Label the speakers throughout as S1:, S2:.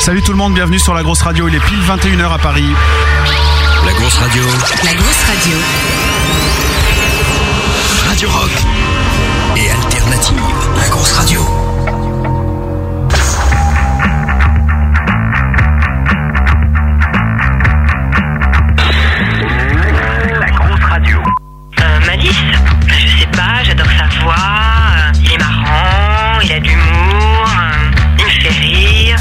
S1: Salut tout le monde, bienvenue sur la grosse radio, il est pile 21h à Paris.
S2: La grosse radio.
S3: La grosse radio.
S2: Radio Rock et Alternative. La grosse radio.
S4: La grosse radio.
S5: Euh, Malice Je sais pas, j'adore sa voix. euh, il est marrant, il a de l'humour, euh, il me fait rire.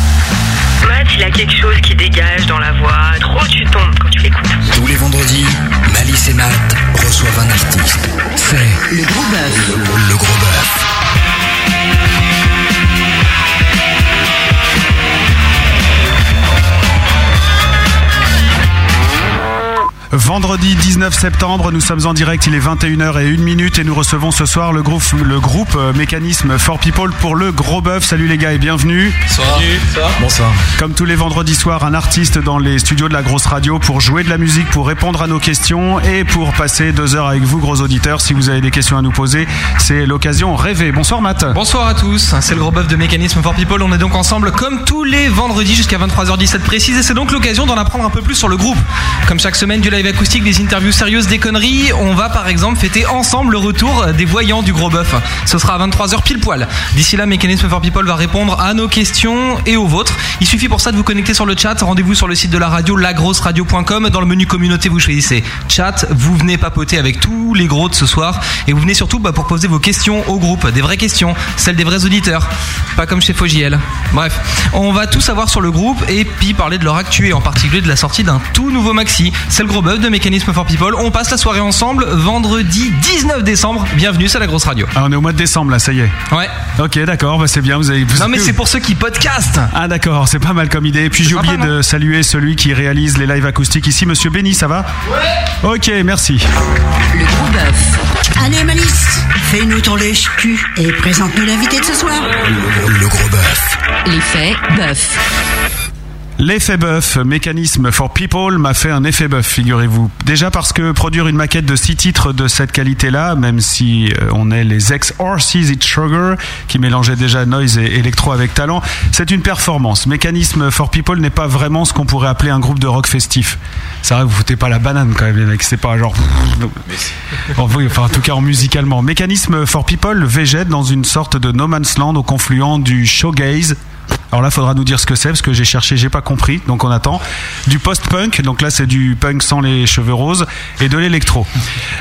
S5: Matt, il a quelque chose qui dégage dans la voix. Trop tu tombes quand tu l'écoutes.
S2: Tous les vendredis, Malice et Matt reçoivent un artiste. C'est
S3: Le gros bœuf.
S2: le, le gros bœuf.
S1: Vendredi 19 septembre, nous sommes en direct, il est 21h et 1 minute et nous recevons ce soir le groupe, le groupe euh, Mécanisme for People pour le gros bœuf. Salut les gars et bienvenue.
S2: Bonsoir.
S1: Comme tous les vendredis soirs, un artiste dans les studios de la grosse radio pour jouer de la musique, pour répondre à nos questions et pour passer deux heures avec vous, gros auditeurs. Si vous avez des questions à nous poser, c'est l'occasion rêvée. Bonsoir Matt.
S6: Bonsoir à tous, hein, c'est le gros bœuf de Mécanisme for People, on est donc ensemble comme tous les vendredis jusqu'à 23h17 précise et c'est donc l'occasion d'en apprendre un peu plus sur le groupe. Comme chaque semaine du live acoustique, des interviews sérieuses, des conneries, on va par exemple fêter ensemble le retour des voyants du gros bœuf. Ce sera à 23h pile poil. D'ici là, Mécanisme for People va répondre à nos questions et aux vôtres. Il suffit pour ça de vous connecter sur le chat, rendez-vous sur le site de la radio lagrosseradio.com, dans le menu communauté vous choisissez chat, vous venez papoter avec tous les gros de ce soir et vous venez surtout bah, pour poser vos questions au groupe, des vraies questions, celles des vrais auditeurs, pas comme chez Fogiel. Bref, on va tout savoir sur le groupe et puis parler de leur actu et en particulier de la sortie d'un tout nouveau maxi. C'est le gros bœuf de Mécanisme for People. On passe la soirée ensemble vendredi 19 décembre. Bienvenue, c'est la grosse radio.
S1: Ah, on est au mois de décembre là, ça y est.
S6: Ouais.
S1: Ok, d'accord, bah, c'est bien. Vous avez. vous-
S6: Non mais c'est pour ceux qui podcastent.
S1: Ah d'accord, c'est pas mal hein. comme idée. Et puis j'ai
S6: sympa,
S1: oublié
S6: non
S1: de saluer celui qui réalise les lives acoustiques ici, Monsieur Benny, ça va Ouais. Ok, merci.
S3: Le gros bœuf. Allez, Malice, fais-nous ton lèche-cul et présente-nous l'invité de ce soir.
S2: Le, le gros bœuf.
S3: L'effet bœuf.
S1: L'effet bœuf, mécanisme for people, m'a fait un effet bœuf, figurez-vous. Déjà parce que produire une maquette de six titres de cette qualité-là, même si euh, on est les ex Orsies It Sugar, qui mélangeaient déjà noise et électro avec talent, c'est une performance. Mécanisme for people n'est pas vraiment ce qu'on pourrait appeler un groupe de rock festif. Ça va, vous foutez pas la banane quand même, les mecs. C'est pas genre. Bon, oui, enfin, en tout cas, en musicalement. Mécanisme for people végète dans une sorte de no man's land au confluent du showgaze. Alors là, faudra nous dire ce que c'est parce que j'ai cherché, j'ai pas compris, donc on attend. Du post-punk, donc là c'est du punk sans les cheveux roses, et de l'électro.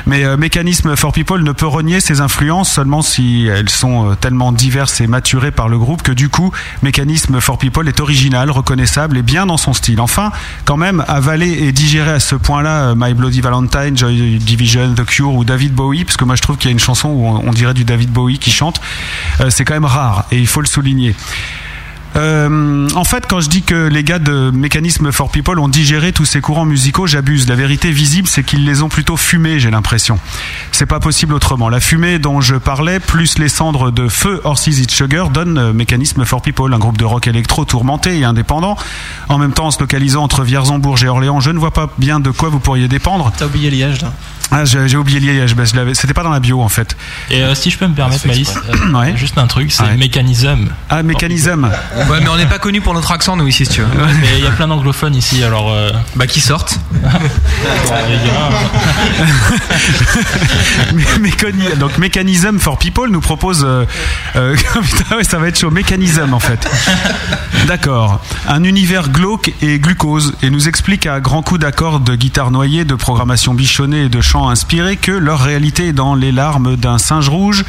S1: Mais euh, Mécanisme for People ne peut renier ses influences seulement si elles sont euh, tellement diverses et maturées par le groupe que du coup, Mécanisme for People est original, reconnaissable et bien dans son style. Enfin, quand même, avaler et digérer à ce point-là euh, My Bloody Valentine, Joy Division, The Cure ou David Bowie, parce que moi je trouve qu'il y a une chanson où on, on dirait du David Bowie qui chante, euh, c'est quand même rare et il faut le souligner. Euh, en fait, quand je dis que les gars de Mécanisme for People ont digéré tous ces courants musicaux, j'abuse. La vérité visible, c'est qu'ils les ont plutôt fumés, j'ai l'impression. C'est pas possible autrement. La fumée dont je parlais, plus les cendres de feu Horses Eat Sugar, donne euh, Mécanisme for People, un groupe de rock électro tourmenté et indépendant. En même temps, en se localisant entre Vierzon, Bourges et Orléans, je ne vois pas bien de quoi vous pourriez dépendre.
S7: T'as oublié Liège là.
S1: Ah, j'ai j'ai oublié Liège, ben, je l'avais- c'était pas dans la bio en fait.
S7: Et euh, si je peux me
S8: Ah,
S7: permettre, Malice, euh,
S1: Ouais.
S7: juste un truc, c'est
S1: Ouais.
S7: mécanisme.
S1: Ah, Mécanisme.
S6: Ouais mais on n'est pas connu pour notre accent nous ici si tu veux.
S7: Mais il y a plein d'anglophones ici, alors. euh,
S6: Bah qui sortent.
S7: les gars,
S1: Mé- mécani- donc Mechanism for People nous propose euh, euh, putain ouais, ça va être chaud Mechanism en fait d'accord un univers glauque et glucose et nous explique à grands coups d'accords de guitare noyée de programmation bichonnée et de chants inspirés que leur réalité est dans les larmes d'un singe rouge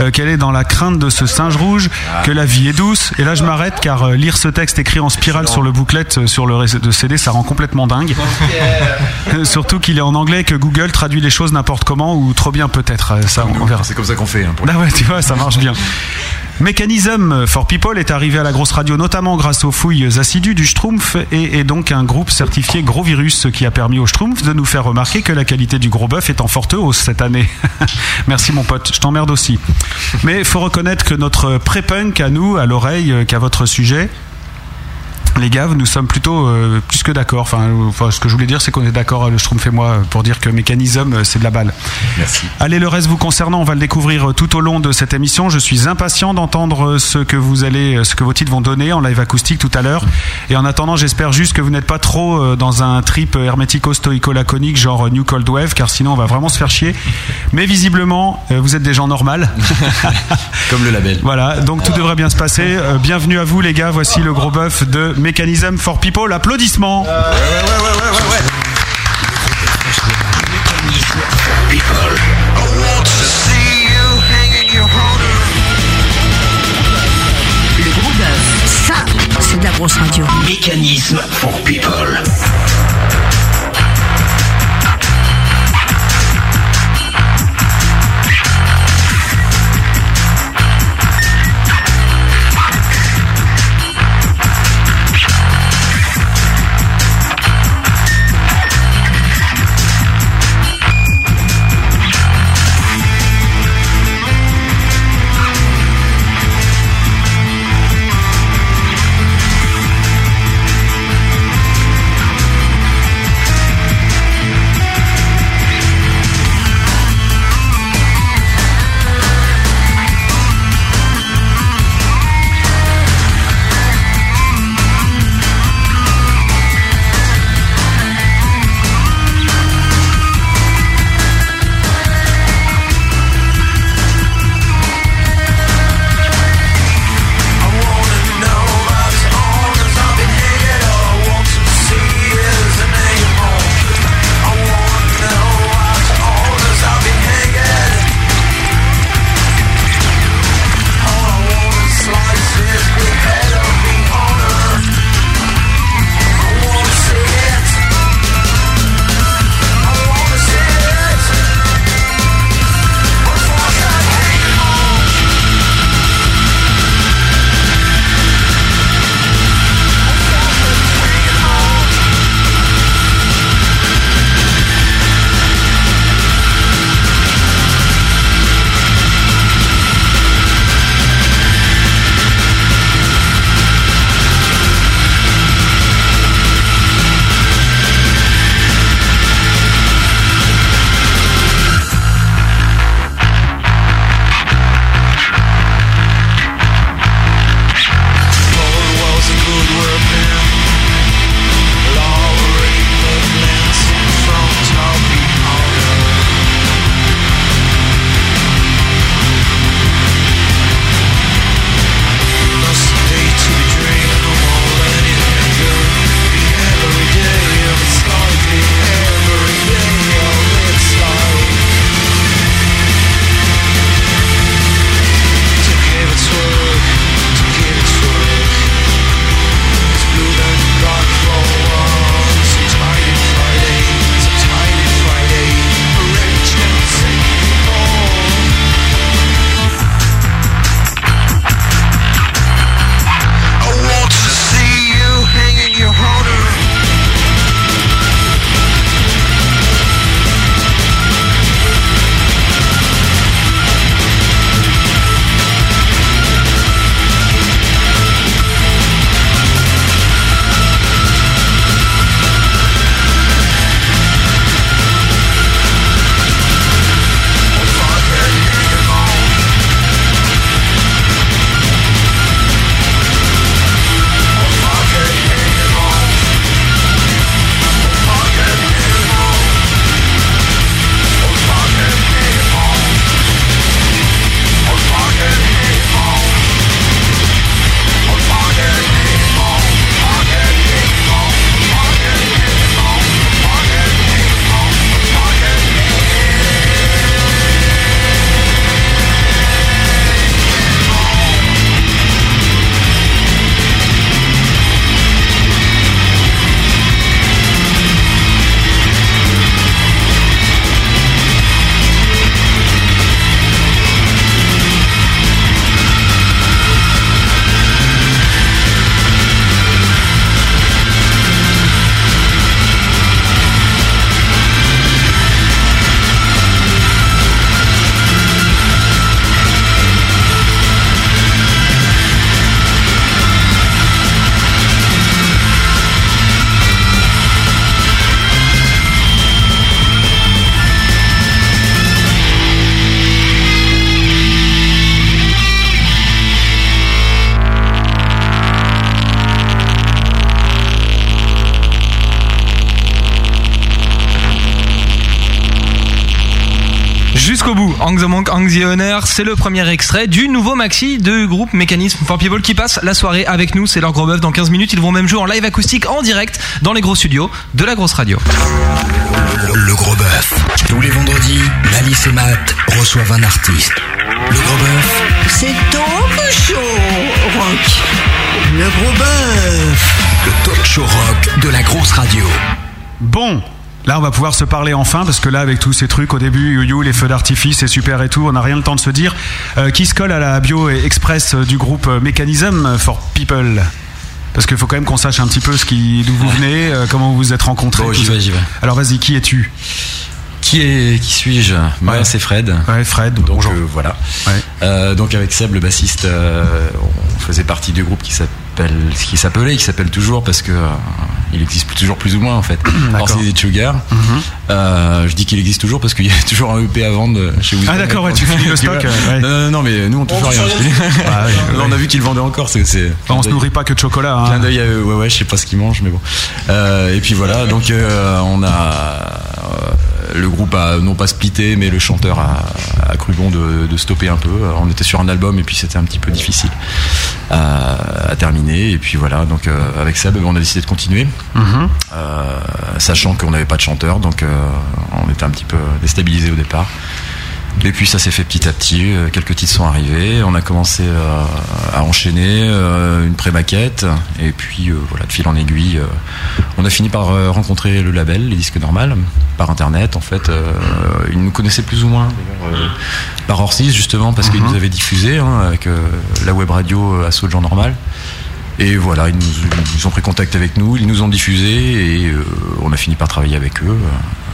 S1: euh, qu'elle est dans la crainte de ce singe rouge que la vie est douce et là je m'arrête car euh, lire ce texte écrit en spirale sur le booklet euh, sur le ré- de CD ça rend complètement dingue Surtout qu'il est en anglais et que Google traduit les choses n'importe comment ou trop bien peut-être. Euh, Ça, on verra.
S9: C'est comme ça qu'on fait. hein, pour-
S1: Ah ouais, tu vois, ça marche bien. Mechanism for People est arrivé à la grosse radio notamment grâce aux fouilles assidues du Schtroumpf et est donc un groupe certifié gros virus, ce qui a permis au Schtroumpf de nous faire remarquer que la qualité du gros bœuf est en forte hausse cette année. Merci mon pote, je t'emmerde aussi. Mais faut reconnaître que notre pré-punk à nous, à l'oreille, euh, qu'à votre sujet, les gars, nous sommes plutôt euh, plus que d'accord. Enfin, euh, enfin, ce que je voulais dire, c'est qu'on est d'accord, euh, le Schtroumpf et moi, euh, pour dire que Mécanisme, euh, c'est de la balle.
S9: Merci.
S1: Allez, le reste vous concernant, on va le découvrir euh, tout au long de cette émission. Je suis impatient d'entendre euh, ce que vous allez, euh, ce que vos titres vont donner en live acoustique tout à l'heure. Et en attendant, j'espère juste que vous n'êtes pas trop euh, dans un trip hermético-stoïco-laconique genre euh, New Cold Wave, car sinon on va vraiment se faire chier. Mais visiblement, euh, vous êtes des gens normaux.
S9: Comme le label.
S1: Voilà, donc tout devrait bien se passer. Euh, bienvenue à vous les gars, voici le gros bœuf de Mechanism for People. Applaudissements
S3: Le gros bœuf, ça, c'est de la grosse radio.
S2: Mécanisme for people.
S6: jusqu'au bout. Hang the Monk, Hang the Honor, c'est le premier extrait du nouveau maxi du groupe Mécanisme for People qui passe la soirée avec nous. C'est leur gros bœuf dans 15 minutes. Ils vont même jouer en live acoustique en direct dans les gros studios de la grosse radio.
S2: Le, le gros bœuf. Tous les vendredis, Malice et Matt reçoivent un artiste. Le gros bœuf,
S3: C'est donc chaud, rock. Le gros bœuf.
S2: le talk show rock de la grosse radio.
S1: Bon, là on va pouvoir se parler enfin parce que là avec tous ces trucs au début, you, you, les feux d'artifice, c'est super et tout, on n'a rien le temps de se dire. Euh, qui se colle à la bio et express euh, du groupe euh, Mechanism for People Parce qu'il faut quand même qu'on sache un petit peu ce qui, d'où vous venez, euh, comment vous vous êtes rencontrés.
S9: Bon,
S1: tout
S9: j'y
S1: ça.
S9: vais, j'y vais.
S1: Alors vas-y, qui es-tu
S9: Qui est qui suis-je Moi,
S1: Ouais.
S9: c'est Fred.
S1: Ouais, Fred.
S9: Donc
S1: bonjour.
S9: euh, voilà.
S1: Ouais.
S9: Euh, donc avec Seb, le bassiste, euh, on faisait partie du groupe qui s'appelle, qui s'appelait, qui s'appelle toujours parce que euh, il existe plus- toujours plus ou moins en fait. Alors c'est des Sugar.
S1: Mhm.
S9: Euh, je dis qu'il existe toujours parce qu'il y a toujours un EP à vendre chez vous.
S1: Ah, d'accord, ouais, tu finis le stock,
S9: vois.
S1: euh, ouais.
S9: Non, non, non, mais nous on touche rien.
S1: Ah, ouais,
S9: Non,
S1: ouais.
S9: On a vu qu'ils le vendaient encore. C'est, c'est-
S1: Enfin, on se nourrit pas que de chocolat. hein.
S9: Clin d'œil à eux, ouais, ouais, je sais pas ce qu'ils mangent, mais bon. Euh, et puis voilà, donc euh, on a. euh, le groupe a non pas splitté, mais le chanteur a, a cru bon de, de stopper un peu. Euh, On était sur un album et puis c'était un petit peu difficile à, à terminer. Et puis voilà, donc euh, avec Seb, on a décidé de continuer,
S1: Mhm.
S9: Euh, sachant qu'on n'avait pas de chanteur, donc euh, on était un petit peu déstabilisé au départ. Et puis ça s'est fait petit à petit, euh, quelques titres sont arrivés, on a commencé euh, à enchaîner euh, une pré-maquette, et puis euh, voilà, de fil en aiguille, euh, on a fini par euh, rencontrer le label, les disques normales, par internet en fait. euh, ils nous connaissaient plus ou moins d'ailleurs, euh, par Orsis justement, parce qu'ils nous avaient diffusé hein, avec euh, la web radio euh, Assaut de gens normal. Et voilà, ils nous, ils ont pris contact avec nous, ils nous ont diffusé, et euh, on a fini par travailler avec eux.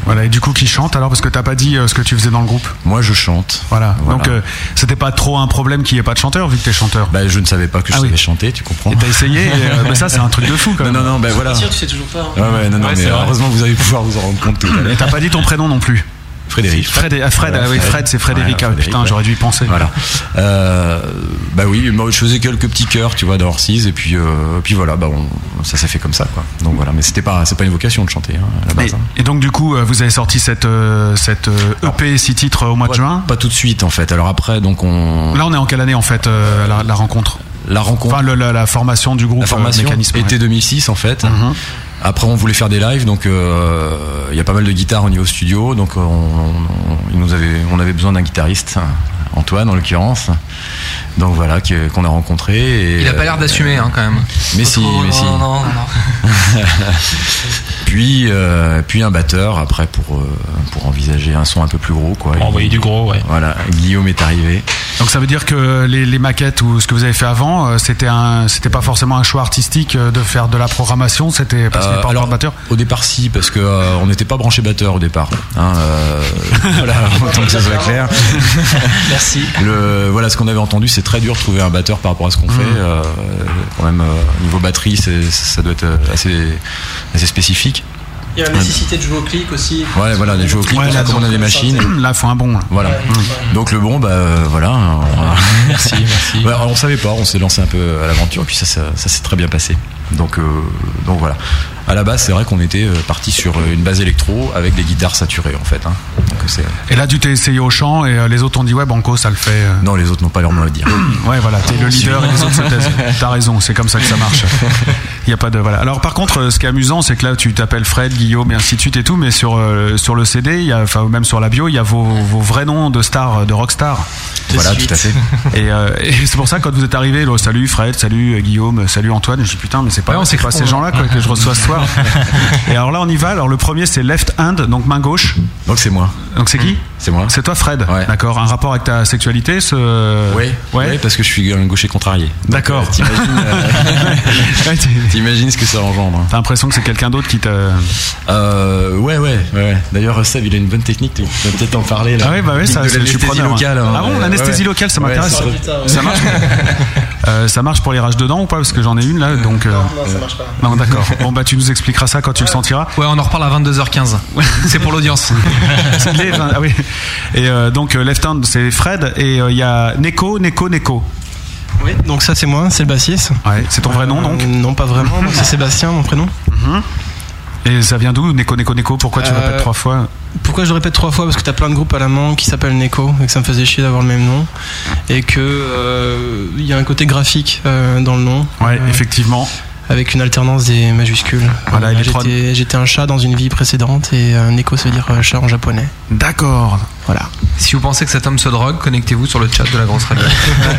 S1: Voilà, et du coup, qui chante alors Parce que t'as pas dit euh, ce que tu faisais dans le groupe.
S9: Moi je chante.
S1: Voilà. Donc, euh, c'était pas trop un problème qu'il n'y ait pas de chanteur, vu que t'es chanteur.
S9: Bah, je ne savais pas que je
S1: Ah oui.
S9: savais chanter, tu comprends
S1: Et t'as essayé, et, euh, bah, ça, c'est un truc de fou quand
S9: Non,
S1: même.
S9: non, non, ben voilà.
S7: tu sais toujours pas.
S10: hein.
S9: Ouais, ouais, non, non, mais heureusement, vous allez pouvoir vous en rendre compte tout à l'heure.
S1: Et t'as pas dit ton prénom non plus.
S9: Frédéric.
S1: Fred, ah, Fred,
S9: Voilà,
S1: ah oui,
S9: Fred.
S1: Fred, c'est Frédéric.
S9: Ouais,
S1: ah,
S9: Frédéric,
S1: putain,
S9: ouais.
S1: j'aurais dû y penser.
S9: Voilà. Euh, bah oui, moi, je faisais quelques petits chœurs, tu vois, dans Orsiz, et puis, euh, puis voilà, bah on, ça s'est fait comme ça, quoi. Donc voilà, mais c'était pas, c'est pas une vocation de chanter, hein, à la
S1: Et,
S9: base. hein.
S1: et donc, du coup, euh, vous avez sorti cette, euh, cette euh, EP, six titres au mois de
S9: Pas-
S1: juin.
S9: Pas tout de suite, en fait. Alors après, donc on.
S1: Là, on est en quelle année en fait, euh, la, la rencontre
S9: La rencontre.
S1: Enfin, le- la, la formation du groupe
S9: La
S1: euh,
S9: formation
S1: Mécanisme. ouais.
S9: été 2006 en fait.
S1: Mhm.
S9: Après, on voulait faire des lives, donc euh, il y a pas mal de guitares au niveau studio, donc euh, on, on- il nous avait, on avait besoin d'un guitariste, euh, Antoine en l'occurrence. Donc voilà, que- qu'on a rencontré. Et, euh,
S6: Il a pas l'air d'assumer hein, quand même.
S9: Mais si,
S7: non,
S9: mais si.
S7: non, non, non.
S9: Puis, euh, puis un batteur après pour euh, pour envisager un son un peu plus gros quoi.
S7: Pour envoyer
S9: Et-
S7: du gros, ouais.
S9: Voilà, Guillaume est arrivé.
S1: Donc, ça veut dire que les, les maquettes ou ce que vous avez fait avant, euh, c'était un, c'était pas forcément un choix artistique euh, de faire de la programmation. C'était parce qu'il n'y
S9: Euh,
S1: avait pas
S9: alors,
S1: encore de batteur.
S9: Au départ, si, parce que euh, on n'était pas branché batteur au départ. hein, euh, voilà, autant que ça soit clair.
S7: Merci.
S9: Le, voilà, ce qu'on avait entendu, c'est très dur de trouver un batteur par rapport à ce
S1: Mm.
S9: qu'on fait. Euh, quand même, euh, niveau batterie, c'est- ça doit être euh, assez, assez spécifique.
S10: Il y a la nécessité de jouer au clic aussi.
S9: Ouais, voilà, des jeux au clic,
S1: Ouais,
S9: parce
S1: là, hum,
S9: que comme on a des machines.
S1: Là, faut un bon. là.
S9: Voilà. Donc le bon, bah euh, voilà.
S7: Merci, merci.
S9: on, ouais, on savait pas, on s'est lancé un peu à l'aventure, puis ça, ça, ça s'est très bien passé. Donc, euh, donc voilà. À la base, c'est vrai qu'on était euh, parti sur euh, une base électro avec des guitares saturées en fait. hein. Donc c'est.
S1: Et là, tu t'es essayé au chant et euh, les autres ont dit ouais, Banco, ça le fait. euh.
S9: Non, les autres n'ont pas leur mot à dire.
S1: Ouais, voilà, t'es le leader et les autres se taisent. T'as raison, c'est comme ça que ça marche. Il y a pas de voilà. Alors par contre, euh, ce qui est amusant, c'est que là, tu t'appelles Fred, Guillaume, et ainsi de suite et tout, mais sur euh, sur le CD, il y a, enfin ou même sur la bio, il y a vos, vos vrais noms de stars, de rockstars.
S9: voilà, tout à fait.
S1: Et, euh, et c'est pour ça que quand vous êtes arrivé, là, salut Fred, salut euh, Guillaume, salut Antoine, je dis putain, mais c'est pas,
S6: Ouais, on
S1: c'est pas ces gens-là quoi, que je reçois ce soir. et alors là, on y va. Alors le premier, c'est Left Hand, donc main gauche.
S9: Donc c'est moi. Mmh.
S1: Donc c'est qui
S9: C'est moi.
S1: C'est toi, Fred.
S9: Ouais.
S1: D'accord. Un rapport avec ta sexualité, ce.
S9: Oui,
S1: Ouais.
S9: parce que je suis un gaucher contrarié. Donc,
S1: D'accord.
S9: euh, T'imagines
S1: Ouais, t'es-
S9: euh, t'imagines ce que ça engendre. hein.
S1: T'as l'impression que c'est quelqu'un d'autre qui t'a.
S9: Euh, ouais, ouais, ouais. ouais. D'ailleurs, Seb, il a une bonne technique, tu vas peut-être en parler. Là.
S1: Ah ouais, bah ouais, ça,
S9: De
S1: c'est- je suis
S9: l'anesthésie
S1: preneur, hein.
S9: locale. hein.
S1: Ah bon,
S9: Ouais,
S1: l'anesthésie
S9: ouais.
S1: locale, ça m'intéresse.
S9: Ouais,
S10: Putain, ouais.
S1: Ça marche Euh, Ça marche pour les rages dedans ou pas Parce que j'en ai une là, donc. euh,
S10: Non, ça marche pas.
S1: Non, d'accord. Bon, bah, tu nous expliqueras ça quand tu le sentiras.
S6: Ouais, on en reparle à 22h15. C'est pour l'audience.
S1: C'est les vingt- ah oui. Et euh, donc, euh, Left Hand, c'est Fred. Et euh, il y a Neko, Neko, Neko.
S10: Oui, donc ça c'est moi, c'est le bassiste.
S1: Ouais, c'est ton vrai nom donc Mhm.
S10: Euh, Non, pas vraiment. Moi, C'est Sébastien, mon prénom.
S1: Et ça vient d'où Neko Neko Neko Pourquoi tu
S10: Euh,
S1: répètes trois fois
S10: Pourquoi je le répète trois fois Parce que t'as plein de groupes à l'amant qui s'appellent Neko et que ça me faisait chier d'avoir le même nom et que euh, il y a un côté graphique euh, dans le nom.
S1: Ouais, effectivement.
S10: Avec une alternance des majuscules.
S1: Voilà, et les trois-
S10: J'étais j'étais un chat dans une vie précédente et euh, Neko ça veut dire euh, chat en japonais.
S1: D'accord.
S10: Voilà.
S6: Si vous pensez que cet homme se drogue, connectez-vous sur le chat de la grosse radio.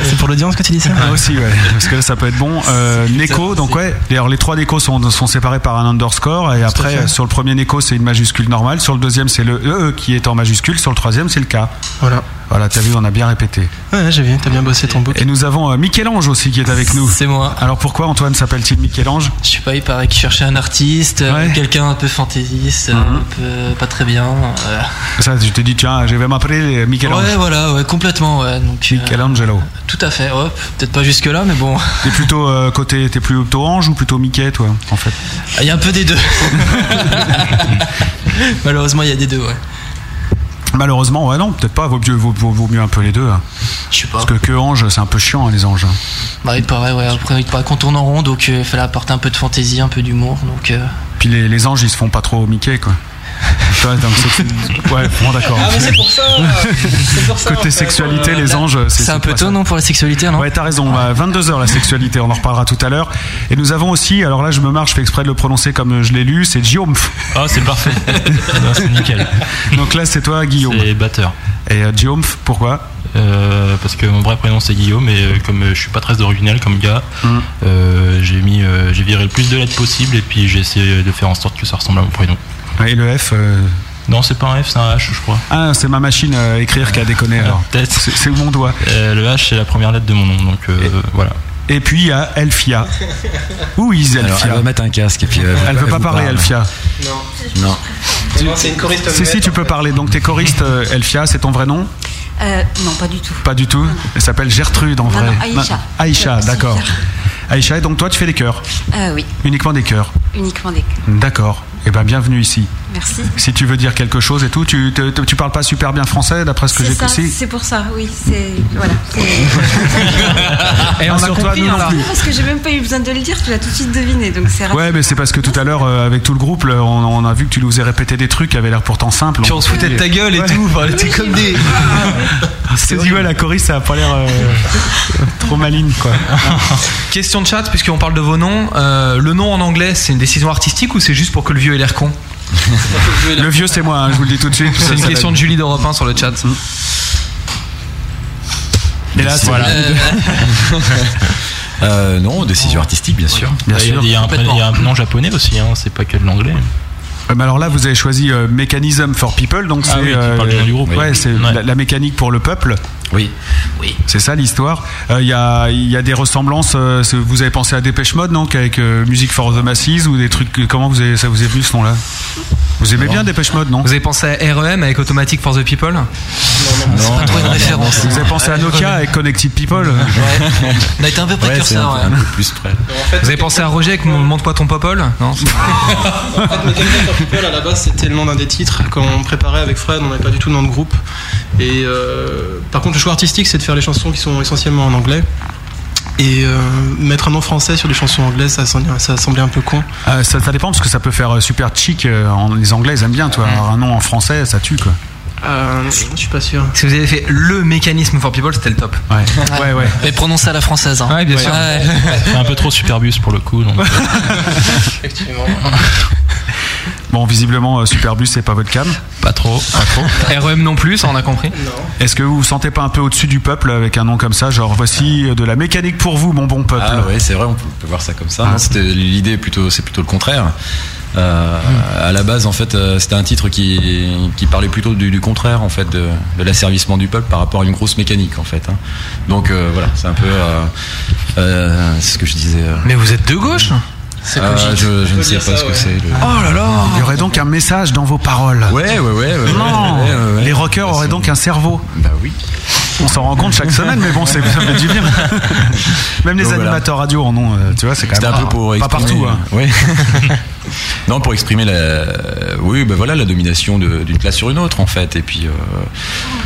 S10: C'est pour l'audience que tu dis ça
S1: Ah, aussi, ouais. Parce que là, ça peut être bon. Euh, Neko, donc ouais. D'ailleurs, les trois Neko sont, sont séparés par un underscore. Et après, euh, sur le premier Neko, c'est une majuscule normale. Sur le deuxième, c'est le EE qui est en majuscule. Sur le troisième, c'est le K.
S10: Voilà.
S1: Voilà, t'as vu, on a bien répété.
S10: Ouais, j'ai vu, t'as bien bossé ton book.
S1: Et nous avons euh, Michel-Ange aussi qui est avec nous.
S7: C'est moi.
S1: Alors pourquoi Antoine s'appelle-t-il Michel-Ange
S7: Je sais pas, il paraît qu'il cherchait un artiste, euh, quelqu'un un peu fantaisiste, euh,
S6: Mhm.
S7: un peu pas très bien. euh.
S1: Mhm. Ça, je t'ai dit, tiens, je vais m'appeler Michel-Ange.
S7: Ouais, voilà, ouais, complètement, ouais. Donc, euh,
S1: Michelangelo.
S7: tout à fait, ouais, peut-être pas jusque-là, mais bon,
S1: T'es plutôt euh, côté, t'es plutôt ange ou plutôt Mickey, toi, en fait
S7: Ah, il y a un peu des deux. Malheureusement, il y a des deux, ouais.
S1: Malheureusement, ouais, non, peut-être pas. Vaut mieux, vaut, vaut- vaut mieux un peu les deux. hein.
S7: Je sais pas.
S1: Parce que que ange, c'est un peu chiant, hein, les anges.
S7: Bah, il paraît, ouais, après, il paraît qu'on tourne en rond, donc euh, il fallait apporter un peu de fantaisie, un peu d'humour, donc. euh,
S1: Puis les, les anges, ils se font pas trop au Mickey, quoi. Tu vois, donc c'est- ouais, bon, d'accord.
S10: ça
S1: Côté sexualité, les anges,
S7: C'est un peu
S1: pas
S7: tôt,
S1: ça.
S7: non, pour la sexualité, non
S1: Ouais, t'as raison. à 22h la sexualité, on en reparlera tout à l'heure. Et nous avons aussi, alors là, je me marche, je fais exprès de le prononcer comme je l'ai lu, c'est Guillaume.
S8: Ah, c'est parfait. Non, c'est nickel.
S1: Donc là, c'est toi, Guillaume.
S8: C'est batteur.
S1: Et euh, Guillaume, pourquoi
S8: Euh, parce que mon vrai prénom c'est Guillaume et euh, comme euh, je suis pas très original comme gars,
S1: Hum.
S8: euh, j'ai mis, euh, j'ai viré le plus de lettres possible et puis j'ai essayé de faire en sorte que ça ressemble à mon prénom.
S1: Et le F euh,
S8: Non, c'est pas un F, c'est un H, je crois.
S1: Ah, c'est ma machine à écrire qui a déconné alors.
S8: Peut-être.
S1: C'est c'est mon doigt.
S8: Euh, le H c'est la première lettre de mon nom, donc euh, voilà.
S1: Et puis il y a Elfia. Où is
S9: Alors, elle
S1: Elfia
S9: va mettre un casque et puis euh,
S1: Elle veut pas
S9: vous
S1: parler,
S9: parle.
S1: Elfia.
S9: Non.
S10: C'est une choriste.
S1: Si, si, tu peux parler. Donc, t'es choriste, euh, Elfia, c'est ton vrai nom
S11: Euh, non, pas du tout.
S1: Pas du tout. Elle s'appelle Gertrude en
S11: Non,
S1: vrai.
S11: non, Aïcha.
S1: Ma- Aïcha,
S11: Ouais, c'est
S1: d'accord.
S11: Gertrude.
S1: Aïcha, et donc toi, tu fais des chœurs
S11: Euh, oui,
S1: Uniquement des chœurs.
S11: uniquement des.
S1: D'accord. Eh ben, bienvenue ici.
S11: Merci.
S1: Si tu veux dire quelque chose et tout, tu, te- te- tu parles pas super bien français, d'après ce que
S11: C'est
S1: j'ai
S11: ça,
S1: compris.
S11: c'est pour ça, oui, c'est. Voilà. c'est-
S6: Et
S1: Ah,
S6: on a compris, hein, là.
S11: Non, parce que j'ai même pas eu besoin de le dire, tu l'as tout de suite deviné, donc c'est rapide.
S1: Ouais, mais c'est parce que tout à l'heure, euh, avec tout le groupe, là, on, on a vu que tu nous faisais répéter des trucs qui avaient l'air pourtant simples.
S6: Puis on se foutait de ta gueule et tout, enfin, t'es comme des. Ah,
S1: C'est dit, ouais, la choriste, ça a pas l'air euh, trop maligne, quoi.
S6: Question de chat, puisqu'on parle de vos noms, euh, le nom en anglais, c'est une décision artistique ou c'est juste pour que le vieux ait l'air con
S1: Le vieux, c'est moi, hein, je vous le dis tout de suite.
S6: C'est une question de Julie d'Europe 1 sur le chat.
S1: Et là, c'est-
S7: Euh,
S9: Euh, non, décision artistique, bien sûr.
S1: Bien
S8: Bah, Il y a-
S1: sûr.
S8: il y, a un pré-
S7: Complètement.
S8: il y a un nom japonais aussi, hein, c'est pas que de l'anglais.
S1: Euh, mais alors là, vous avez choisi euh, Mechanism for People, donc
S8: Ah
S1: c'est euh,
S8: oui, tu parles du nom du groupe,
S1: ouais,
S8: oui.
S1: c'est
S8: Ouais.
S1: La, la mécanique pour le peuple.
S9: Oui.
S1: C'est ça l'histoire. Euh, Il y, a, il y a des ressemblances. euh, c'est- vous avez pensé à Dépêche Mode, non Avec euh, Music for the Masses ou des trucs. que- Comment vous avez, ça vous est venu ce nom-là Vous aimez bien Dépêche Mode, non
S6: Vous avez pensé à REM avec Automatic for the People
S7: c'est pas trop une référence.
S1: Vous avez pensé à Nokia avec Connected People
S7: On a été un peu
S9: Ouais, c'est un,
S7: précurseur, ouais.
S9: un peu plus près.
S6: Vous avez pensé à Roger avec Mon- Montre-moi ton popole Non
S10: En fait, Mechanics for People, à la base, c'était le nom d'un des titres. Quand on préparait avec Fred, on n'avait pas du tout le nom de groupe. Et euh, par contre, le choix artistique, c'est de faire les chansons qui sont essentiellement en anglais. Et euh, mettre un nom français sur des chansons anglaises, ça, semblait- ça semblait un peu con.
S1: Euh, ça, ça dépend parce que ça peut faire euh, super chic. euh, en- les Anglais, ils aiment bien, toi. Alors, un nom en français, ça tue, quoi.
S10: Euh, je suis pas sûr.
S6: Si vous avez fait le mécanisme for people, c'était le top.
S1: Ouais, ouais, ouais.
S7: Mais prononcé à la française, hein.
S6: Ouais, bien sûr.
S8: C'est un peu trop superbus pour le coup. Donc, euh,
S1: Bon, visiblement, euh, Superbus, c'est pas votre cam.
S8: pas trop, pas trop.
S6: REM E non plus, ça on a compris.
S1: Est-ce que vous vous sentez pas un peu au-dessus du peuple avec un nom comme ça Genre, voici euh, de la mécanique pour vous, mon bon peuple.
S9: Ah ouais, c'est vrai, on peut, on peut voir ça comme
S1: Ah
S9: ça. Non, C'était l'idée est plutôt, c'est plutôt le contraire. Euh,
S1: Hmm.
S9: À la base, en fait, euh, c'était un titre qui, qui parlait plutôt du, du contraire, en fait, de, de l'asservissement du peuple par rapport à une grosse mécanique, en fait. hein. Donc euh, voilà, c'est un peu, euh, euh, c'est ce que je disais. euh.
S6: Mais vous êtes de gauche
S9: Euh, je, je ne sais pas ce que c'est. le-
S1: Ah,
S6: Oh là là
S1: Il y aurait donc un message dans vos paroles.
S9: Ouais, ouais, ouais. ouais, ouais,
S1: Non
S9: ouais, ouais, ouais.
S1: Les rockers
S9: Bah,
S1: auraient
S9: c'est-
S1: donc un cerveau.
S9: Bah oui.
S1: On s'en rend compte chaque semaine, mais bon, c'est ça fait du bien. Même les
S9: Donc, voilà.
S1: animateurs radio en ont, euh, tu vois, c'est quand
S9: C'était
S1: même
S9: un peu pour
S1: pas
S9: exprimer-
S1: partout. hein.
S9: Oui. non, pour exprimer la, oui, ben voilà, la domination de- d'une classe sur une autre en fait, et puis euh,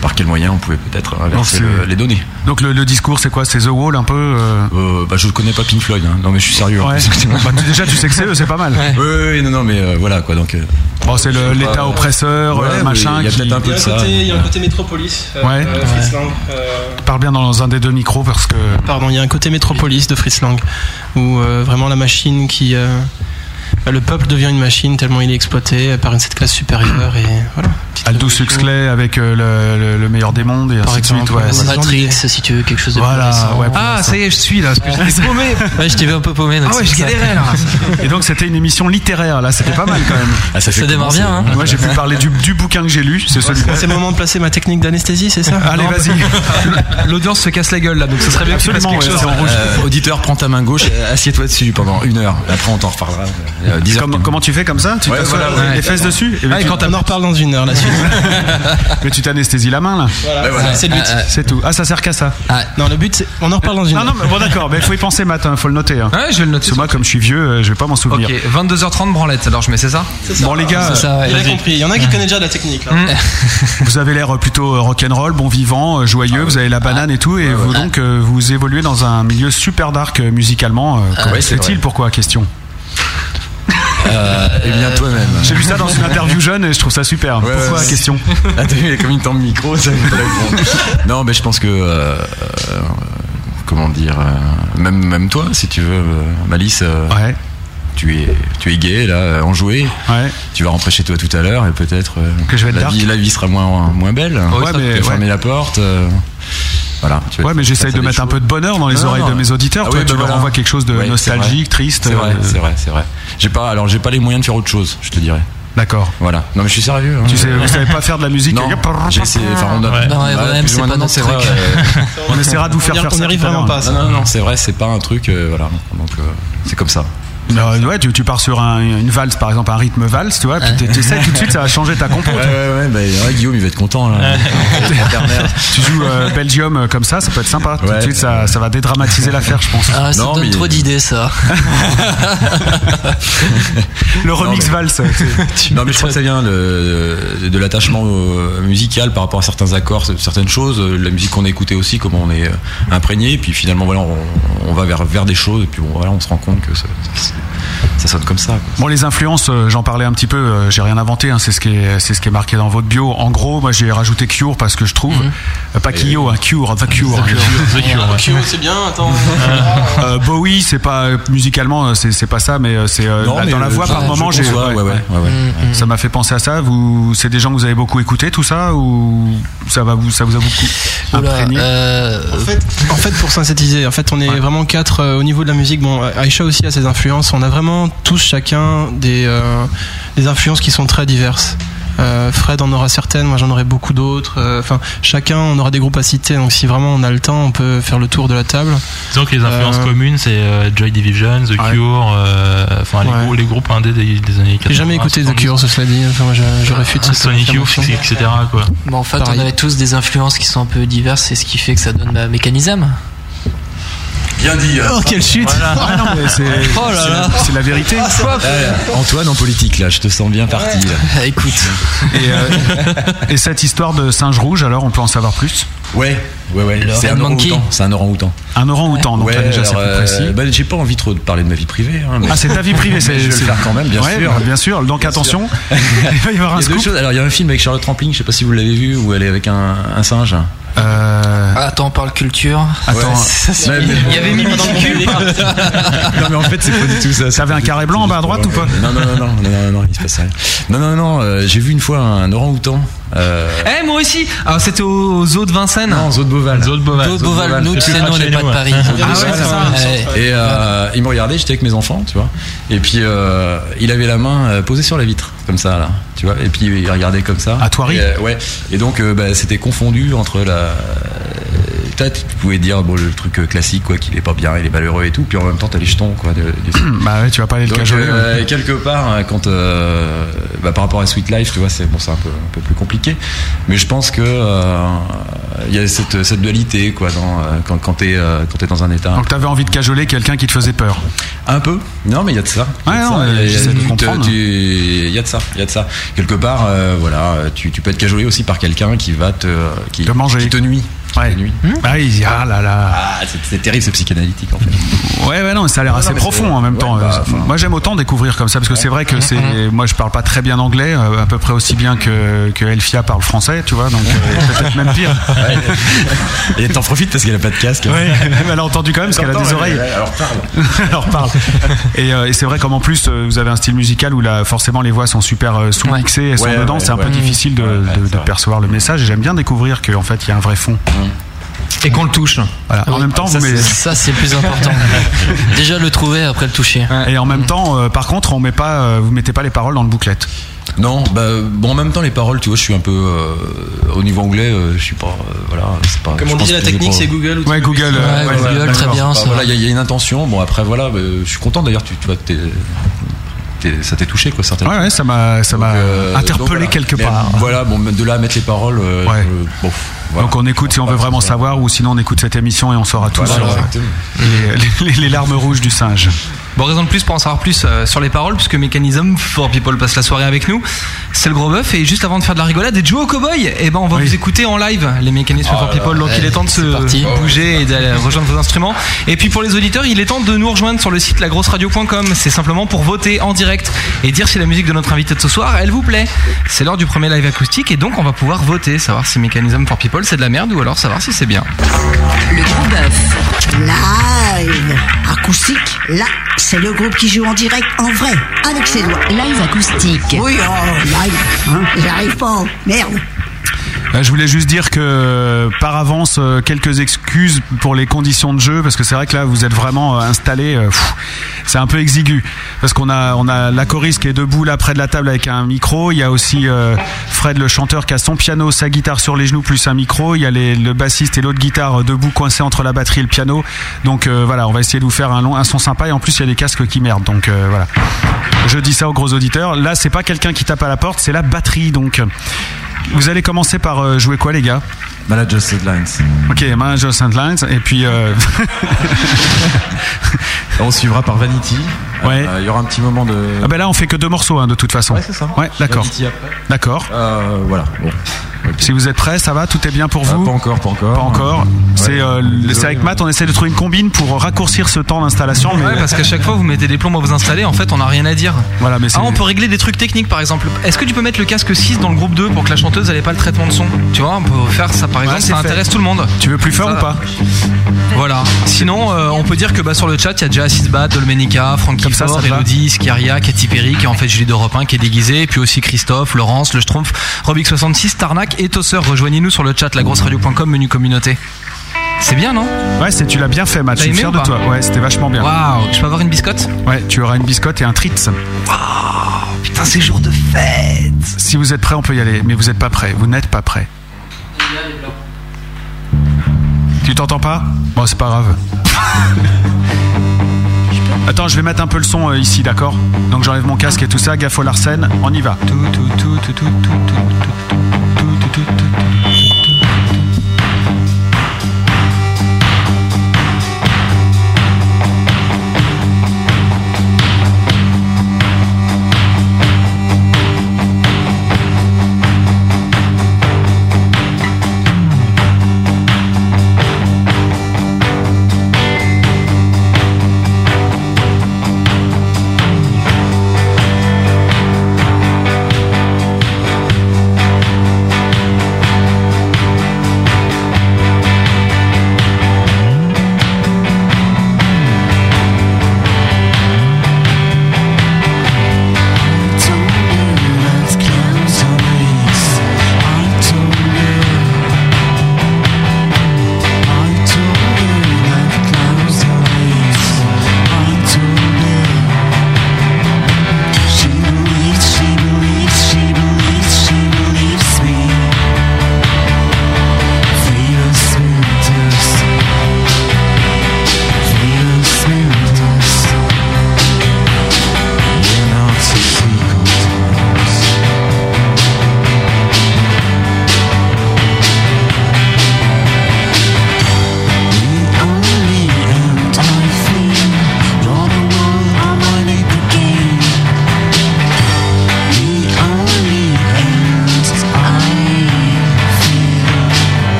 S9: par quel moyen on pouvait peut-être inverser
S1: Non, c'est-
S9: le- les données.
S1: Donc le, le discours, c'est quoi C'est The Wall un peu euh
S9: bah, Je ne connais pas Pink Floyd, hein. non mais je suis sérieux.
S1: Ouais. Bah, tu- déjà, tu sais que c'est eux, c'est pas mal.
S9: Oui, oui, oui, non, non, mais euh, voilà quoi. Donc, euh,
S1: Bon, c'est le-
S9: je sais
S1: l'État
S9: pas.
S1: oppresseur,
S9: Ouais,
S1: euh,
S9: mais
S1: machin.
S9: Il y a
S1: qui-
S9: peut-être un peu de ça.
S10: côté- il y a un côté métropolis. euh,
S1: Ouais.
S10: euh, Friesland, euh,
S1: Parle bien dans un des deux micros parce que.
S10: Pardon, il y a un côté métropolis de Friesland où euh, vraiment la machine qui. euh, bah, le peuple devient une machine tellement il est exploité par une cette classe supérieure et voilà.
S1: Aldous Huxley avec euh, le, le- le meilleur des mondes et
S10: Par
S1: ainsi de
S10: exemple,
S1: suite.
S6: euh,
S1: Ouais,
S10: Matrix,
S1: Voilà.
S7: si tu veux quelque chose de plus
S1: Voilà,
S7: récent.
S1: ouais, pour
S6: Ah,
S1: l'instant.
S6: ça y est, je suis là. parce que J'étais paumé.
S7: Ouais, je t'ai vu un peu paumé. donc
S6: Ah ouais,
S7: c'est
S6: je
S7: pour ça.
S6: galérais là.
S1: Et donc c'était une émission littéraire là, c'était pas mal quand même.
S9: Ah,
S7: Ça
S9: fait
S7: démarre
S9: commencer.
S7: bien, hein.
S1: Moi j'ai pu parler du, du bouquin que j'ai lu, c'est celui-là.
S6: Ah,
S10: C'est le moment de placer ma technique d'anesthésie, c'est ça
S1: Allez
S10: Non,
S1: vas-y.
S6: L'audience se casse la gueule là, donc ce serait bien que tu fasses
S1: Absolument,
S6: quelque
S1: ouais,
S6: chose. hein.
S1: c'est en rouge.
S9: Euh, auditeur, prends ta main gauche, euh, assieds-toi dessus pendant une heure. Après, on t'en reparlera. Euh, 10 heures.
S1: Comme- comment tu fais comme ça Tu
S9: Ouais,
S1: t'assois
S9: voilà, ouais.
S1: les fesses dessus et
S10: Ah, et
S1: tu-
S10: quand on en reparle dans une heure là
S1: Mais tu t'anesthésies la main là.
S10: c'est le but.
S1: C'est tout. Ah ça sert qu'à ça.
S10: Non, le but, c'est- on en reparle dans une
S1: Non non
S10: heure.
S1: mais bon d'accord, mais il faut y penser matin, faut le noter. hein.
S6: Ouais, je vais
S1: Parce
S6: le noter.
S1: que moi comme je suis vieux, euh, je vais pas m'en
S6: Ok,
S1: souvenir.
S6: 22h30 branlette, alors je mets, c'est ça
S1: Bon les gars,
S7: C'est ça, ouais. Mm.
S10: Il a compris. Il y en a qui connaissent déjà de la technique. là.
S1: vous avez l'air plutôt euh, rock'n'roll, bon vivant, euh, joyeux, vous avez la banane et tout, et vous donc euh, vous évoluez dans un milieu super dark euh, musicalement. Euh, Comment
S9: Ah ouais,
S1: se
S9: c'est
S1: fait-il
S9: vrai.
S1: pourquoi Question.
S9: Euh, et bien toi-même.
S1: J'ai vu ça dans une interview jeune et je trouve ça super.
S9: Ouais,
S1: pourquoi
S9: ouais, ouais.
S1: Question.
S9: Ah, t'as vu, il y a comme une temps de micro, ça veut pas répondre. Non, mais je pense que. euh, euh, comment dire. euh, même, même toi, si tu veux, euh, Malice, euh,
S1: Ouais.
S9: tu, es, tu es gay, là, euh, enjoué.
S1: Ouais.
S9: Tu vas rentrer chez toi tout à l'heure et peut-être. euh,
S1: Que je vais être
S9: la
S1: dark.
S9: vie, la vie sera moins, moins belle.
S1: Ouais,
S9: Tu vas
S1: mais- ouais.
S9: fermer la porte. euh, voilà. tu vas-
S1: Ouais, mais
S9: ça
S1: j'essaye de
S9: fait
S1: mettre
S9: des
S1: un peu de bonheur dans les
S9: Non, non,
S1: oreilles de
S9: non.
S1: mes auditeurs.
S9: Ah
S1: Toi,
S9: oui,
S1: tu
S9: bah
S1: leur
S9: voilà.
S1: envoies quelque chose de
S9: Ouais, c'est vrai.
S1: nostalgique, triste.
S9: C'est vrai,
S1: euh,
S9: c'est vrai, c'est vrai. J'ai pas, alors j'ai pas les moyens de faire autre chose, je te dirais.
S1: D'accord.
S9: Voilà. Non mais je suis sérieux. hein.
S1: Tu sais, vous savez pas faire de la musique.
S9: Non,
S1: et hop,
S9: j'ai essayé. Enfin, on a-
S8: Ouais.
S7: Non,
S9: Ouais,
S7: ouais, voilà,
S9: plus
S7: c'est
S9: ou moins,
S7: pas
S9: non,
S7: notre
S9: c'est
S7: truc.
S9: vrai, ouais.
S1: on essaiera de vous
S10: On
S1: faire
S10: y-
S1: faire
S10: on
S1: ça.
S10: n'y arrive
S1: tout à
S10: vraiment
S1: l'heure. hein.
S10: pas. à ça.
S9: Non, non, non, c'est vrai, c'est pas un truc. euh, voilà. Donc euh, c'est comme ça.
S1: Mais, euh, ouais, tu, tu pars sur un- une valse, par exemple, un rythme valse, tu vois. Puis tu essaies tout de suite, ça va changer ta compo.
S9: Ouais, ouais, ouais. bah, ouais, Guillaume, il va être content là.
S1: Tu joues euh, Belgium euh, comme ça, ça peut être sympa. Tout de
S9: Ouais.
S1: suite, ça, ça va dédramatiser l'affaire, je pense.
S7: Ah, ça
S9: Non,
S7: me donne
S9: mais-
S7: trop d'idées, ça.
S1: Le remix
S9: mais-
S1: valse. tu sais.
S9: non, mais je crois que ça vient de, de l'attachement au- musical par rapport à certains accords, certaines choses, euh, la musique qu'on a écoutée aussi, comment on est euh, imprégné. Et puis finalement, voilà, on, on va vers, vers des choses. Et puis bon, voilà, on se rend compte que ça, ça- ça sonne comme ça. quoi.
S1: Bon, les influences, euh, j'en parlais un petit peu, euh, j'ai rien inventé, hein, c'est ce, qui est- c'est ce qui est marqué dans votre bio. En gros, moi j'ai rajouté Cure parce que je trouve,
S7: Mhm.
S1: euh, pas Kyo, hein, Cure, enfin Cure. hein.
S8: The Cure, ouais.
S10: Kyo, c'est bien, attends.
S1: Euh, Bowie, c'est pas euh, musicalement, euh, c'est c'est pas ça, mais euh, c'est euh,
S9: Non,
S1: la-
S9: mais,
S1: dans la
S9: euh,
S1: voix
S9: je-
S1: par
S9: je
S1: moment. j'ai-
S9: conçois,
S1: ouais,
S9: ouais, ouais, ouais, ouais.
S1: ouais. Ça m'a fait penser à ça. Vous, c'est des gens que vous avez beaucoup écouté, tout ça, ou ça va vous, ça vous a beaucoup
S7: Oula,
S1: imprégné
S7: euh,
S10: En fait, en fait, pour synthétiser, en fait, on est vraiment quatre euh, au niveau de la musique. Bon, Aïcha aussi a ses influences. On a vraiment tous chacun des, euh, des influences qui sont très diverses. Euh, Fred en aura certaines, moi j'en aurai beaucoup d'autres. Euh, Enfin, chacun, on aura des groupes à citer. Donc, si vraiment on a le temps, on peut faire le tour de la table.
S8: Disons que les influences
S10: Euh,
S8: communes, c'est euh, Joy Division, The
S1: Ouais.
S8: Cure, euh, enfin les,
S10: Ouais.
S8: grou- les groupes indés des, des années 80.
S10: J'ai jamais écouté The Cure, cela dit. Enfin, moi, je, je réfute
S1: Ah,
S10: cette
S8: Sonic Youth,
S10: affirmation.
S8: etc. Quoi.
S7: bah, en fait,
S10: Pareil.
S7: on avait tous des influences qui sont un peu diverses, et ce qui fait que ça donne bah, mécanisme.
S9: Bien dit. euh.
S10: Oh, quelle chute
S1: Ah non, mais c'est
S7: Oh là
S1: c'est la-
S7: là.
S1: c'est la vérité.
S9: Antoine en politique là, je te sens bien parti. là.
S7: Ah, Écoute,
S1: Et, euh, et cette histoire de singe rouge, alors on peut en savoir plus.
S9: Ouais, ouais, ouais.
S7: Le
S9: C'est
S7: Red
S9: un
S7: Monkey.
S9: orang-outan. C'est un orang-outan.
S1: Un orang-outan, donc
S9: ouais,
S1: là déjà c'est
S9: alors,
S1: plus
S9: euh,
S1: précis.
S9: bah, j'ai pas envie trop de parler de ma vie privée. hein, mais-
S1: Ah, c'est ta vie privée,
S9: Mais
S1: c'est.
S9: je vais le
S1: c'est-
S9: faire quand même, bien
S1: Ouais,
S9: sûr.
S1: bah, Bien sûr, donc
S9: Bien
S1: attention, il va y avoir un
S9: Il y a deux
S1: scoop.
S9: choses. Alors, il y a un film avec Charlotte Rampling, je sais pas si vous l'avez vu, où elle est avec un, un singe.
S1: Euh,
S7: Ah, attends, on parle culture.
S1: Attends,
S9: Ouais, mais-
S7: Il y avait Mimi hein.
S9: non, mais en fait, c'est pas du tout ça.
S1: ça avait un carré blanc en bas à droite ou pas
S9: Non, non, non, non, non, non, non, il se passe rien. Non, non, non, euh, j'ai vu une fois un orang-outan. Euh,
S6: Eh, moi aussi Alors, c'était au zoo de Vincennes.
S9: non, Zod Boval.
S8: Zod Boval.
S7: Claude Beauval, nous, tu sais, nous, on n'est pas de Paris.
S6: Ah ouais, c'est ça.
S7: Ouais.
S9: Et euh, il me regardait, j'étais avec mes enfants, tu vois. Et puis euh, il avait la main euh, posée sur la vitre, comme ça, là, tu vois. Et puis il regardait comme ça.
S1: À Thoiry
S9: Et, euh, Ouais. Et donc euh, bah, c'était confondu entre la euh, spectacle, tu pouvais dire bon, le truc euh, classique, quoi, qu'il est pas bien, il est malheureux et tout, puis en même temps, t'as les jetons, quoi. De, du-
S1: bah ouais, tu vas pas aller le
S9: Donc,
S1: cajoler.
S9: euh,
S1: ouais.
S9: quelque part, euh, quand euh, bah, par rapport à Sweet Life, tu vois, c'est bon, c'est un peu, un peu plus compliqué. Mais je pense que euh, il y a cette, cette dualité, quoi, dans, euh, quand, quand t'es euh, quand t'es dans un état.
S1: Donc t'avais envie de cajoler quelqu'un qui te faisait peur.
S9: Un peu. Non, mais il y a de ça. Il y a
S1: Ouais,
S9: de ça.
S1: non, mais
S9: Il y a-
S1: j'essaie de
S9: tu- tu-
S1: comprendre.
S9: Il y a de ça. Il y a de ça. Quelque part, euh, voilà, tu, tu peux être cajolé aussi par quelqu'un qui va te qui, te
S1: manger.
S9: qui te nuit. Qui
S1: te
S9: nuit.
S1: Ah, il dit, ah là là.
S9: Ah, c'est- c'est terrible, c'est psychanalytique en fait.
S1: Ouais, ouais, non, mais ça a l'air
S9: Non,
S1: assez
S9: non, mais
S1: profond
S9: c'est-
S1: en même
S9: ouais,
S1: temps.
S9: bah,
S1: Euh,
S9: enfin- Mm-hmm.
S1: moi, j'aime autant découvrir comme ça parce que c'est vrai que c'est. Moi, je parle pas très bien anglais, euh, à peu près aussi bien que, que Elfia parle français, tu vois, donc euh, peut-être même pire.
S9: Et elle t'en profite parce qu'elle a pas de casque.
S1: Ouais, mais elle a entendu quand même parce qu'elle a
S9: Attends,
S1: des
S9: ouais,
S1: oreilles.
S9: ouais, Alors parle.
S1: Alors parle. Et, euh, et c'est vrai qu'en en plus, euh, vous avez un style musical où là, forcément, les voix sont super euh, sous-mixées, elles sont
S9: Ouais,
S1: dedans.
S9: ouais,
S1: c'est un peu
S9: ouais.
S1: difficile de, de- de percevoir le message. Et j'aime bien découvrir qu'en fait, il y a un vrai fond.
S9: Mm.
S6: Eh, Et qu'on le touche.
S1: Voilà. En même temps,
S7: ça,
S1: vous
S7: c'est-
S1: mettez-
S7: ça, c'est le plus important. Déjà le trouver, après le toucher. Mm.
S1: Et en même temps, euh, par contre, on met pas, euh, vous mettez pas les paroles dans le booklet.
S9: Non, bah, bon, en même temps, les paroles, tu vois, je suis un peu. euh, au niveau anglais, euh, je suis pas. euh, voilà, c'est pas.
S10: Comme
S9: je
S10: on
S9: pense
S10: disait, la
S9: que j'ai
S10: technique,
S9: pas-
S10: c'est Google. ou-
S1: euh,
S9: Ouais, voilà, d'accord. Bah,
S10: va.
S9: voilà, Il y, a- il y a une intention. Bon, après, voilà, bah, je suis content d'ailleurs, tu, tu vois, t'es- t'es- ça t'est touché, quoi, certainement.
S1: Ouais, ouais, ça m'a, ça m'a interpellé quelque part.
S9: euh, voilà, bon, de là à mettre les paroles. euh, euh, bon, pff, voilà.
S1: Donc on écoute si on veut vraiment savoir, ou sinon on écoute cette émission et on saura tout
S9: Voilà,
S1: sur euh,
S9: exactement.
S1: les, les- les larmes rouges du singe.
S6: Bon, raison de plus pour en savoir plus euh, sur les paroles, puisque Mechanism for People passe la soirée avec nous. C'est le gros bœuf, et juste avant de faire de la rigolade et de jouer au cowboy, eh ben, on va vous écouter en live, les Mechanism
S7: Oh
S6: for
S7: là
S6: People.
S7: là,
S6: Donc,
S7: ouais,
S6: il est temps de se
S7: c'est parti.
S6: bouger et d'aller rejoindre vos instruments. Et puis, pour les auditeurs, il est temps de nous rejoindre sur le site lagrosseradio.com. C'est simplement pour voter en direct et dire si la musique de notre invité de ce soir, elle vous plaît. C'est l'heure du premier live acoustique, et donc, on va pouvoir voter, savoir si Mechanism for People c'est de la merde ou alors savoir si c'est bien.
S3: Le gros bœuf. Live. Acoustique. Là, c'est le groupe qui joue en direct, en vrai, avec ses doigts. Live acoustique. Oui, oh, live. hein, J'arrive pas. Merde.
S1: Euh, Je voulais juste dire que euh, par avance euh, quelques excuses pour les conditions de jeu parce que c'est vrai que là vous êtes vraiment euh, installé c'est un peu exigu parce qu'on a on a la choriste qui est debout là près de la table avec un micro il y a aussi euh, Fred le chanteur qui a son piano sa guitare sur les genoux plus un micro il y a les- le bassiste et l'autre guitare euh, debout coincé entre la batterie et le piano donc euh, voilà on va essayer de vous faire un, long, un son sympa et en plus il y a des casques qui merdent donc euh, voilà je dis ça aux gros auditeurs là c'est pas quelqu'un qui tape à la porte c'est la batterie donc vous allez commencer par euh, jouer quoi, les gars
S9: Manager Headlines.
S1: Ok, Manager Headlines, et puis. euh,
S9: On suivra par Vanity.
S1: Ouais.
S9: Euh, Il y aura un petit moment de.
S1: ah ben là, on fait que deux morceaux, hein, de toute façon.
S9: Ouais, c'est ça.
S1: Ouais, d'accord.
S9: Vanity après.
S1: D'accord.
S9: Euh, voilà. Bon. Euh,
S1: Si vous êtes prêts, ça va Tout est bien pour vous
S9: Pas encore, pas encore.
S1: Pas encore. C'est euh, le-
S9: Désolé,
S1: c'est avec
S9: mais-
S1: Matt, on essaie de trouver une combine pour raccourcir ce temps d'installation. Mais...
S6: Ouais, parce qu'à chaque fois, vous mettez des plombs à vous installer, en fait, on n'a rien à dire.
S1: Voilà, mais c'est-
S6: Ah, on peut régler des trucs techniques, par exemple. Est-ce que tu peux mettre le casque 6 dans le groupe 2 pour que la chanteuse n'ait pas le traitement de son Tu vois, on peut faire ça, par exemple,
S1: c'est
S6: ça
S1: fait.
S6: intéresse tout le monde.
S1: Tu veux plus faire
S6: Ça-
S1: ou pas
S6: Voilà. Sinon, euh, on peut dire que bah, sur le chat, il y a déjà 6 Bat, Dolmenica, Frankie
S1: Comme ça,
S6: Ford,
S1: ça te va
S6: Elodie, Scaria, Katy Perry, qui est en fait Julie d'Europe 1, qui est déguisée, et puis aussi Christophe, Laurence, Le Schtroumpf, Robic66, Tarnac et Tosser. Rejoignez-nous sur le chat, lagrosseradio.com, menu communauté. C'est bien, non
S1: Ouais, c'est tu l'as bien fait, Matt.
S6: T'as
S1: Je suis
S6: aimé
S1: fier
S6: ou
S1: de
S6: pas
S1: toi. Ouais, c'était vachement bien.
S6: Waouh, je peux avoir une biscotte
S1: Ouais, tu auras une biscotte et un tritz.
S6: Putain, c'est jour de fête
S1: Si vous êtes prêts, on peut y aller. Mais vous n'êtes pas prêts. Vous n'êtes pas prêts. Tu t'entends pas Bon, c'est pas grave. Attends, je vais mettre un peu le son euh, ici, d'accord Donc j'enlève mon casque et tout ça. Gaffe au Larsen. On y va.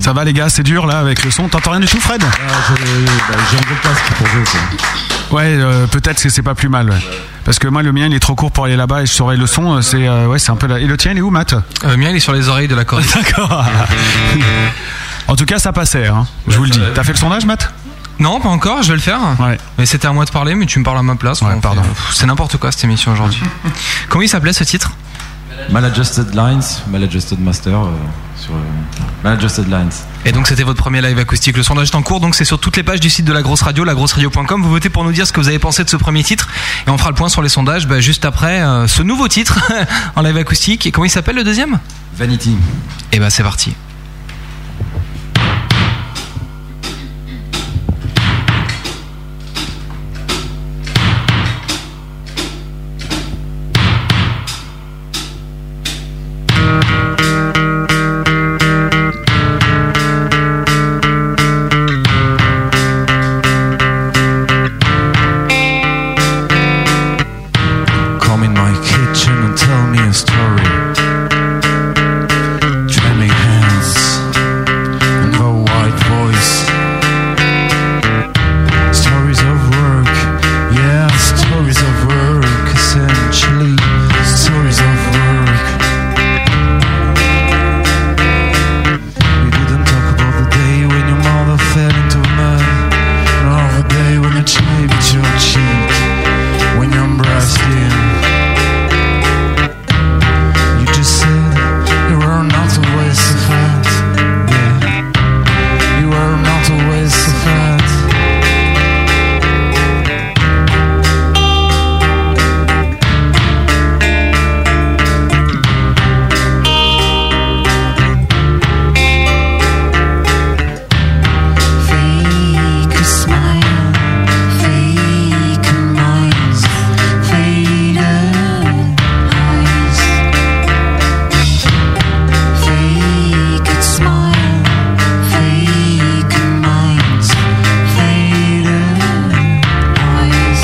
S1: Ça va les gars, c'est dur là avec le son. T'entends rien du tout, Fred euh, bah, J'ai un casque pour Ouais, euh, peut-être que c'est pas plus mal. ouais. Parce que moi, le mien, il est trop court pour aller là-bas et je saurais le son. euh, C'est euh, ouais, c'est un peu. là. Et le tien, il est où, Matt
S6: Euh, mien, il est sur les oreilles de la corde.
S1: D'accord. En tout cas, ça passait. hein. Je vous le dis. T'as fait le sondage, Matt
S6: Non, pas encore, je vais le faire. Mais c'était à moi de parler, mais tu me parles à ma place. On fait- Pff, C'est n'importe quoi cette émission aujourd'hui. Comment il s'appelait ce titre
S9: Maladjusted Lines, Maladjusted Master, euh, sur, euh, Maladjusted Lines.
S6: Et donc c'était votre premier live acoustique. Le sondage est en cours, donc c'est sur toutes les pages du site de la grosse radio, lagrosseradio.com. Vous votez pour nous dire ce que vous avez pensé de ce premier titre et on fera le point sur les sondages bah, juste après euh, ce nouveau titre en live acoustique. Et comment il s'appelle le deuxième
S9: Vanity.
S6: Et bah c'est parti.
S12: Come in my kitchen and tell me a story. Trembling hands and her white voice. Stories of work, yeah, stories of work, essentially. Stories of work. We didn't talk about the day when your mother fell into a mud. Nor the day when a child bit your cheek. When your breast in. You just said you were not always so fat. Yeah. You were not always so fat. Fake a smile, fake a noise, faded eyes. Fake a smile, fake a noise, faded eyes.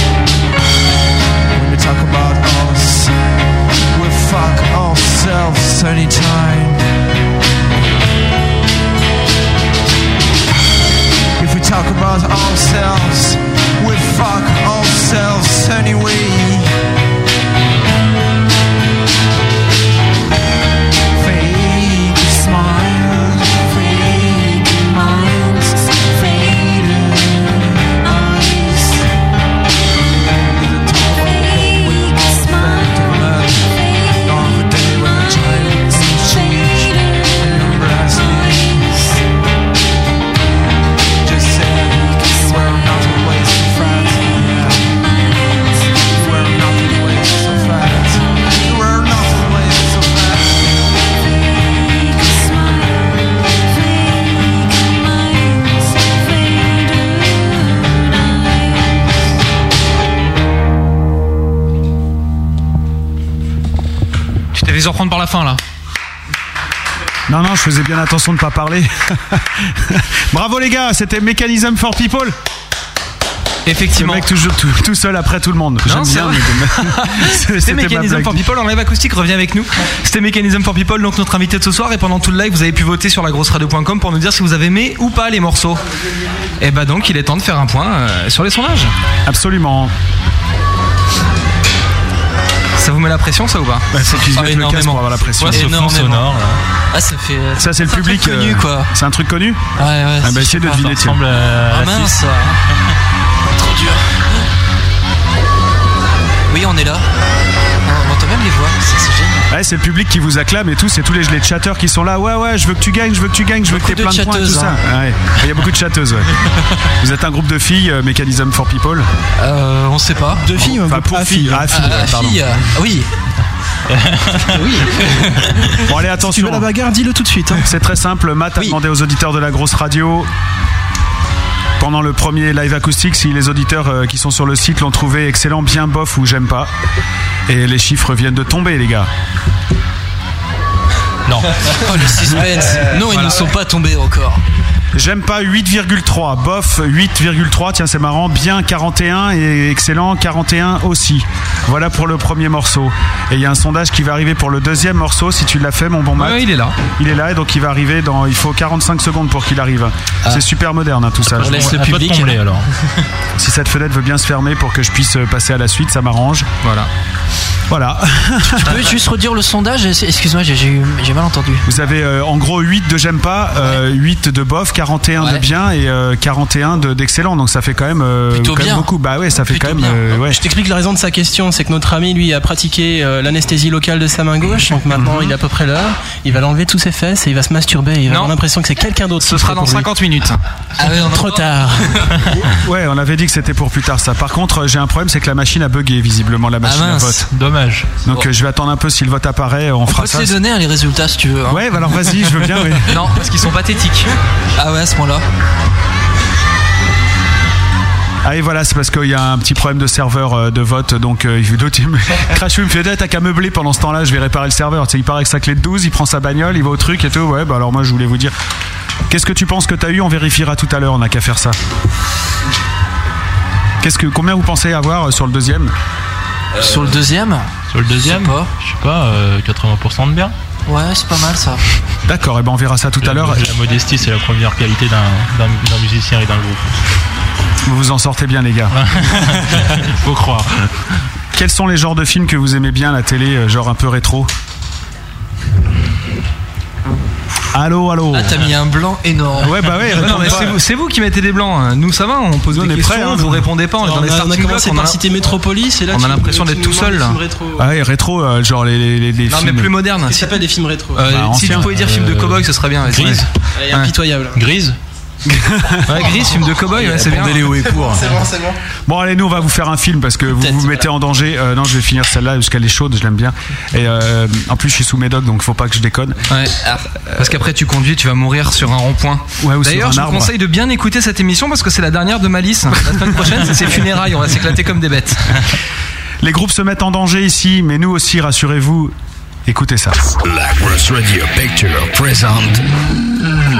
S12: When we talk about us, we fuck ourselves anytime. If we talk about ourselves, we fuck ourselves anyway. Fake smile, fake minds, faded eyes.
S6: Tu t'es fait surprendre par la fin là.
S1: Non, non, je faisais bien attention de pas parler. Bravo les gars, c'était Mechanism for People.
S6: Effectivement.
S1: Le mec toujours tout, tout seul après tout le monde. J'aime
S6: Non, c'est
S1: bien.
S6: vrai.
S1: mais-
S6: C'était
S1: C'était ma
S6: Mechanism
S1: blague.
S6: for People en live acoustique, revient avec nous. C'était Mechanism for People, donc notre invité de ce soir. Et pendant tout le live, vous avez pu voter sur lagrosseradio.com pour nous dire si vous avez aimé ou pas les morceaux. Et bah donc, il est temps de faire un point euh, sur les sondages.
S1: Absolument.
S6: Ça vous met la pression, ça ou pas Ah,
S1: Bah, faut qu'ils se mettent le casque pour avoir la pression.
S6: Ouais,
S1: Énormément.
S7: Ah, ça fait.
S1: Ça, c'est le
S7: un truc
S1: public. euh,
S7: connu, quoi.
S1: C'est un truc connu
S7: Ouais, ouais.
S1: Ah bah, essayez de deviner, tiens. Ah,
S7: Ah mince. Trop dur. oui, on est là. On entend même les voix, ça, c'est génial.
S1: Ouais, c'est le public qui vous acclame et tout, c'est tous les, les chatteurs qui sont là. Ouais, ouais, je veux que tu gagnes, je veux que tu gagnes, je veux que
S7: Beaucoup
S1: t'aies plein
S7: de
S1: de points, et tout
S7: chatteuses,
S1: ça.
S7: hein.
S1: Ouais. Il y a beaucoup de chatteuses, ouais. vous êtes un groupe de filles, euh, Mechanism for People
S7: euh, On sait pas.
S1: De filles Enfin, pour filles. Ah, filles,
S7: Ah,
S1: ouais, pardon.
S7: filles, euh, oui.
S1: Bon, allez, attention. tu veux la
S10: bagarre, dis-le tout de suite.
S1: C'est très simple. Matt a demandé aux auditeurs de la grosse radio. Pendant le premier live acoustique, si les auditeurs euh, qui sont sur le site l'ont trouvé excellent, bien bof ou j'aime pas. Et les chiffres viennent de tomber, les gars.
S7: Non. Oh, le suspense. Non, ils ne sont pas tombés encore.
S1: J'aime pas 8,3, bof 8,3, tiens c'est marrant, bien 41 et excellent 41 aussi. Voilà pour le premier morceau. Et il y a un sondage qui va arriver pour le deuxième morceau, si tu l'as fait mon bon Matt.
S6: Ouais, il est là.
S1: Il est là et donc il va arriver dans, il faut 45 secondes pour qu'il arrive.
S7: Ah.
S1: C'est super moderne hein, tout ça.
S8: On laisse le public.
S6: hein.
S8: alors.
S1: Si cette fenêtre veut bien se fermer pour que je puisse euh, passer à la suite, ça m'arrange.
S6: Voilà.
S1: Voilà.
S7: Tu peux juste redire le sondage Excuse-moi, j'ai- j'ai eu- j'ai mal entendu.
S1: Vous avez euh, en gros 8 de j'aime pas, euh, 8 de bof, 41 de bien et euh, 41 de- d'excellent. donc ça fait quand même, euh,
S10: Plutôt
S1: quand même
S10: bien.
S1: beaucoup. Bah ouais, ça fait quand même. euh, ouais.
S10: Je t'explique la raison de sa question, c'est que notre ami lui a pratiqué euh, l'anesthésie locale de sa main gauche, donc
S6: Mhm.
S10: maintenant il est à peu près là, il va l'enlever de tous ses fesses et il va se masturber, et il va avoir l'impression que c'est quelqu'un d'autre.
S6: Ce sera dans 50 minutes.
S10: Trop tard.
S1: Ouais, on avait dit que c'était pour plus tard ça. Par contre, j'ai un problème, c'est que la machine a bugué visiblement
S7: Ah,
S1: la machine à vote.
S8: Dommage.
S1: Donc euh, je vais attendre un peu si le vote apparaît, on,
S7: On
S1: fera
S7: peut te
S1: ça.
S7: les donner hein, les résultats si tu veux. hein.
S1: Ouais, bah alors vas-y, je veux bien, oui.
S7: Non, parce qu'ils sont pathétiques. Ah ouais, à ce moment-là.
S1: Ah et voilà, c'est parce qu'il y a un petit problème de serveur euh, de vote, donc euh, il- l'autre, il me- Crashou il me fait Eh, t'as qu'à meubler pendant ce temps-là, je vais réparer le serveur. Tu sais, il part avec sa clé de 12, il prend sa bagnole, il va au truc et tout. Ouais, bah alors moi je voulais vous dire, qu'est-ce que tu penses que t'as eu On vérifiera tout à l'heure, on n'a qu'à faire ça. Qu'est-ce que combien vous pensez avoir euh, sur le deuxième
S7: Euh, Sur le deuxième
S8: Sur le deuxième
S7: Je sais pas.
S8: Je sais pas, euh, 80% de bien.
S7: Ouais, c'est pas mal ça.
S1: D'accord, et ben on verra ça tout à l'heure.
S8: La modestie, c'est la première qualité d'un d'un- d'un musicien et d'un groupe.
S1: Vous vous en sortez bien les gars.
S8: Faut croire.
S1: Quels sont les genres de films que vous aimez bien à la télé, euh, genre un peu rétro Allô, allô
S7: Ah, t'as mis un blanc énorme.
S1: Ouais, bah ouais,
S6: Non, mais c'est vous, c'est vous qui mettez des blancs. hein. Nous, ça va, on pose
S1: Nous, on
S6: des
S1: est
S6: questions,
S1: prêts, hein.
S6: vous répondez pas, on est
S10: Alors,
S6: dans les
S10: on a- on a
S6: starting blocks.
S10: commencé par
S6: a-
S10: citer Metropolis, et là,
S6: on
S10: tu-
S6: a l'impression
S10: tu
S6: d'être
S10: nous
S6: tout
S10: demandes
S6: seul.
S10: des films rétro.
S1: Ah ouais, rétro, euh, genre les, les, les- les
S6: Non, mais
S1: films.
S6: plus moderne.
S10: Qu'est-ce
S6: Si,
S10: qu'il appelle des films rétro
S6: euh,
S1: Bah,
S6: si
S1: ancien.
S6: tu pouvais dire film de cowboy, ce serait bien. ouais,
S8: Grise.
S6: c'est
S10: Allez,
S6: vrai.
S10: impitoyable.
S8: Grise
S6: Ouais, ouais, Grise, film de cowboy, ouais, c'est bien.
S10: C'est bon, c'est bon.
S1: Bon, allez, nous, on va vous faire un film parce que vous vous mettez en danger. Euh, non, je vais finir celle-là parce qu'elle est chaude, je l'aime bien. Et euh, en plus, je suis sous médoc, donc faut pas que je déconne.
S6: Ouais. Parce qu'après tu conduis, tu vas mourir sur un rond-point.
S1: Ouais, ou sur
S6: D'ailleurs,
S1: un
S6: je vous
S1: arbre.
S6: conseille de bien écouter cette émission parce que c'est la dernière de Malice. La semaine prochaine, c'est ses funérailles, on va s'éclater comme des bêtes.
S1: Les groupes se mettent en danger ici, mais nous aussi, rassurez-vous, écoutez ça.
S2: La grosse radio picture présente.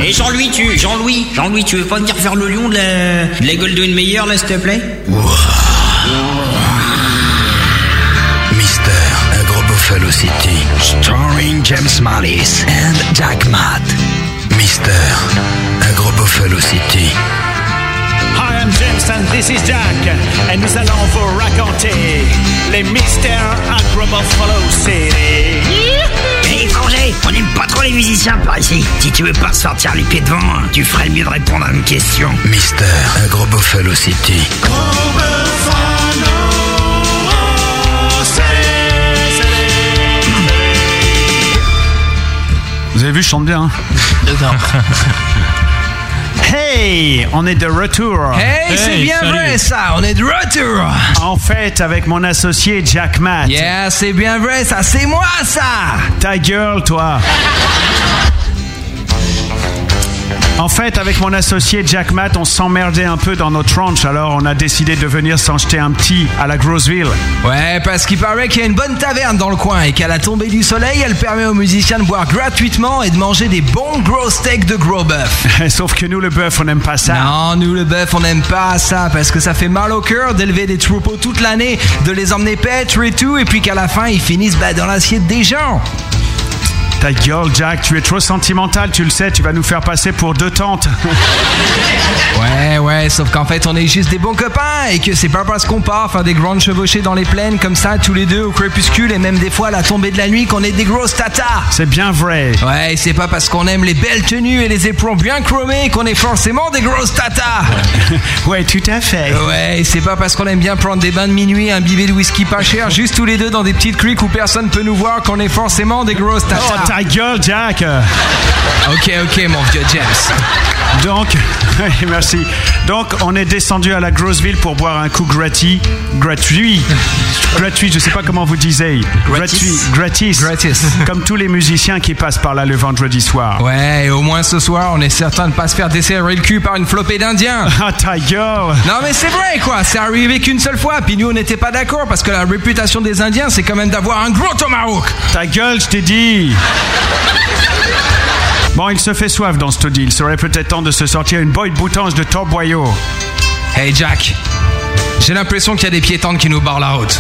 S13: Et Jean-Louis, tu, Jean-Louis, Jean-Louis, tu veux pas venir faire le lion de la, de la Golden Meyer, là, s'il te plaît
S2: Mister Agro Buffalo City, starring James Malice and Jack Matt. Mister Agro Buffalo City.
S14: Hi, I'm James and this is Jack. Et nous allons vous raconter les mystères Agrobophalo City.
S13: Hé, étranger, Eh, on n'aime pas trop les musiciens par ici. Si tu veux pas sortir les pieds devant, hein, tu ferais mieux de répondre à une question.
S2: Mister Agro Buffalo City.
S1: Vous avez vu, je chante bien. hein Hey, on est de retour.
S6: Hey, c'est Hey, bien salut. vrai, ça, on est de retour.
S1: En fait, avec mon associé Jack Matt.
S6: Yeah, c'est bien vrai, ça, c'est moi, ça.
S1: Ah, Ta gueule, toi. En fait, avec mon associé Jack Matt, on s'emmerdait un peu dans notre ranch, alors on a décidé de venir s'en jeter un petit à la Grosseville.
S6: Ouais, parce qu'il paraît qu'il y a une bonne taverne dans le coin et qu'à la tombée du soleil, elle permet aux musiciens de boire gratuitement et de manger des bons gros steaks de gros bœuf.
S1: Sauf que nous, le bœuf, on n'aime pas ça.
S6: Non, nous, le bœuf, on n'aime pas ça parce que ça fait mal au cœur d'élever des troupeaux toute l'année, de les emmener paître et tout, et puis qu'à la fin, ils finissent bah, dans l'assiette des gens.
S1: Ta gueule, Jack, tu es trop sentimental, tu le sais, tu vas nous faire passer pour deux tantes.
S15: Ouais, ouais, sauf qu'en fait, on est juste des bons copains et que c'est pas parce qu'on part faire des grandes chevauchées dans les plaines comme ça, tous les deux au crépuscule et même des fois à la tombée de la nuit qu'on est des grosses tatas.
S1: C'est bien vrai.
S15: Ouais, et c'est pas parce qu'on aime les belles tenues et les éperons bien chromés qu'on est forcément des grosses tatas.
S1: Ouais, tout à fait.
S15: Ouais, et c'est pas parce qu'on aime bien prendre des bains de minuit, un bivet de whisky pas cher, juste tous les deux dans des petites criques où personne peut nous voir qu'on est forcément des grosses tatas.
S1: Oh, ta gueule, Jack
S15: Ok, ok, mon vieux James.
S1: Donc, merci. Donc, on est descendu à la grosse ville pour boire un coup gratuit. Gratuit. Gratuit, je sais pas comment vous disiez.
S15: Gratis.
S1: Gratis.
S15: Gratis.
S1: Comme tous les musiciens qui passent par là le vendredi soir.
S15: Ouais, et au moins ce soir, on est certain de pas se faire desserrer le cul par une flopée d'Indiens.
S1: Ah, ta gueule
S15: Non, mais c'est vrai, quoi. C'est arrivé qu'une seule fois. Puis nous, on n'était pas d'accord parce que la réputation des Indiens, c'est quand même d'avoir un gros tomahawk.
S1: Ta gueule, je t'ai dit. Bon, il se fait soif dans ce taudis. Il serait peut-être temps de se sortir une boîte de boutange de Top Boyau.
S15: Hey Jack, j'ai l'impression qu'il y a des piétons qui nous barrent la route.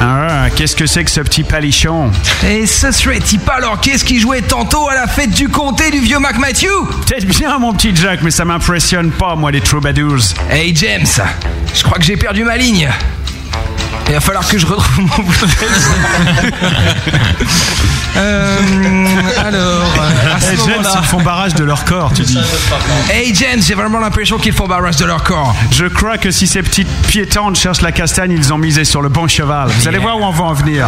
S1: Ah, qu'est-ce que c'est que ce petit palichon
S15: Et ce serait-il pas alors qu'est-ce qu'il jouait tantôt à la fête du comté du vieux Mac Matthew
S1: Peut-être bien, mon petit Jack, mais ça m'impressionne pas, moi, les troubadours.
S15: Hey James, je crois que j'ai perdu ma ligne. Il va falloir que je retrouve mon bout euh, alors, à ce
S1: Hey, James,
S15: moment-là-
S1: ils font barrage de leur corps, tu dis.
S15: Hey James, j'ai vraiment l'impression qu'ils font barrage de leur corps.
S1: Je crois que si ces petites piétantes cherchent la castagne, ils ont misé sur le bon cheval. Vous allez voir où on va en venir.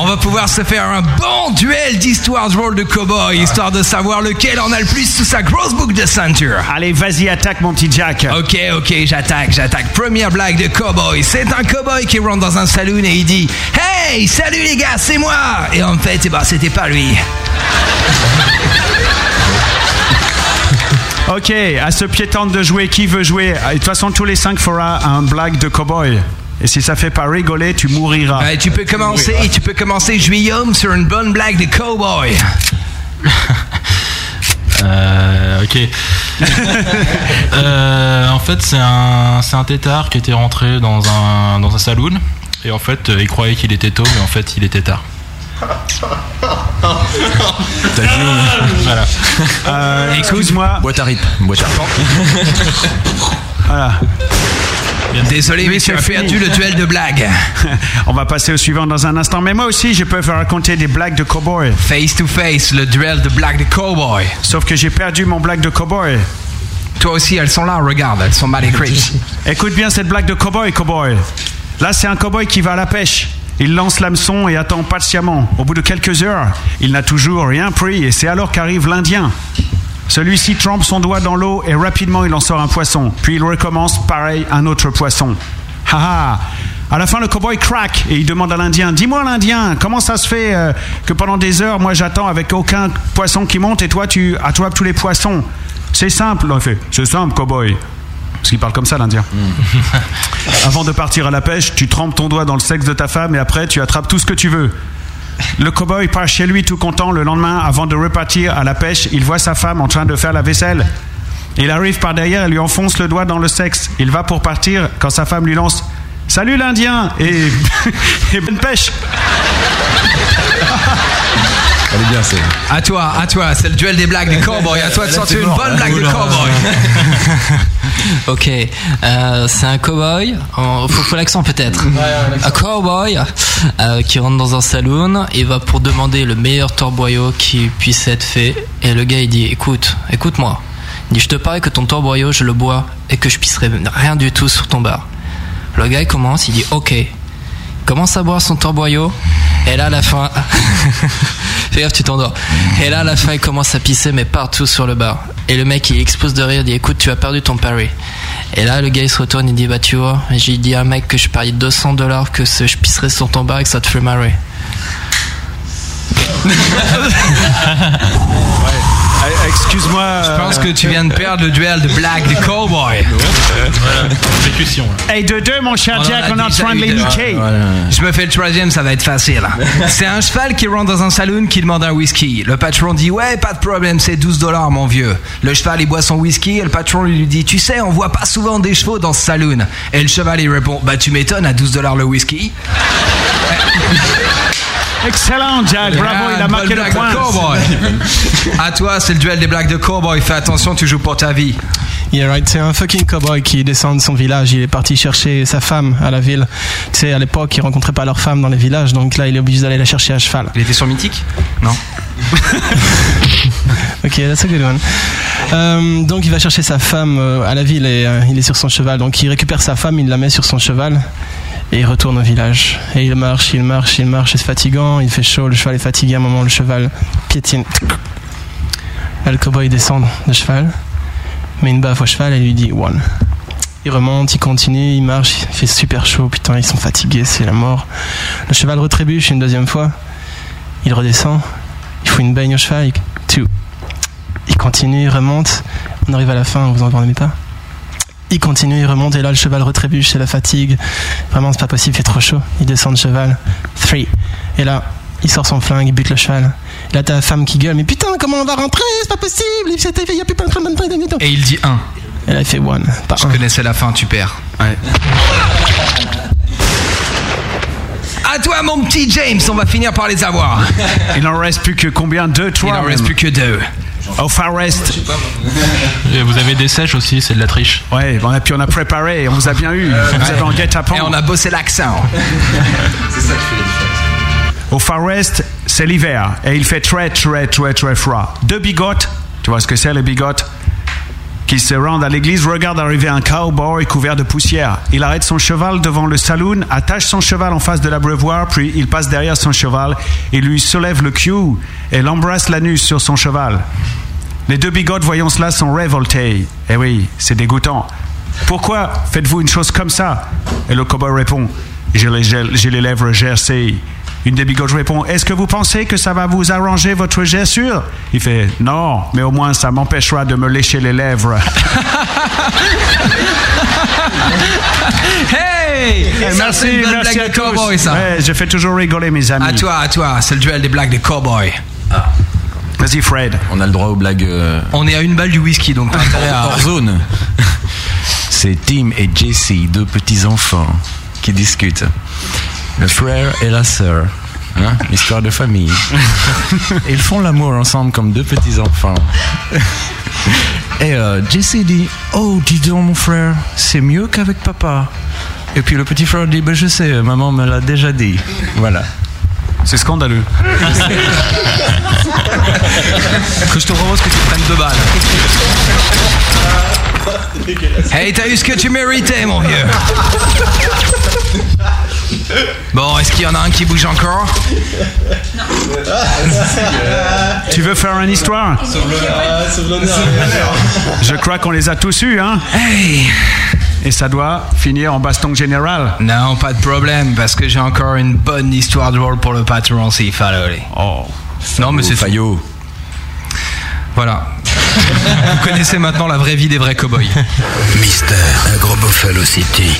S15: On va pouvoir se faire un bon duel d'histoire drôle de cowboy, histoire de savoir lequel en a le plus sous sa grosse boucle de ceinture.
S1: Allez, vas-y, attaque mon petit Jack.
S15: Ok, ok, j'attaque, j'attaque. Première blague de cowboy. C'est un cowboy qui rentre dans un saloon et il dit Hey, salut les gars, c'est moi Et en fait, eh ben, c'était pas lui.
S1: Ok, à ce piétante de jouer, qui veut jouer Ah, De toute façon, tous les cinq fera un blague de cowboy. Et si ça fait pas rigoler, tu mouriras.
S15: Ouais, Bah, tu peux commencer,
S7: bah.
S15: tu peux commencer Juillaume sur une bonne blague de cowboy.
S8: Euh, ok. Euh, en fait, c'est un, c'est un tétard qui était rentré dans un, dans un saloon. Et en fait, euh, il croyait qu'il était tôt, mais en fait, il était tard. Voilà.
S1: Euh, Excuse-moi.
S9: Boîte à rythme. Boîte à
S1: Voilà.
S15: Désolé, mais
S1: Oui,
S15: tu
S1: c'est
S15: as
S1: fini.
S15: perdu le duel de blagues.
S1: On va passer au suivant dans un instant. Mais moi aussi, je peux vous raconter des blagues de cowboy.
S15: Face to face, le duel de blagues de cowboy.
S1: Sauf que j'ai perdu mon blague de cowboy.
S15: Toi aussi, elles sont là, regarde, elles sont mal écrites.
S1: Écoute bien cette blague de cowboy, cowboy. Là, c'est un cowboy qui va à la pêche. Il lance l'hameçon et attend patiemment. Au bout de quelques heures, il n'a toujours rien pris et c'est alors qu'arrive l'Indien. Celui-ci trempe son doigt dans l'eau et rapidement il en sort un poisson. Puis il recommence pareil un autre poisson. Haha À la fin, le cowboy craque et il demande à l'Indien Dis-moi, l'Indien, comment ça se fait euh, que pendant des heures, moi j'attends avec aucun poisson qui monte et toi tu attrapes tous les poissons C'est simple, en fait. C'est simple, cowboy. Parce qu'il parle comme ça, l'Indien. Avant de partir à la pêche, tu trempes ton doigt dans le sexe de ta femme et après tu attrapes tout ce que tu veux. Le cowboy part chez lui tout content le lendemain avant de repartir à la pêche. Il voit sa femme en train de faire la vaisselle. Il arrive par derrière et lui enfonce le doigt dans le sexe. Il va pour partir quand sa femme lui lance Salut l'Indien et, et bonne pêche.
S9: Elle est bien, c'est.
S15: À toi, à toi, c'est le duel des
S7: Eh ben,
S15: blagues des cowboys. À toi de
S7: Là,
S15: sortir
S7: t'es
S15: une
S7: mort,
S15: bonne
S7: là.
S15: blague de
S7: Oula.
S15: cowboy.
S7: Ok, euh, c'est un cowboy, en- faut, faut l'accent peut-être. un cowboy euh, qui rentre dans un saloon, il va pour demander le meilleur torboyau qui puisse être fait, et le gars il dit écoute, écoute-moi, il dit je te parie que ton torboyau je le bois et que je pisserai rien du tout sur ton bar. Le gars il commence, il dit ok, Il commence à boire son torboyau, et là à la fin, fais gaffe tu t'endors, et là à la fin il commence à pisser mais partout sur le bar, et le mec il explose de rire, il dit écoute tu as perdu ton pari. Et là, le gars il se retourne, il dit Bah, tu vois, j'ai dit à un mec que je parie 200 dollars que ce- je pisserais sur ton bar et que ça te fait marrer.
S1: Excuse-moi.
S15: Je pense que tu viens de perdre le duel de blagues des cowboys.
S8: Exécution.
S15: hein.
S1: Hey, de deux, mon cher Jack, on est en
S15: déjà
S1: train de
S15: eu
S1: les
S15: deux.
S1: niquer.
S15: Je me fais le troisième, ça va être facile. hein. C'est un cheval qui rentre dans un saloon qui demande un whisky. Le patron dit Ouais, pas de problème, c'est 12 dollars, mon vieux. Le cheval, il boit son whisky et le patron lui dit Tu sais, on voit pas souvent des chevaux dans ce saloon. Et le cheval, il répond Bah, tu m'étonnes, à 12 dollars le whisky.
S1: Excellent, Jack. Bravo, il a marqué le point.
S6: à toi, c'est le duel des blagues de cowboy. Fais attention, tu joues pour ta vie.
S10: Yeah, right. C'est un fucking cowboy qui descend de son village. Il est parti chercher sa femme à la ville. Tu sais, à l'époque, ils rencontraient pas leurs femmes dans les villages, donc là, il est obligé d'aller la chercher à cheval.
S6: Il était sur Mythique Non.
S10: Ok, that's a good one. Euh, donc il va chercher sa femme euh, à la ville et euh, il est sur son cheval. Donc il récupère sa femme, il la met sur son cheval et il retourne au village. Et il marche, il marche, il marche, c'est fatigant, il fait chaud, le cheval est fatigué, à un moment le cheval piétine. Là le cowboy descend de cheval, met une baffe au cheval et lui dit one. Il remonte, il continue, il marche, il fait super chaud, putain ils sont fatigués, c'est la mort. Le cheval retrébuche une deuxième fois, il redescend, il fout une baigne au cheval, il- two. Il continue, il remonte. On arrive à la fin, vous en entendez pas Il continue, il remonte, et là le cheval retrébuche, c'est la fatigue. Vraiment, c'est pas possible, il fait trop chaud. Il descend de cheval. Three. Et là, il sort son flingue, il bute le cheval. Et là, t'as la femme qui gueule, mais putain, comment on va rentrer C'est pas possible Il s'était fait- il y a plus plein de train de train de train.
S6: Et il dit 1.
S10: Et là, il fait 1. Je
S6: connaissais la fin, tu perds. À toi, mon petit James, on va finir par les avoir.
S1: Il en reste plus que combien Deux, trois
S6: Il en reste
S1: même.
S6: plus que deux.
S1: Au Far West. Euh,
S8: Et vous avez des sèches aussi, c'est de la triche.
S1: Ouais, on a, puis on a préparé, on vous a bien eu. vous avez en guet-apens.
S6: Et on a bossé l'accent.
S1: Au Far West, c'est l'hiver et il fait très très très très froid. Deux bigotes, tu vois ce que c'est les bigotes qui se rendent à l'église regardent arriver un cowboy couvert de poussière. Il arrête son cheval devant le saloon, attache son cheval en face de l'abreuvoir, puis il passe derrière son cheval et lui soulève le queue et l'embrasse l'anus sur son cheval. Les deux bigotes voyant cela sont révoltés. Eh oui, c'est dégoûtant. Pourquoi faites-vous une chose comme ça Et le cowboy répond J'ai les, gel- j'ai les lèvres gercées. Une des bigotes répond Est-ce que vous pensez que ça va vous arranger votre gerçure Il fait Non, mais au moins ça m'empêchera de me lécher les lèvres.
S6: hey
S1: Eh,
S6: Ça, c'est une bonne blague de cowboy, ça.
S1: Ouais, je fais toujours rigoler mes amis.
S6: À toi, à toi, c'est le duel des blagues des cowboys.
S1: Vas-y, Fred.
S9: On a le droit aux blagues. euh,
S6: On est à une balle du whisky, donc t'as intérêt à-
S9: hors zone. C'est Tim et Jesse, deux petits enfants qui discutent. Le frère et la sœur. Hein, Histoire de famille. Ils font l'amour ensemble comme deux petits enfants. Et euh, Jesse dit Oh, dis donc, mon frère, c'est mieux qu'avec papa. Et puis le petit frère dit Ben, Je sais, maman me l'a déjà dit. Voilà.
S1: C'est scandaleux.
S6: que je te propose que tu prennes deux balles. Hey, t'as eu ce que tu méritais, mon vieux. Bon, est-ce qu'il y en a un qui bouge encore
S1: Tu veux faire une histoire
S10: hein,
S1: Je crois qu'on les a tous eus, hein Et ça doit finir en baston général.
S6: Non, pas de problème, parce que j'ai encore une bonne histoire de rôle pour le patron s'il fallait. allez.
S1: Oh.
S6: non, mais c'est
S9: Fayot.
S6: Voilà. Vous connaissez maintenant la vraie vie des vrais cowboys.
S2: Mister, un gros Buffalo City.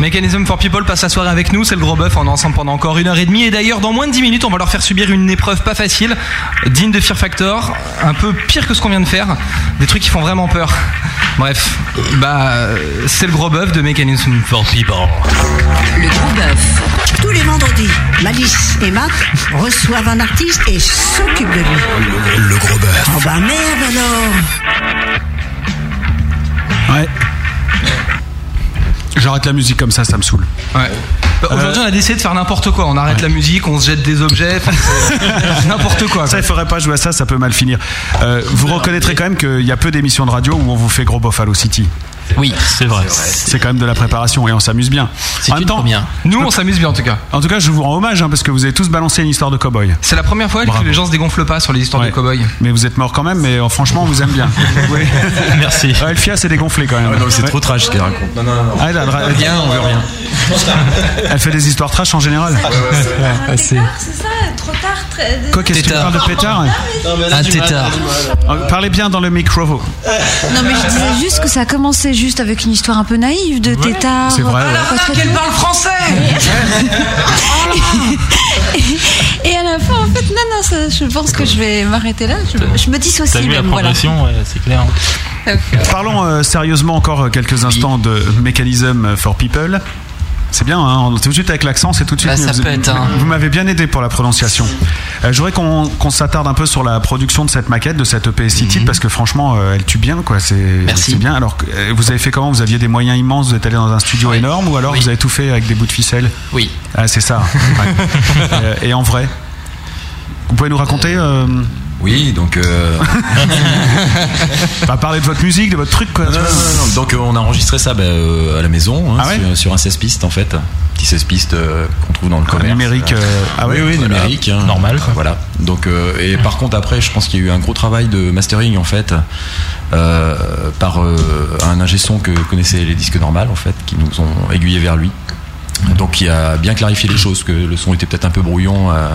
S6: Mécanisme for People passe la soirée avec nous, c'est le gros bœuf, on est ensemble pendant encore une heure et demie et d'ailleurs dans moins de 10 minutes on va leur faire subir une épreuve pas facile, digne de Fear Factor, un peu pire que ce qu'on vient de faire, des trucs qui font vraiment peur. Bref, bah euh, c'est le gros bœuf de Mécanisme for People.
S3: Le gros bœuf. Tous les vendredis, Malice et Matt reçoivent un artiste et s'occupent de lui.
S2: Le gros bœuf.
S3: Oh bah merde alors
S1: Ouais. J'arrête la musique comme ça, ça me saoule.
S6: Ouais. Bah, Aujourd'hui on a décidé de faire n'importe quoi, on arrête la musique, on se jette des objets, enfin, c'est n'importe quoi.
S1: Ça, il faudrait pas jouer à ça, ça peut mal finir. Euh, vous reconnaîtrez quand même qu'il y a peu d'émissions de radio où on vous fait gros Buffalo City.
S7: Oui,
S8: c'est vrai.
S1: C'est quand même de la préparation et on s'amuse bien. En même temps,
S6: Nous on s'amuse bien en tout cas.
S1: en tout cas, je vous rends hommage hein, parce que vous avez tous balancé une histoire de cow-boy.
S6: C'est la première fois que les gens se dégonflent pas sur les histoires de cow-boys.
S1: Mais vous êtes morts quand même, mais euh, franchement, on vous aime bien. Euh,
S8: Merci.
S1: Elfia, c'est dégonflé quand même.
S9: non, Oh, c'est trop trash ce qu'elle raconte. Non, non, non.
S1: Ah, elle, a- elle- Elle fait des histoires trash en général.
S11: Ah, c'est ça, trop tard. Très...
S1: Quoi, qu'est-ce que tu parles de pétard
S7: Ah, tétard.
S1: Euh, Parlez bien dans le micro.
S16: Non, mais je disais juste que ça commençait juste avec une histoire un peu naïve de tétard.
S1: c'est vrai, ouais.
S16: Parce que-
S6: qu'elle parle français
S16: Et à la la fin. En fait, non, non, ça- je pense que je vais m'arrêter là. Je, je me
S8: T'as
S16: dissocie
S8: vu la
S16: même, voilà.
S8: progression, ouais, c'est clair. hein.
S1: Parlons euh, sérieusement encore quelques instants de Mechanism for People. C'est bien, hein, on- tout de suite avec l'accent, c'est tout de suite.
S7: Là, ça
S1: mieux.
S7: pète, hein.
S1: Vous m'avez bien aidé pour la prononciation. Euh, je voudrais qu'on qu'on s'attarde un peu sur la production de cette maquette, de cette E EP City,
S7: Mhm.
S1: parce que franchement, euh, elle tue bien, quoi. C'est c'est bien. Alors, que, euh, vous avez fait comment Vous aviez des moyens immenses, vous êtes allé dans un studio énorme, ou alors vous avez tout fait avec des bouts de ficelle
S7: Oui.
S1: Ah, c'est ça. Ouais. Euh, et en vrai, vous pouvez nous raconter euh,
S9: Oui, donc. euh,
S1: Bah, parler de votre musique, de votre truc, quoi.
S9: Non, non, non, non. Donc euh, on a enregistré ça bah, euh, à la maison,
S1: Ah
S9: hein, sur, sur un 16 pistes en fait. Petit 16 pistes euh, qu'on trouve dans le commerce.
S1: numérique, euh, ah ouais,
S9: oui, oui,
S1: voilà.
S9: numérique. Normal. Voilà. Donc, euh, et par contre, après, je pense qu'il y a eu un gros travail de mastering en fait. euh, par euh, un ingé son que connaissaient les disques normales en fait, qui nous ont aiguillés vers lui. Donc il a bien clarifié les choses, que le son était peut-être un peu brouillon, euh,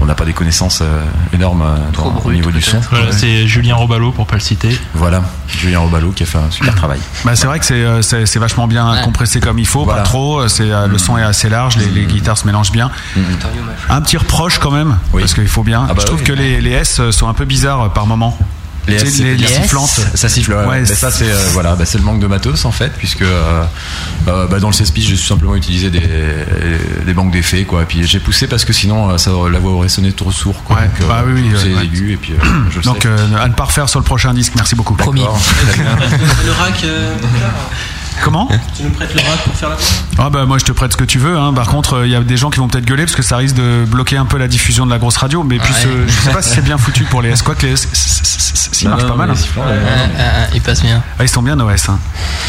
S9: on n'a pas des connaissances euh, énormes euh, dans- au niveau du son.
S8: Voilà, c'est Julien Robalo pour pas le citer.
S9: Voilà, Julien Robalo qui a fait un super travail.
S1: Bah, c'est vrai que c'est, euh, c'est c'est vachement bien compressé comme il faut, pas trop. euh, C'est, euh, Le son est assez large, les,
S9: Mm.
S1: les guitares se mélangent bien. Un petit reproche quand même, parce qu'il faut bien.
S9: Ah bah
S1: Je trouve
S9: oui.
S1: que les, les S sont un peu bizarres euh, par moment. Tu sais, les, les sifflantes.
S9: Ça siffle, ouais.
S1: Ouais,
S9: Mais ça, c'est euh, voilà, bah, c'est le manque de matos en fait, puisque euh, euh, bah, dans le 16 j'ai simplement utilisé des, des banques d'effets, quoi. Et puis j'ai poussé parce que sinon, euh, ça, la voix aurait sonné trop sourd, quoi. Donc, euh,
S1: bah oui, oui,
S9: C'est
S1: ouais.
S9: aigu, et puis euh, je le
S1: Donc
S9: sais.
S1: euh, à ne pas refaire sur le prochain disque. Merci beaucoup. Promis.
S10: Le rack. euh,
S1: Comment
S10: tu nous prêtes le rack pour faire la voix
S1: Ah bah moi je te prête ce que tu veux. hein. Par contre, il y a des gens qui vont peut-être gueuler parce que ça risque de bloquer un peu la diffusion de la grosse radio. Mais puis
S7: Ouais.
S1: ce- je sais pas si c'est bien foutu pour les S. Quoi que les S, ils
S7: Non,
S1: marchent
S7: non,
S1: pas mal.
S7: les
S1: hein.
S7: sifflants, ouais. Ouais, ouais, ouais, ils passent bien.
S1: Ah, ils sont bien nos S. hein.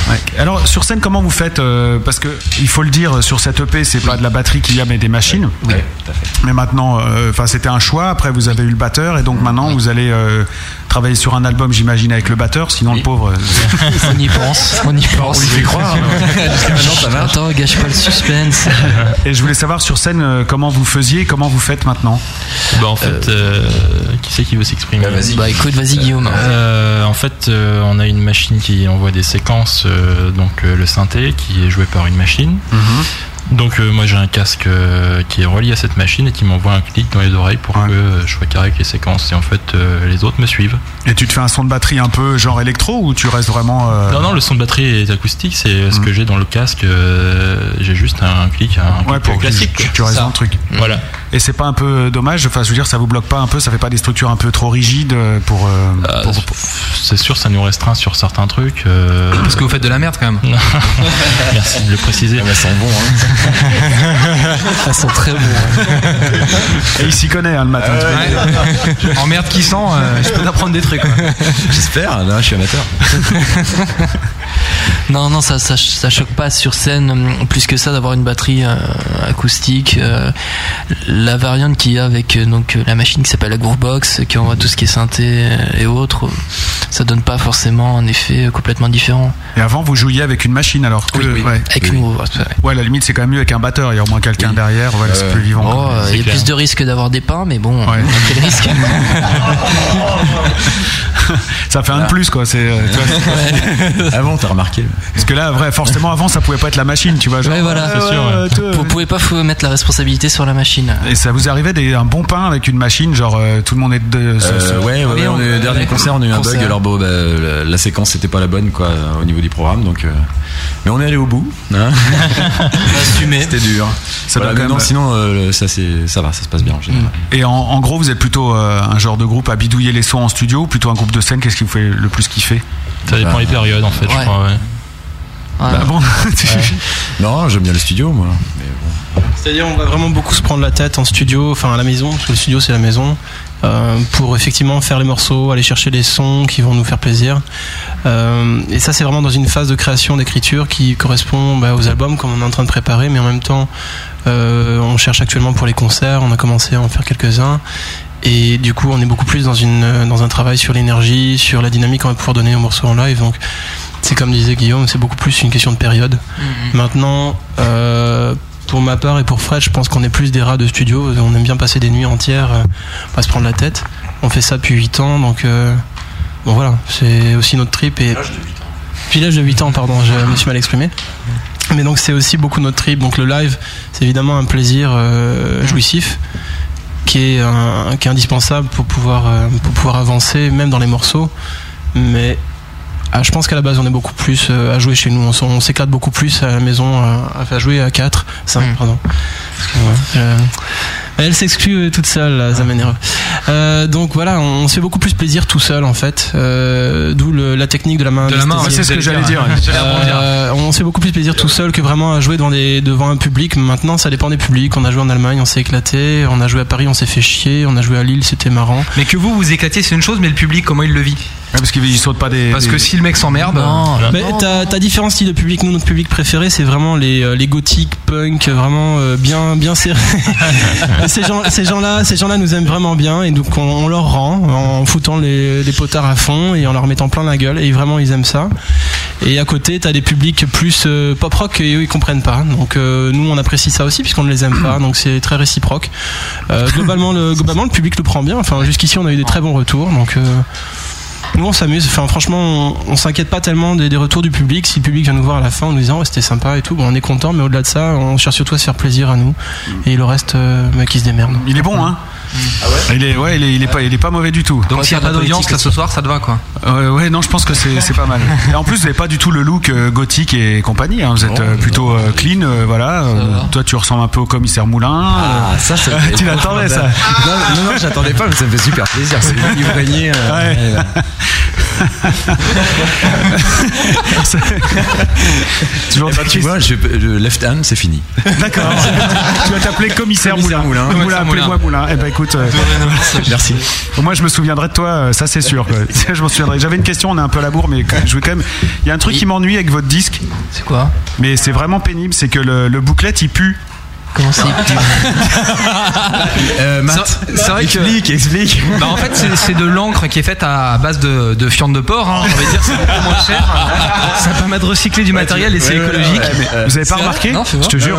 S1: Ouais. Alors sur scène, comment vous faites euh, Parce que il faut le dire, sur cette EP, c'est pas de la batterie qu'il y a, mais des machines.
S9: Ouais, tout à fait.
S1: Mais maintenant, euh, enfin, c'était un choix. Après, vous avez eu le batteur, et donc maintenant, vous allez euh, travailler sur un album, j'imagine, avec le batteur. Sinon, le pauvre. euh,
S7: On y pense, on y pense.
S1: On lui fait croire, hein. Jusqu'à maintenant, ça marche.
S7: Attends, gâche pas le suspense.
S1: et je voulais savoir sur scène euh, comment vous faisiez, comment vous faites maintenant.
S8: Bah, en fait, euh, qui c'est qui veut s'exprimer
S7: Bah, vas-y. Bah, écoute, vas-y, Guillaume.
S8: Euh, en fait, euh, on a une machine qui envoie des séquences, euh, donc euh, le synthé qui est joué par une machine. Donc euh, moi j'ai un casque euh, qui est relié à cette machine et qui m'envoie un clic dans les oreilles pour que euh, je sois carré avec les séquences et en fait euh, les autres me suivent.
S1: Et tu te fais un son de batterie un peu genre électro ou tu restes vraiment euh,
S8: Non non le son de batterie est acoustique c'est ce que j'ai dans le casque euh, j'ai juste un clic un clic
S1: Mm. Ouais, pour que
S8: classique
S1: tu,
S8: quoi.
S1: tu restes
S8: Ça. Mm.
S1: dans le truc.
S8: Voilà.
S1: Et c'est pas un peu dommage Enfin, je veux dire, ça vous bloque pas un peu Ça fait pas des structures un peu trop rigides euh, pour. euh, pour- pour-
S8: Bah, C'est sûr, ça nous restreint sur certains trucs. euh.
S6: Parce que vous faites de la merde quand même.
S8: Merci de le préciser.
S9: Ah bah, Ça sent bon. hein.
S7: Ça sent très bon.
S6: hein.
S1: Et il s'y connaît hein, le matin.
S8: Euh,
S1: tu vois.
S6: En merde qui sent, euh, je peux t'apprendre des trucs. quoi.
S9: J'espère, là, je suis amateur.
S7: Non, non, ça, ça, ça choque pas sur scène hum, plus que ça d'avoir une batterie euh, acoustique. euh, la variante qu'il y a avec euh, donc euh, la machine qui s'appelle la Groovebox, euh, qui envoie tout ce qui est synthé euh, et autres, euh, ça donne pas forcément un effet euh, complètement différent.
S1: Et avant, vous jouiez avec une machine alors que. Ouais.
S7: Avec une Groovebox, ouais.
S1: Ouais, la limite, c'est quand même mieux avec un batteur. Il y a au moins quelqu'un derrière. Ouais, c'est plus vivant.
S7: Oh, euh, il y a plus de risque d'avoir des pains, mais bon, quel risque
S1: Ça fait un de plus, quoi. C'est. euh, tu vois, c'est-
S9: Avant, t'as remarqué.
S1: Parce que là, vrai, forcément, avant, ça pouvait pas être la machine, tu vois. genre, euh,
S7: Ouais, voilà.
S1: ouais, ouais, ouais, tu vois.
S7: Vous pouvez pas fou- mettre la responsabilité sur la machine.
S1: Et ça vous arrivait des, un bon pain avec une machine, genre euh, tout le monde est de. se- se-
S9: Euh, ouais, ouais, ouais, on est- dernier concert, on a eu un
S1: Concert.
S9: bug. Alors bon, bah, la, la séquence n'était pas la bonne quoi au niveau du programme, donc. euh, mais on est allé au bout. Hein
S7: Assumé.
S9: C'était dur.
S1: Ça
S9: Voilà,
S1: doit quand
S9: mais non,
S1: même-
S9: sinon euh, le- ça c'est ça va, ça se passe bien en général.
S1: Et en, en gros, vous êtes plutôt euh, un genre de groupe à bidouiller les sons en studio ou plutôt un groupe de scène Qu'est-ce qui vous fait le plus kiffer
S8: Ça dépend
S1: Bah,
S8: les périodes en fait, je
S1: ouais.
S8: crois. Ouais.
S1: Bah bon, tu-
S9: Non, j'aime bien le studio moi. Mais
S10: C'est-à-dire, on va vraiment beaucoup se prendre la tête en studio, enfin à la maison, parce que le studio c'est la maison, euh, pour effectivement faire les morceaux, aller chercher les sons qui vont nous faire plaisir. Euh, et ça, c'est vraiment dans une phase de création d'écriture qui correspond bah, aux albums comme on est en train de préparer, mais en même temps, euh, on cherche actuellement pour les concerts, on a commencé à en faire quelques-uns. Et du coup, on est beaucoup plus dans, une, euh, dans un travail sur l'énergie, sur la dynamique qu'on va pouvoir donner aux morceaux en live. Donc, c'est comme disait Guillaume, c'est beaucoup plus une question de période. Maintenant, euh, pour ma part et pour Fred, je pense qu'on est plus des rats de studio. On aime bien passer des nuits entières, euh, pas se prendre la tête. On fait ça depuis 8 ans, donc euh, bon voilà, c'est aussi notre trip. Et... Village de 8 ans, pardon, je me suis mal exprimé. Mais donc c'est aussi beaucoup notre trip. Donc le live, c'est évidemment un plaisir euh, jouissif qui est, un- qui est indispensable pour pouvoir, euh, pour pouvoir avancer, même dans les morceaux. Mais ah, je pense qu'à la base, on est beaucoup plus euh, à jouer chez nous. On, s'en- on s'éclate beaucoup plus à la maison euh, à, à jouer à 4, 5, pardon. Excuse-moi. Euh, elle s'exclut euh, toute seule, là, ça m'énerve. Euh, donc voilà, on, se fait beaucoup plus plaisir tout seul en fait. Euh, D'où le- la technique de la main.
S1: De la main,
S10: anesthésiée.
S1: ouais, c'est ce que j'allais dire, ouais. J'allais rebondir.
S10: Euh, on s'est beaucoup plus plaisir tout seul que vraiment à jouer dans des, devant un public. Maintenant, ça dépend des publics. On a joué en Allemagne, on s'est éclaté. On a joué à Paris, on s'est fait chier. On a joué à Lille, c'était marrant.
S6: Mais que vous vous éclatiez, c'est une chose, mais le public, comment il le vit
S9: Ah,
S1: Parce qu'il saute pas des.
S6: Parce que si le mec s'emmerde. euh,
S10: Mais t'as t'as différents styles de public. Nous, notre public préféré, c'est vraiment les, euh, les gothiques, punk, vraiment euh, bien, bien serrés. ces gens, ces gens-là, ces gens-là nous aiment vraiment bien et donc on, on leur rend en foutant les, les potards à fond et en leur mettant plein la gueule et vraiment ils aiment ça. Et à côté, t'as des publics plus euh, pop rock et eux ils comprennent pas. Donc euh, nous, on apprécie ça aussi puisqu'on ne les aime pas. Donc c'est très réciproque. Euh, globalement, le globalement le public le prend bien. Enfin, jusqu'ici, on a eu des très bons retours. Donc euh, nous on s'amuse, enfin franchement on, on s'inquiète pas tellement des, des retours du public, si le public vient nous voir à la fin en nous disant ouais, c'était sympa et tout, bon, on est content mais au-delà de ça on cherche surtout à se faire plaisir à nous
S1: Mm.
S10: et le reste euh, bah, qui se démerde.
S1: Il est bon hein
S9: Ah
S1: Il est, ouais, il est, il est pas, il est pas mauvais du tout.
S6: Donc s'il n'y a pas d'audience là ce soir, ça te va quoi
S1: Euh, ouais, non, je pense que c'est c'est pas mal. Et en plus, vous n'avez pas du tout le look euh, gothique et compagnie. hein. Vous êtes euh, plutôt euh, clean, euh, voilà. Euh, toi, tu ressembles un peu au commissaire Moulin.
S9: Ah,
S1: euh. tu l'attendais ça. Ah.
S9: Non, non, non, j'attendais pas, mais ça me fait super plaisir. C'est bien ivrogné. euh,
S1: Ouais.
S9: euh,
S1: Toujours
S9: Eh ben, tu vois, je- le left hand, c'est fini.
S1: D'accord. tu vas t'appeler commissaire,
S9: Commissaire
S1: Moulin.
S9: Moulin.
S1: Moulin, appelez-moi Moulin. Eh ben écoute, euh,
S9: Merci.
S1: moi je me souviendrai de toi, euh, ça c'est sûr. quoi. je m'en souviendrai. J'avais une question, on est un peu à la bourre, mais je veux quand même. Il y a un truc qui m'ennuie avec votre disque.
S7: C'est quoi
S1: Mais c'est vraiment pénible, c'est que le, le bouclet il pue. Ah,
S7: Comment ça il pue
S9: Euh,
S6: Matt, c'est vrai que-
S9: explique, explique.
S6: Bah, en fait, c'est- c'est de l'encre qui est faite à base de, de fientes de porc. Hein, on va dire, c'est beaucoup moins cher.
S1: hein.
S6: Ça permet de recycler du matériel et c'est
S9: ouais, ouais,
S6: écologique.
S9: ouais, mais, euh,
S1: Vous avez pas
S6: C'est
S1: remarqué
S6: vrai Non, fais
S1: Je
S6: voir.
S1: te jure.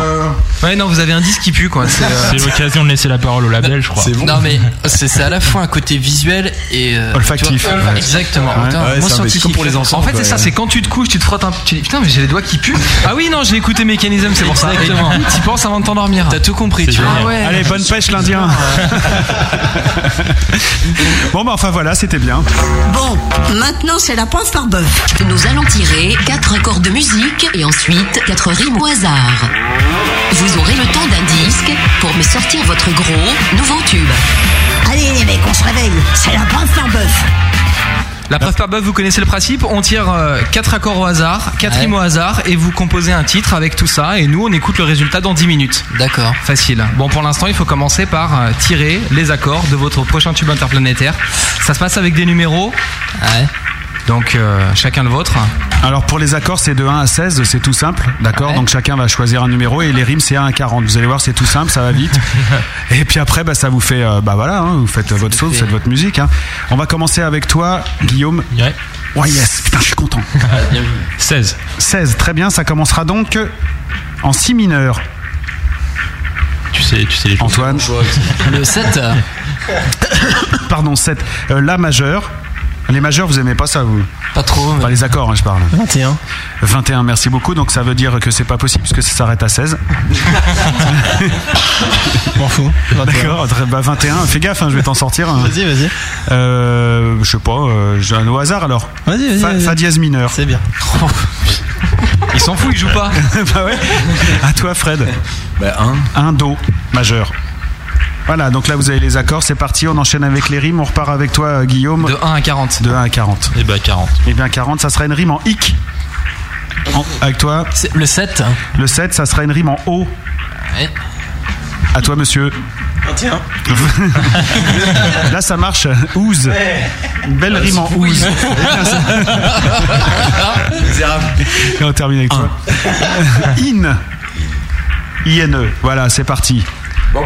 S6: Ouais, non, vous avez un disque qui pue quoi. C'est euh,
S8: C'est l'occasion de laisser la parole au label, je crois.
S7: Non mais c'est c'est à la fois un côté visuel et euh,
S8: Olfactif.
S7: tu vois,
S8: Ouais.
S7: Exactement.
S8: Ouais.
S7: Putain,
S8: Ouais, c'est un
S7: moi,
S8: peu
S7: scientifique.
S8: comme pour les enfants,
S6: En fait,
S8: quoi.
S6: c'est ça, c'est quand tu te couches, tu te frottes un tu dis, Putain, mais j'ai les doigts qui puent. Ah oui, non, j'ai écouté Mécanisme, c'est pour ça.
S7: Exactement.
S6: Et Tu penses avant de t'endormir.
S7: T'as tout compris.
S6: C'est
S7: Tu vois.
S6: génial.
S7: Ah ouais.
S1: Allez, bonne pêche l'Indien. bon, bah enfin voilà, c'était bien.
S3: Bon, maintenant c'est la preuve par bœuf.
S17: Nous allons tirer quatre accords de musique et ensuite quatre rimes au hasard. Vous aurez le temps d'un disque pour me sortir votre gros nouveau tube.
S3: Allez les mecs, on se réveille. C'est la preuve par bœuf.
S6: La preuve par bœuf, vous connaissez le principe. On tire 4 accords au hasard, 4 rimes au hasard, et vous composez un titre avec tout ça. Et nous, on écoute le résultat dans 10 minutes.
S7: D'accord.
S6: Facile. Bon, pour l'instant, il faut commencer par euh, tirer les accords de votre prochain tube interplanétaire. Ça se passe avec des numéros.
S7: Ouais.
S6: Donc, euh, chacun le vôtre.
S1: Alors pour les accords, c'est de 1 à 16, c'est tout simple, d'accord Donc chacun va choisir un numéro et les rimes, c'est 1 à 40. Vous allez voir, c'est tout simple, ça va vite. et puis après, bah, ça vous fait, euh, bah voilà, hein, vous faites euh, votre sauce, vous faites votre musique. hein. On va commencer avec toi, Guillaume. Oh,
S8: Ouais. Ah,
S1: yes, putain, je suis content.
S8: 16.
S1: 16, très bien, ça commencera donc en si mineur.
S8: Tu sais, tu sais les choses.
S1: Antoine.
S7: Le 7.
S1: Pardon, 7. Euh, la majeure. Les majeurs, vous aimez pas ça, vous
S7: Pas trop.
S1: Enfin, les accords, hein, je parle.
S10: 21.
S1: 21, merci beaucoup. Donc, ça veut dire que c'est pas possible puisque ça s'arrête à 16.
S10: M'en fous.
S1: D'accord, très- bah, 21. Fais gaffe, hein, je vais t'en sortir. hein.
S10: Vas-y, vas-y.
S1: Euh, je sais pas, euh, j'ai un au hasard alors.
S10: Vas-y, vas-y,
S1: Fa,
S10: vas-y.
S1: fa dièse mineur.
S10: C'est bien.
S6: Il s'en fout, il joue pas.
S1: bah ouais. À toi, Fred.
S9: Bah, un.
S1: Un do majeur. Voilà, donc là vous avez les accords, c'est parti, on enchaîne avec les rimes, on repart avec toi euh, Guillaume.
S6: De 1 à Eh ben, 40.
S1: De 1 à 40.
S8: Et bah 40.
S1: Et bien 40, ça sera une rime en hic. En- avec toi
S7: Le 7.
S1: Le 7, ça sera une rime en O.
S7: Ouais.
S1: À toi monsieur.
S10: 21.
S1: Là ça marche, ouze. Une belle rime en ouze. Et on termine avec toi. In. INE. Voilà, c'est parti.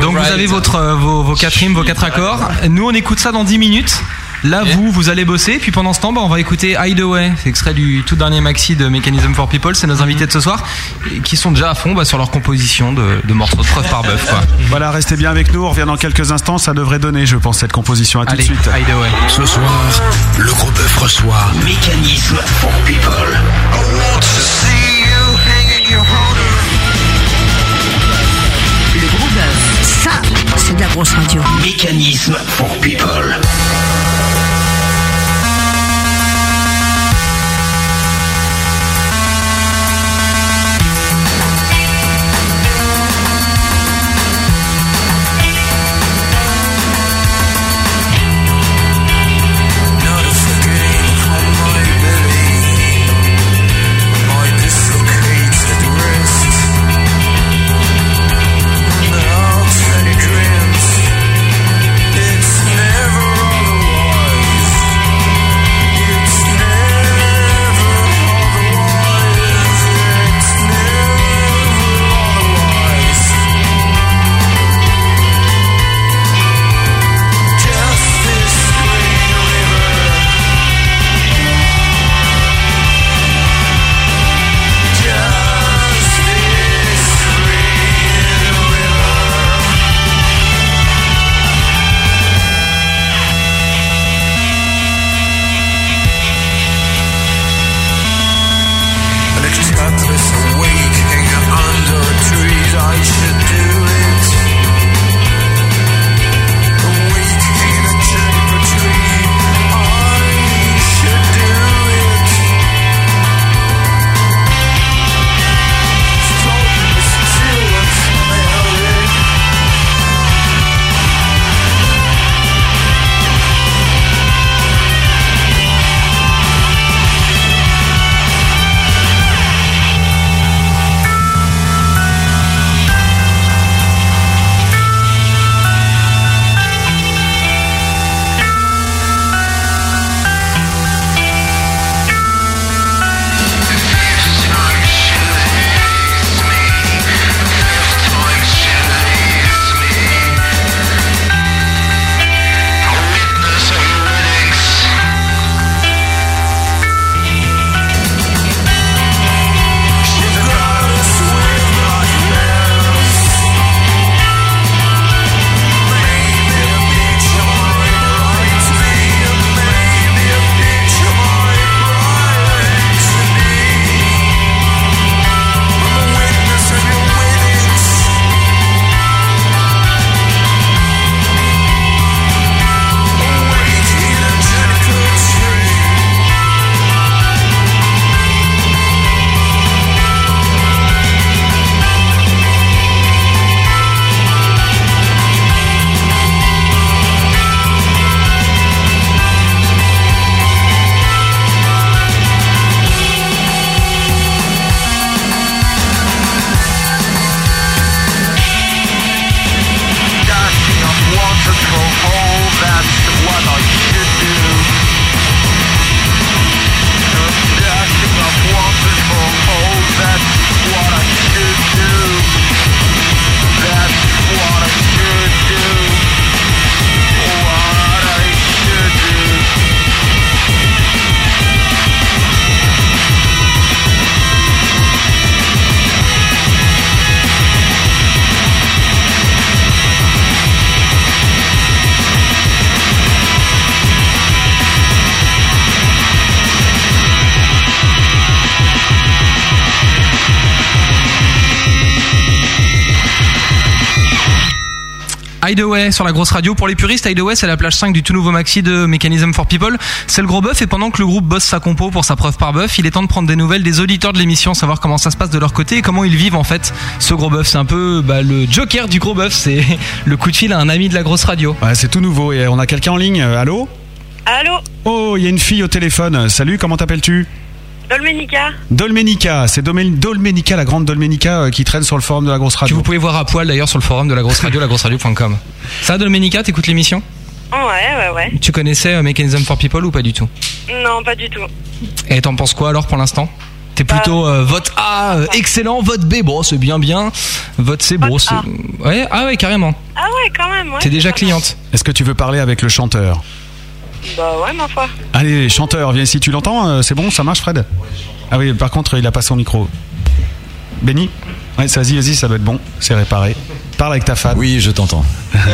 S6: Donc vous avez votre, euh, vos, vos quatre rimes, vos quatre accords. Nous on écoute ça dans 10 minutes. Là vous vous allez bosser puis pendant ce temps bah, on va écouter Hideaway, c'est extrait du tout dernier maxi de Mechanism for People, c'est nos invités de ce soir et qui sont déjà à fond bah, sur leur composition de, de morceaux de preuve par bœuf quoi.
S1: Voilà, restez bien avec nous, on revient dans quelques instants, ça devrait donner, je pense, cette composition. À tout de
S6: Allez,
S1: suite.
S6: Hideaway.
S2: Ce soir, le gros bœuf reçoit
S13: Mécanisme for people.
S17: Le gros bœuf.
S3: Ça, c'est de la grosse radio.
S13: Mécanisme
S6: Hideaway sur la grosse radio. Pour les puristes, Hideaway, c'est la plage 5 du tout nouveau maxi de Mechanism for People. C'est le gros bœuf et pendant que le groupe bosse sa compo pour sa preuve par bœuf, il est temps de prendre des nouvelles des auditeurs de l'émission, savoir comment ça se passe de leur côté et comment ils vivent en fait ce gros bœuf. C'est un peu bah, le joker du gros bœuf, c'est le coup de fil à un ami de la grosse radio.
S1: Ouais, c'est tout nouveau et on a quelqu'un en ligne. Euh, Allô
S5: Allô
S1: Oh, il y a une fille au téléphone. Salut, comment t'appelles-tu
S5: Dolmenica
S1: Dolmenica, c'est Domel- Dolmenica, la grande Dolmenica euh, qui traîne sur le forum de la grosse radio.
S6: Vous pouvez voir à poil d'ailleurs sur le forum de la grosse radio, lagrosseradio.com. Ça, Domenica, t'écoutes l'émission
S5: Oh, Ouais, ouais, ouais.
S6: Tu connaissais euh, Mechanism for People ou pas du tout
S5: Non, pas du tout.
S6: Et t'en penses quoi alors pour l'instant T'es plutôt euh, vote A, euh, excellent, vote B, bon, c'est bien, bien. Vote C, bon, c'est. Ouais, ah ouais, carrément.
S5: Ah ouais, quand même, ouais.
S6: T'es déjà cliente.
S1: Est-ce que tu veux parler avec le chanteur
S5: Bah ouais, ma foi.
S1: Allez, chanteur, viens ici, tu l'entends euh, C'est bon, ça marche, Fred Ah oui, par contre, il a pas son micro. Benny Ouais, ça, vas-y, vas-y, ça doit être bon, c'est réparé. Parle avec ta fan.
S9: Oui, je t'entends.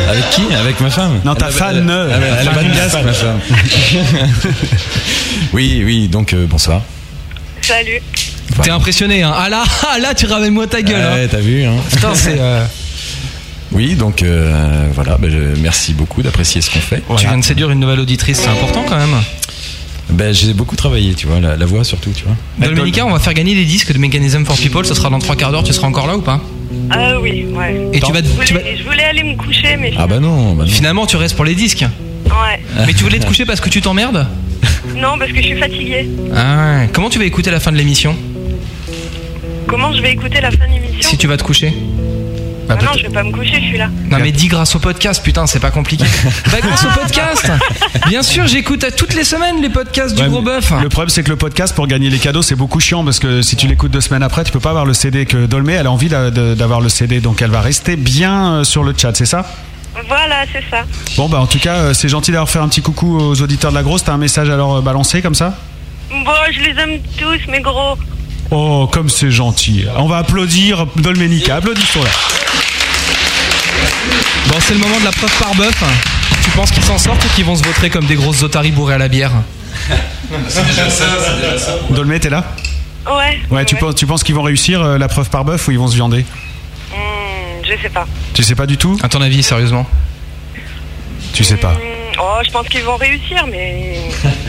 S9: Avec qui Avec ma femme
S1: Non, ta
S9: Elle a-
S1: fan,
S9: elle-
S1: euh,
S9: elle a- elle a
S1: fan,
S9: pas de gaz,
S1: fan.
S9: ma femme. Oui, oui, donc euh, bonsoir.
S5: Salut.
S6: T'es impressionné, hein Ah là, ah là, tu ramènes-moi ta gueule. hein.
S9: Ouais, t'as vu, hein
S6: Putain, c'est. euh,
S9: Oui, donc euh, voilà, ben, je- merci beaucoup d'apprécier ce qu'on fait.
S6: Tu viens de séduire une nouvelle auditrice, c'est important quand même.
S9: Ben, j'ai beaucoup travaillé, tu vois, la, la voix surtout, tu vois.
S6: Domenica, on va faire gagner des disques de Mechanism for People, ce sera dans trois quarts d'heure, tu seras encore là ou pas
S5: Ah oui, ouais.
S6: Et tu vas-
S5: je, voulais,
S6: tu vas-
S5: je voulais aller me coucher, mais.
S9: Ah bah non,
S6: Finalement, tu restes pour les disques.
S5: Ouais.
S6: Mais tu voulais te coucher parce que tu t'emmerdes
S5: Non, parce que je suis fatiguée.
S6: Ah, ouais. comment tu vas écouter la fin de l'émission
S5: Comment je vais écouter la fin de l'émission
S6: si tu vas te coucher
S5: Ah
S6: Bah, peut-être-
S5: Non, je vais pas me coucher, je suis là.
S6: Non mais dis grâce au podcast, putain, c'est pas compliqué. bah grâce au podcast Bien sûr, j'écoute à toutes les semaines les podcasts du
S1: Ouais,
S6: gros
S1: mais
S6: bœuf.
S1: Le problème, c'est que le podcast, pour gagner les cadeaux, c'est beaucoup chiant parce que si tu l'écoutes deux semaines après, tu peux pas avoir le CD. Que Dolmé, elle a envie d'a- de- d'avoir le CD, donc elle va rester bien euh, sur le chat, c'est ça
S5: Voilà, c'est ça.
S1: Bon, bah en tout cas, euh, c'est gentil d'avoir fait un petit coucou aux auditeurs de la grosse. T'as un message à leur euh, balancer comme ça
S5: Bon, je les aime tous, mes gros.
S1: Oh, comme c'est gentil. On va applaudir Dolmenica. Applaudissons-la.
S6: Bon, c'est le moment de la preuve par bœuf. Tu penses qu'ils s'en sortent ou qu'ils vont se vautrer comme des grosses otaries bourrées à la bière
S9: C'est déjà ça, c'est déjà ça.
S1: Dolmé, t'es là
S5: Ouais.
S1: Ouais, tu penses, tu penses qu'ils vont réussir euh, la preuve par bœuf ou ils vont se viander
S5: Hmm, je sais pas.
S1: Tu sais pas du tout
S6: À ton avis, sérieusement
S1: Tu sais pas.
S5: Hmm, Oh, je pense qu'ils vont réussir, mais.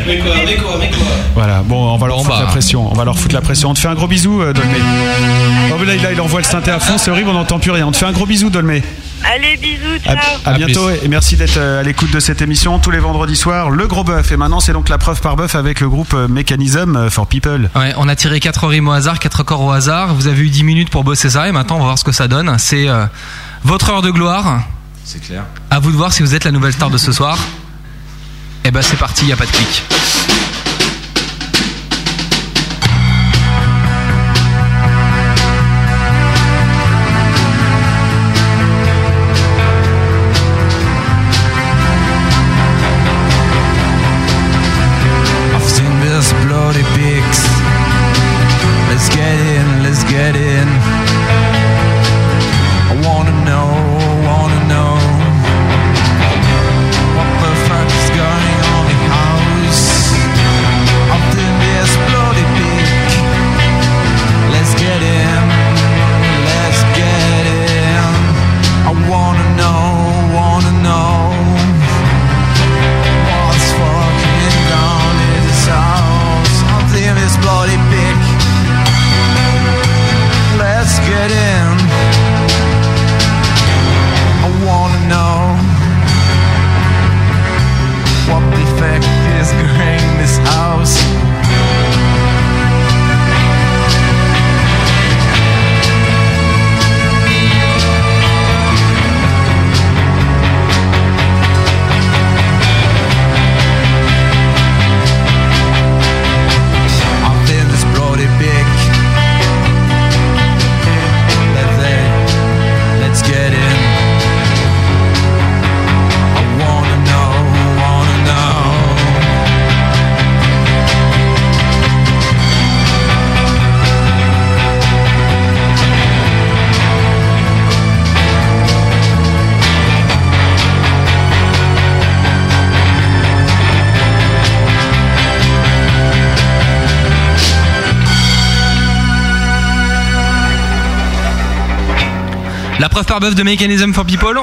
S10: Mais quoi, mais quoi, mais quoi
S1: Voilà, bon, on va leur foutre
S6: bah.
S1: la pression. On va leur foutre la pression. On te fait un gros bisou, euh, Dolmé. Oh, mais là, là, il envoie le synthé à fond, c'est horrible, on n'entend plus rien. On te fait un gros bisou, Dolmé.
S5: Allez, bisous,
S1: À,
S5: ciao.
S1: à bientôt et merci d'être euh, à l'écoute de cette émission tous les vendredis soirs. Le gros bœuf. Et maintenant, c'est donc la preuve par bœuf avec le groupe euh, Mechanism for People.
S6: Ouais, on a tiré 4 rimes au hasard, 4 corps au hasard. Vous avez eu 10 minutes pour bosser ça et maintenant on va voir ce que ça donne. C'est euh, votre heure de gloire.
S9: C'est clair.
S6: À vous de voir si vous êtes la nouvelle star de ce soir. Et ben c'est parti, y a pas de clic.
S12: I've seen this bloody pigs. Let's get in, let's get in. I wanna know, wanna know what the fuck is going on in house. I've seen this bloody pig. Let's get in, let's get in. I wanna know, wanna know. What's fucking down in this house? I'm seeing this bloody pig. Let's get in. I wanna know what the fuck is going in this house. I'm in this bloody pig. Let's in. Let's get in. I wanna know, wanna know.
S6: La preuve par bœuf de Mechanism for People.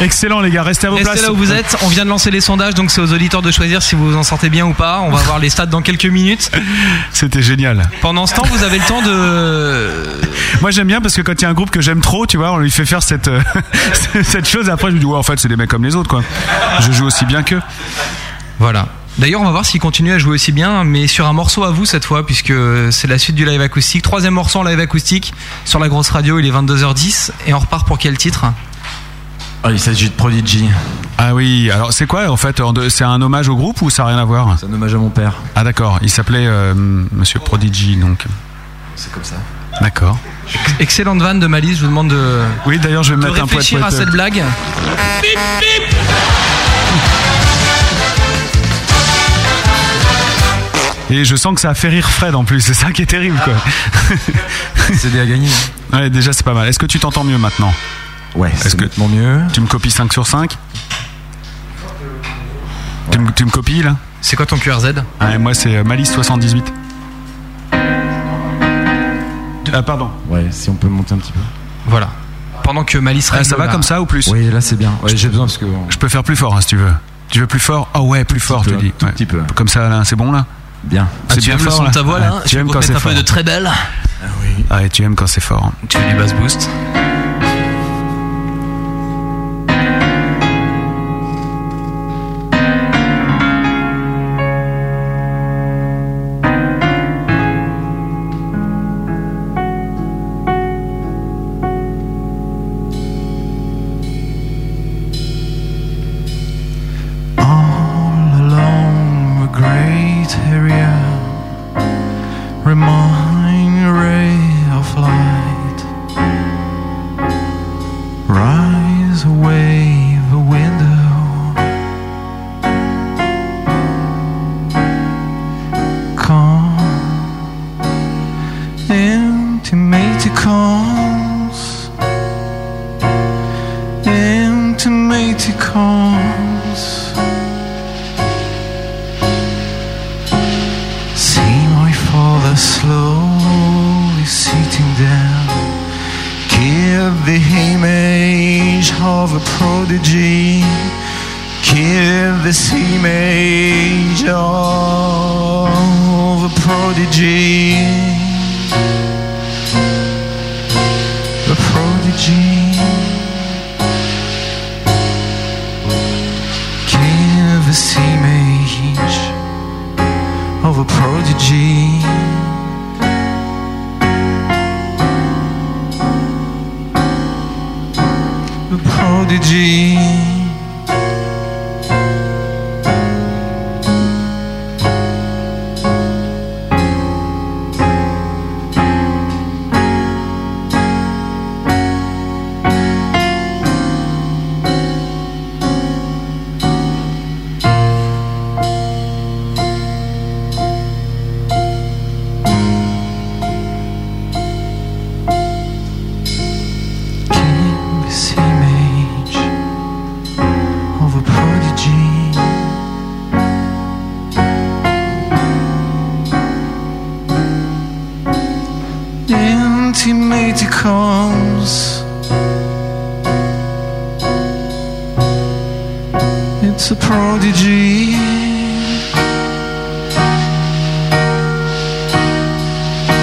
S1: Excellent les gars, restez à vos
S6: Restez
S1: places.
S6: là où vous êtes. On vient de lancer les sondages, donc c'est aux auditeurs de choisir si vous vous en sortez bien ou pas. On va voir les stats dans quelques minutes.
S1: C'était génial.
S6: Pendant ce temps, vous avez le temps de.
S1: Moi j'aime bien parce que quand il y a un groupe que j'aime trop, tu vois, on lui fait faire cette, euh, cette chose. Après je me dis, ouais, en fait c'est des mecs comme les autres quoi. Je joue aussi bien qu'eux.
S6: Voilà. D'ailleurs, on va voir s'il continue à jouer aussi bien, mais sur un morceau à vous cette fois, puisque c'est la suite du live acoustique. Troisième morceau en live acoustique sur la grosse radio, il est 22h10. Et on repart pour quel titre
S1: Ah, il s'agit de Prodigy. Ah oui, alors c'est quoi en fait en deux- C'est un hommage au groupe ou ça n'a rien à voir C'est un hommage à mon père. Ah d'accord, il s'appelait euh, Monsieur Prodigy donc.
S9: C'est comme ça.
S1: D'accord.
S6: Excellente vanne de Malice, je vous demande de.
S1: Oui, d'ailleurs, je vais mettre un poète
S6: réfléchir à
S1: poète. euh,
S6: cette blague.
S1: Et je sens que ça a fait rire Fred en plus, c'est ça qui est terrible quoi. c'est à gagner.
S9: hein.
S1: Ouais, déjà c'est pas mal. Est-ce que tu t'entends mieux maintenant Ouais, c'est nettement mieux. Tu me copies 5 sur 5 tu, me, tu me copies là
S6: C'est quoi ton QRZ
S1: ouais, Moi c'est euh, Malice 78. Ah pardon.
S9: Ouais, si on peut monter un petit peu.
S6: Voilà. Pendant que Malice
S1: Ah,
S6: règle
S1: ça va
S6: la-
S1: comme ça ou plus
S9: Oui, là c'est bien. Ouais, j'ai besoin parce que.
S1: Je peux faire plus fort hein, si tu veux. Tu veux plus fort Oh ouais, plus fort, tu dis. Ouais. Comme ça là, c'est bon là Bien.
S6: Ah,
S1: C'est
S6: tu
S1: bien
S6: aimes le
S1: fort
S6: son de
S1: là
S6: ta voix
S1: Ouais,
S6: là hein
S1: Tu
S6: Je vais
S1: aimes
S6: vous
S1: quand
S6: mettre
S1: c'est
S6: un
S1: fort.
S6: peu de très belle.
S1: Ah ouais, tu aimes quand c'est fort.
S6: Tu fais du bass boost
S12: along a great area remind ray of light rise away the window calm intimaticons intimaticons See my father slowly sitting down. Give the image of a prodigy. Give this image of a prodigy. A prodigy. Give this image of a prodigy. A prodigy. This image of a prodigy. Intimaticons. It's a prodigy.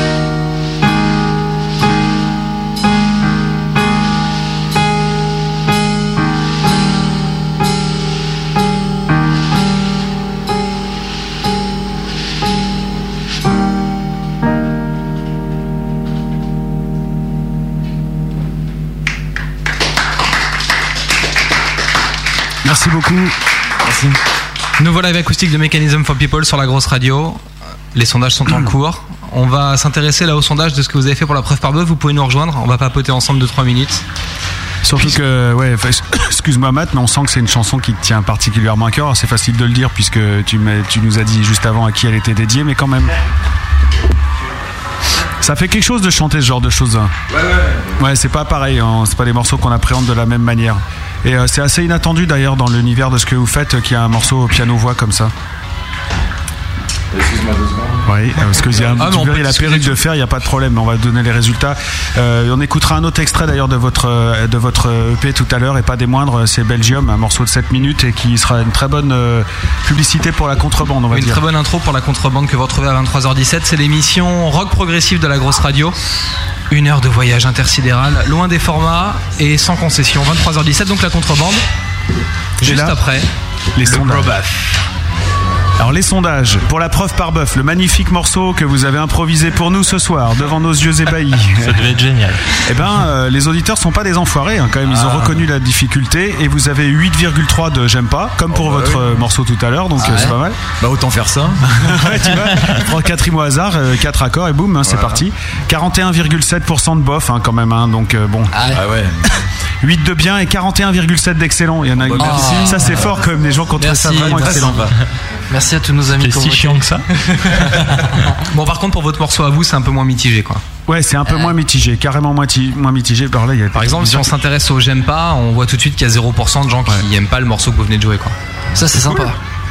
S1: Merci beaucoup.
S6: Nouveau live acoustique de Mechanism for People sur la grosse radio. Les sondages sont en cours. On va s'intéresser là au sondage de ce que vous avez fait pour la preuve par bœuf. Vous pouvez nous rejoindre. On va papoter ensemble de 3 minutes.
S1: Surtout que, ouais, enfin, excuse-moi Matt, mais on sent que c'est une chanson qui te tient particulièrement à cœur. Alors, C'est facile de le dire puisque tu, m'as- tu nous as dit juste avant à qui elle était dédiée, mais quand même. Ça fait quelque chose de chanter ce genre de choses. Ouais, ouais. c'est pas pareil, hein. c'est pas des morceaux qu'on appréhende de la même manière. Et euh, c'est assez inattendu d'ailleurs dans l'univers de ce que vous faites euh, qu'il y a un morceau piano-voix comme ça.
S9: Excuse-moi deux secondes.
S1: Oui, euh, parce que il y a, un-
S9: Ah, mais
S1: tu
S9: on
S1: verras,
S9: peut
S1: il y a la
S9: discuter
S1: perruque de fer, il n'y a pas de problème, mais on va donner les résultats. Euh, on écoutera un autre extrait d'ailleurs de votre, euh, de votre EP tout à l'heure, et pas des moindres, c'est Belgium, un morceau de 7 minutes, et qui sera une très bonne euh, publicité pour la contrebande, on va
S6: Une
S1: dire.
S6: très bonne intro pour la contrebande que vous retrouvez à 23h17. C'est l'émission rock progressive de la grosse radio. Une heure de voyage intersidéral, loin des formats et sans concession. 23h17, donc la contrebande. Juste après.
S1: les sondages. Alors les sondages, pour la preuve par bœuf, le magnifique morceau que vous avez improvisé pour nous ce soir, devant nos yeux ébahis.
S8: Ça devait être génial.
S1: Eh ben, euh, les auditeurs sont pas des enfoirés hein, quand même. Ils
S6: Ah.
S1: ont reconnu la difficulté et vous avez 8,3 de j'aime pas, comme
S6: Oh, bah
S1: pour votre euh, morceau tout à l'heure, donc
S9: Ah
S1: euh, c'est
S9: ouais.
S1: pas mal.
S9: Bah autant faire ça.
S1: ouais, tu vois, prends 4 rimes au hasard, 4 accords et boum, hein, c'est parti. 41,7% de bof hein, quand même, hein, donc euh, bon.
S9: Ah ouais.
S1: 8 de bien et 41,7 d'excellent. Il y en a
S6: Oh,
S7: bah, merci.
S1: Ça c'est fort quand même, les gens qui ont trouvé ça
S7: Merci,
S1: vraiment
S7: merci.
S1: excellent.
S7: Merci à tous nos amis
S1: T'es
S7: qui ont
S1: si
S7: voté.
S1: chiant
S8: que ça
S6: Bon, par contre, pour votre morceau à vous, c'est un peu moins mitigé quoi.
S1: Ouais, c'est un peu moins mitigé, carrément moins, ti- moins mitigé. Par, là, il y a
S6: Par exemple, si on s'intéresse au J'aime pas, on voit tout de suite qu'il y a 0% de gens qui aiment pas le morceau que vous venez de jouer quoi.
S7: Ça, c'est sympa.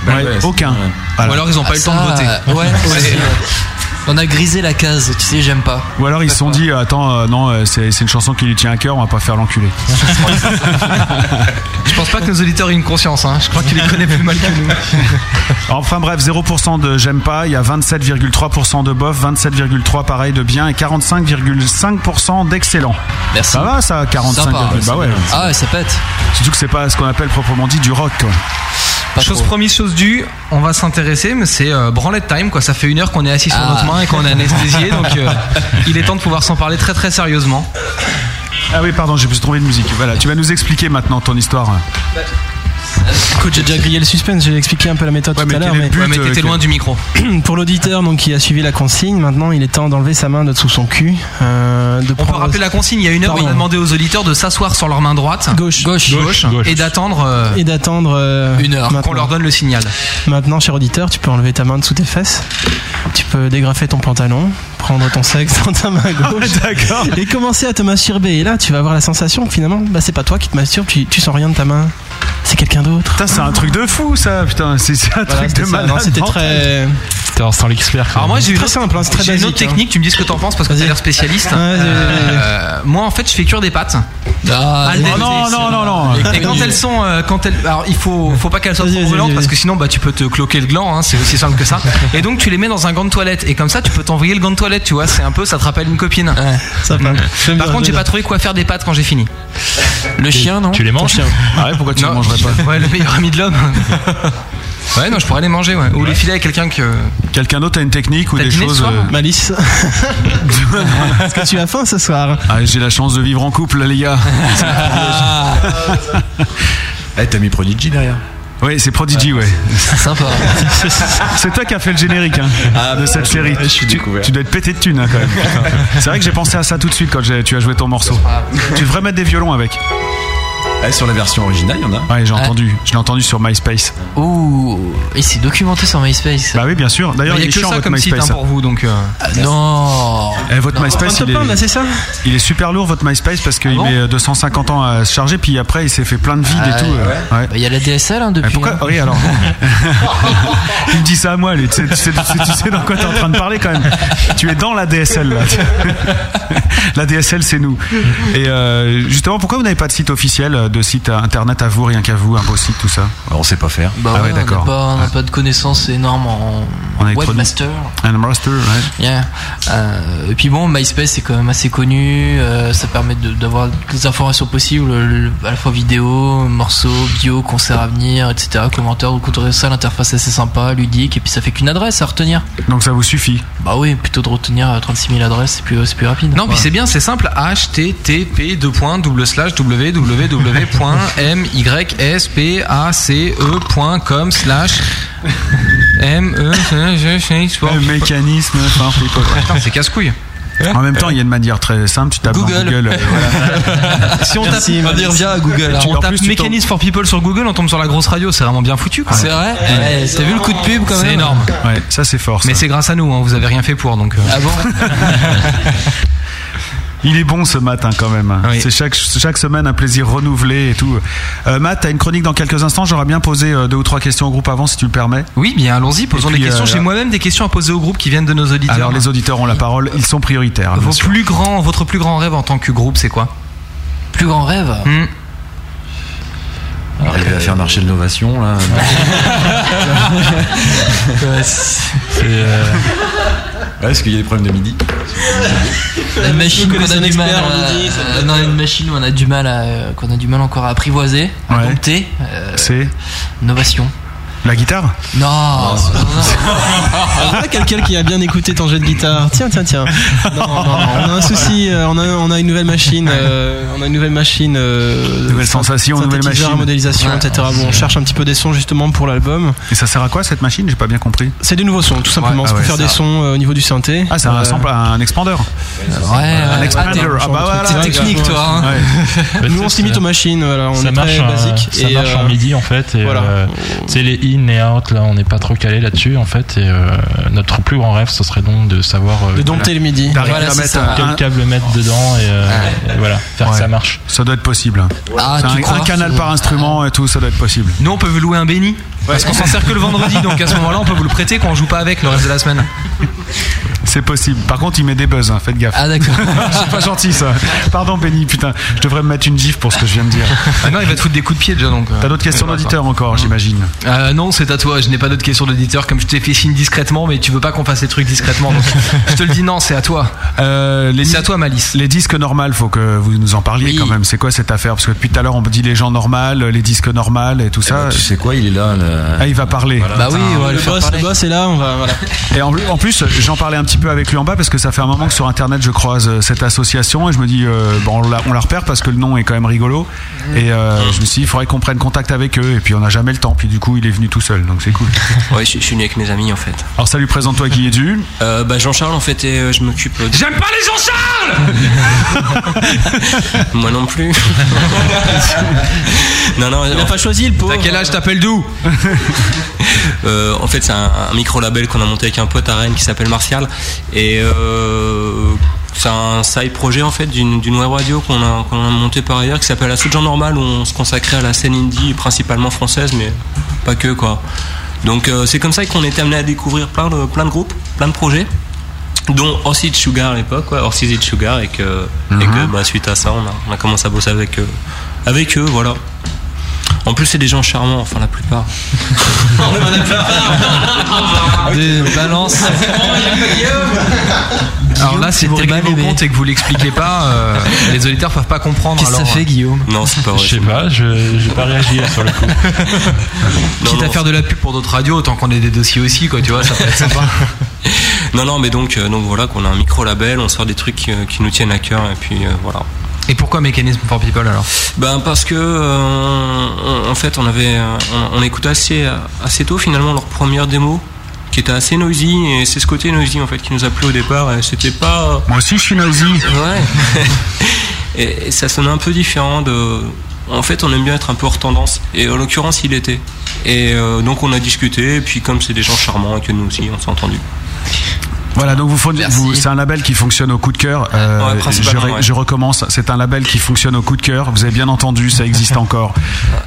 S1: Bah Ouais, aucun.
S6: Ou alors ils ont pas eu le temps de voter.
S7: Ah, Ouais, aussi. On a grisé la case, tu sais, j'aime pas.
S1: Ou alors ils se sont dit, attends, euh, non, euh, c'est c'est une chanson qui lui tient à cœur, on va pas faire l'enculé.
S6: Je pense pas que nos auditeurs aient une conscience, hein. je crois que tu les connais plus mal que nous.
S1: Enfin bref, 0% de j'aime pas, il y a 27,3% de bof, 27,3% pareil de bien et 45,5% d'excellent.
S7: Merci.
S1: Ça va ça, 45
S7: Sympa.
S1: Bah ouais.
S7: Ah ouais, ça pète.
S1: Surtout que c'est pas ce qu'on appelle proprement dit du rock. quoi.
S6: chose promise, chose due, on va s'intéresser, mais c'est euh, branlette time quoi. Ça fait une heure qu'on est assis sur
S1: Ah.
S6: notre main et qu'on est anesthésié, donc euh, il est temps de pouvoir s'en parler très très sérieusement.
S1: Ah oui, pardon, je me suis trompé de musique. Voilà, tu vas nous expliquer maintenant ton histoire.
S18: Écoute, j'ai déjà grillé le suspense, j'ai expliqué un peu la méthode
S1: Ouais,
S18: tout
S1: mais
S18: à l'heure.
S1: quel est le but, Ouais, mais t'étais euh, loin quel- du
S6: micro.
S18: Pour l'auditeur donc qui a suivi la consigne, maintenant il est temps d'enlever sa main de sous son cul. euh, de
S6: On peut rappeler la consigne, il y a une heure, on a demandé aux auditeurs de s'asseoir sur leur main droite,
S18: gauche,
S6: gauche,
S18: Gauche. Gauche.
S6: et d'attendre euh,
S18: Et d'attendre euh,
S6: une heure qu'on
S18: maintenant.
S6: leur donne le signal.
S18: Maintenant, cher auditeur, tu peux enlever ta main de sous tes fesses, tu peux dégrafer ton pantalon, prendre ton sexe dans ta
S1: Ah
S18: main gauche et commencer à te masturber. Et là, tu vas avoir la sensation que finalement, bah, c'est pas toi qui te masturbe, tu, tu sens rien de ta main, c'est quelqu'un d'autre.
S1: Putain, c'est un truc de fou ça, putain, c'est c'est un
S18: Voilà,
S1: truc
S18: c'était
S1: de
S18: ça.
S1: malade.
S18: Non, c'était très.
S8: C'était en l'expert.
S6: Alors moi j'ai une
S18: Très
S6: autre-
S18: simple, hein, c'est très
S6: j'ai une autre
S18: basique, hein.
S6: technique, tu me dis ce que t'en penses parce que t'as l'air spécialiste.
S18: Ouais, vas-y, vas-y, vas-y. Ah,
S6: Euh, moi en fait je fais cuire des pâtes. Ah, Al dente.
S1: non, non, non, non.
S6: Et quand elles sont, euh, quand elles, alors il faut, faut pas qu'elles soient trop brûlantes parce que sinon bah tu peux te cloquer le gland, hein, c'est aussi simple que ça. Et donc tu les mets dans un gant de toilette et comme ça tu peux t'envoyer le gant de toilette, tu vois, c'est un peu, ça te rappelle une copine. Mmh.
S18: Mm.
S6: Par contre j'ai pas trouvé quoi faire des pâtes quand j'ai fini.
S7: Le chien, non
S8: Tu les manges
S1: Ah ouais, pourquoi tu les mangerais pas
S6: Ouais, le meilleur ami de l'homme. Ouais, non, je pourrais les manger, ouais. Ou les filer à quelqu'un que.
S1: Quelqu'un d'autre a une technique ou
S6: T'as
S1: des
S6: dîné ce
S1: choses
S6: soir
S1: euh,
S18: Malice. Bah, Est-ce que tu as faim ce soir
S1: Ah, j'ai la chance de vivre en couple, les gars.
S9: Eh, t'as mis Prodigy derrière.
S1: Oui, c'est Prodigy, ouais.
S7: Sympa. Ah,
S1: C'est toi qui as fait le générique hein, de cette série. tu, tu dois être pété de thunes hein, quand même. Putain. C'est vrai que j'ai pensé à ça tout de suite quand j'ai- tu as joué ton morceau. Tu devrais mettre des violons avec.
S9: sur la version originale, il y en a.
S1: Ouais, j'ai entendu. Je l'ai entendu sur MySpace.
S7: Ouh, il s'est documenté sur MySpace.
S1: Bah oui, bien sûr. D'ailleurs,
S7: Mais
S1: il
S7: y a
S1: est
S7: que
S1: chiant
S7: ça
S1: votre
S7: comme site, hein,
S1: MySpace.
S7: pour
S6: vous, donc.
S7: non.
S1: Eh, votre
S7: Non.
S1: MySpace, il est, il est super lourd votre MySpace parce qu'il met euh, 250 ans à se charger, puis après il s'est fait plein de vides
S7: Ah,
S1: et tout.
S7: ouais.
S1: euh, ouais.
S7: Bah, Il y a la DSL hein, depuis.
S1: Mais pourquoi
S7: hein.
S1: Oui, alors. il me dit ça à moi, lui. Tu sais, tu sais- tu sais- tu sais dans quoi t'es en train de parler quand même. Tu es dans la DSL, là. la DSL, c'est nous. Et euh, justement, pourquoi vous n'avez pas de site officiel, euh, de site internet à vous, rien qu'à vous, un beau site, tout ça
S9: On sait pas faire.
S7: Bah ouais, on n'a pas, on n'a pas de connaissances énormes en,
S1: En
S7: en
S1: électronique.
S7: webmaster.
S1: Un master, ouais.
S7: Yeah. Euh, et puis bon, MySpace c'est quand même assez connu. euh, ça permet de- d'avoir toutes les informations possibles, le- à la fois vidéo, morceaux, bio, concerts à venir, etc. Commentaires. Donc on trouvait ça l'interface assez sympa, ludique. Et puis ça fait qu'une adresse à retenir.
S1: Donc ça vous suffit
S7: Bah oui, plutôt de retenir euh, 36 000 adresses, c'est plus, c'est plus rapide.
S6: Non, puis c'est bien, c'est simple. http www.myspacecom slash m
S1: Le mécanisme, enfin,
S6: Putain, c'est casse-couille.
S1: En même temps, il y a une manière très simple, tu tapes dans
S6: Google.
S1: Google. euh, voilà.
S6: Si on tape,
S1: Merci, Mathis. Tu-
S6: on
S1: en
S6: tape
S1: plus, tu
S6: Mécanisme for People sur Google, on tombe sur la grosse radio, c'est vraiment bien foutu. quoi.
S7: C'est vrai
S6: Ouais.
S7: Ouais, T'as vu le coup de pub quand même
S6: C'est énorme.
S1: Ouais, ça c'est fort.
S6: Mais c'est grâce à nous, hein, vous avez rien fait pour donc. euh.
S7: Ah bon
S1: Il est bon ce matin quand même. C'est chaque, chaque semaine un plaisir renouvelé et tout. Euh, Matt, t'as une chronique dans quelques instants. J'aurais bien posé euh, deux ou trois questions au groupe avant si tu le permets. euh,
S6: Oui, bien, allons-y, posons des questions. J'ai moi-même des questions à poser au groupe qui viennent de nos auditeurs.
S1: Alors les auditeurs ont la parole, ils sont prioritaires. bien
S6: Vos
S1: sûr.
S6: plus grands, votre plus grand rêve en tant que groupe, c'est quoi Hmm.
S7: Plus grand rêve
S9: Arriver à faire marcher l'innovation, là.
S8: C'est, euh,
S9: Ouais, parce qu'il y a des problèmes de midi.
S7: La machine
S9: Vous
S7: qu'on a
S9: connaissez un
S7: du mal
S9: expert en
S7: à-
S9: midi, ça doit
S7: euh, non, une machine où on a du mal à, euh, qu'on a du mal encore à apprivoiser, à
S1: Ouais.
S7: dompter. euh,
S1: C'est
S7: Innovation.
S1: La guitare
S7: Non.
S18: Ah, quelqu'un qui a bien écouté ton jeu de guitare. Tiens, tiens, tiens. Non, non, non, on a un souci. euh, on, a, on a une nouvelle machine. euh, on a une nouvelle machine. euh,
S1: Nouvelle sensation, nouvelle
S18: synthétiseur,
S1: machine.
S18: modélisation,
S1: Ouais.
S18: etc. Bon, on cherche un petit peu des sons justement pour l'album.
S1: Et ça sert à quoi cette machine J'ai pas bien compris.
S18: C'est des nouveaux sons, tout simplement.
S1: Ouais,
S18: c'est
S1: ah
S18: pour
S1: ouais,
S18: faire
S1: ça.
S18: des sons euh, au niveau du synthé.
S1: Ah, c'est un,
S18: Euh,
S1: sample- un expander.
S18: ouais,
S1: un
S18: ouais,
S1: expander.
S18: ouais,
S1: ah,
S18: t'es-
S1: bah
S18: t'es
S1: voilà.
S18: technique, toi, hein.
S1: Ouais.
S18: Nous, on se limite aux machines. Voilà, on
S8: ça
S18: est
S8: marche,
S18: très
S8: en-
S18: basique.
S8: ça
S18: et,
S8: marche en
S18: euh,
S8: midi en fait. Et,
S18: voilà.
S8: euh, c'est les in et out là, on n'est pas trop calé là-dessus en fait. Et euh, notre plus grand rêve, ce serait donc de savoir euh,
S18: De dompter le midi.
S8: d'arriver
S18: Voilà,
S8: à
S18: c'est
S8: mettre
S18: ça.
S8: quel
S18: Un-
S8: câble mettre dedans et, euh, et voilà, faire que
S1: Ouais.
S8: ça marche.
S1: Ça doit être possible.
S8: Ah,
S1: C'est
S8: tu
S1: un,
S8: crois
S1: un canal par instrument et tout, ça doit être possible.
S6: Nous, on peut vous louer un béni. Parce qu'on s'en sert que le vendredi, donc à ce moment-là, on peut vous le prêter quand on joue pas avec le reste de la semaine.
S1: C'est possible. Par contre, il met des buzz, hein, faites gaffe.
S7: Ah d'accord.
S1: C'est pas gentil ça. Pardon Benny, putain, je devrais me mettre une gifle pour ce que je viens de dire.
S6: Ah non, il va te foutre des coups de pied déjà donc. euh,
S1: T'as d'autres questions
S6: voilà, ça.
S1: d'auditeurs encore, j'imagine.
S6: Euh, non, c'est à toi. Je n'ai pas d'autres questions d'auditeur. Comme je t'ai fait signe discrètement, mais tu veux pas qu'on fasse les trucs discrètement. Donc je te le dis, non, c'est à toi.
S1: c'est
S6: à toi, Malice.
S1: Euh, Les disques normales, faut que vous nous en parliez quand même. C'est quoi cette affaire Parce que depuis tout à l'heure, on dit les gens normales, les disques normales et
S6: Eh
S1: tout
S6: ben,
S1: ça. tu
S9: sais quoi, il est là.
S1: Ah, il va parler.
S18: Bah oui, on va le, boss, le boss est là, on va. Voilà.
S1: Et en, en plus, j'en parlais un petit peu avec lui en bas parce que ça fait un moment que sur internet je croise euh, cette association et je me dis, euh, bon, on la, on la repère parce que le nom est quand même rigolo.
S18: Mmh.
S1: Et euh, je me suis dit, il faudrait qu'on prenne contact avec eux. Et puis on n'a jamais le temps. Puis du coup, il est venu tout seul, donc c'est cool.
S19: Ouais, je, je suis né avec mes amis en fait.
S1: Alors salut, présente-toi qui es du
S19: Euh, bah Jean-Charles en fait, et euh, je m'occupe. de-
S6: J'aime pas les Jean-Charles
S19: Moi non plus. non, non,
S18: Il a pas choisi le pauvre.
S6: T'as quel âge t'appelles d'où
S19: Euh, en fait, c'est un, un micro-label qu'on a monté avec un pote à Rennes qui s'appelle Martial. Et euh, c'est un side projet en fait d'une d'une web radio qu'on a, qu'on a monté par ailleurs qui s'appelle La Soude Genre Normal où on se consacrait à la scène indie principalement française, mais pas que quoi. Donc euh, c'est comme ça qu'on est amené à découvrir plein de, plein de groupes, plein de projets dont Orsay Sugar à l'époque, ouais, Orsay Sugar, et que, et que, bah, suite à ça, on a, on a commencé à bosser avec eux. Avec eux, voilà. En plus, c'est des gens charmants, enfin la plupart.
S7: hein. Ah,
S6: Des balances. Alors là, si vous réglez vos comptes et que vous l'expliquez pas, euh, les auditeurs peuvent pas comprendre.
S19: Qu'est-ce que ça
S6: alors,
S19: fait,
S6: euh,
S19: Guillaume Non, c'est pas vrai.
S8: Je sais pas, je j'ai pas réagi là, sur le coup.
S6: Quitte à faire de la pub pour d'autres radios, autant qu'on ait des dossiers aussi, quoi, tu vois, ça peut être sympa.
S19: Non, non, mais donc, euh, donc voilà, qu'on a un micro-label, on sort des trucs qui, euh, qui nous tiennent à cœur, et puis euh, voilà.
S6: Et pourquoi Mécanisme for People alors
S19: Ben parce que euh, on- en fait on avait euh, on, on écoutait assez euh, assez tôt finalement leur première démo qui était assez noisy et c'est ce côté noisy en fait qui nous a plu au départ et c'était pas euh,
S1: Moi aussi je suis noisy.
S19: Ouais. et, et ça sonnait un peu différent de en fait on aime bien être un peu hors tendance et en l'occurrence il était. Et euh, donc on a discuté et puis comme c'est des gens charmants et que nous aussi on s'est entendus.
S1: Voilà, donc vous, fon- vous- c'est un label qui fonctionne au coup de cœur. Euh,
S19: Ouais,
S1: je,
S19: principalement,
S1: ré-
S19: ouais.
S1: je recommence, c'est un label qui fonctionne au coup de cœur. Vous avez bien entendu, ça existe encore.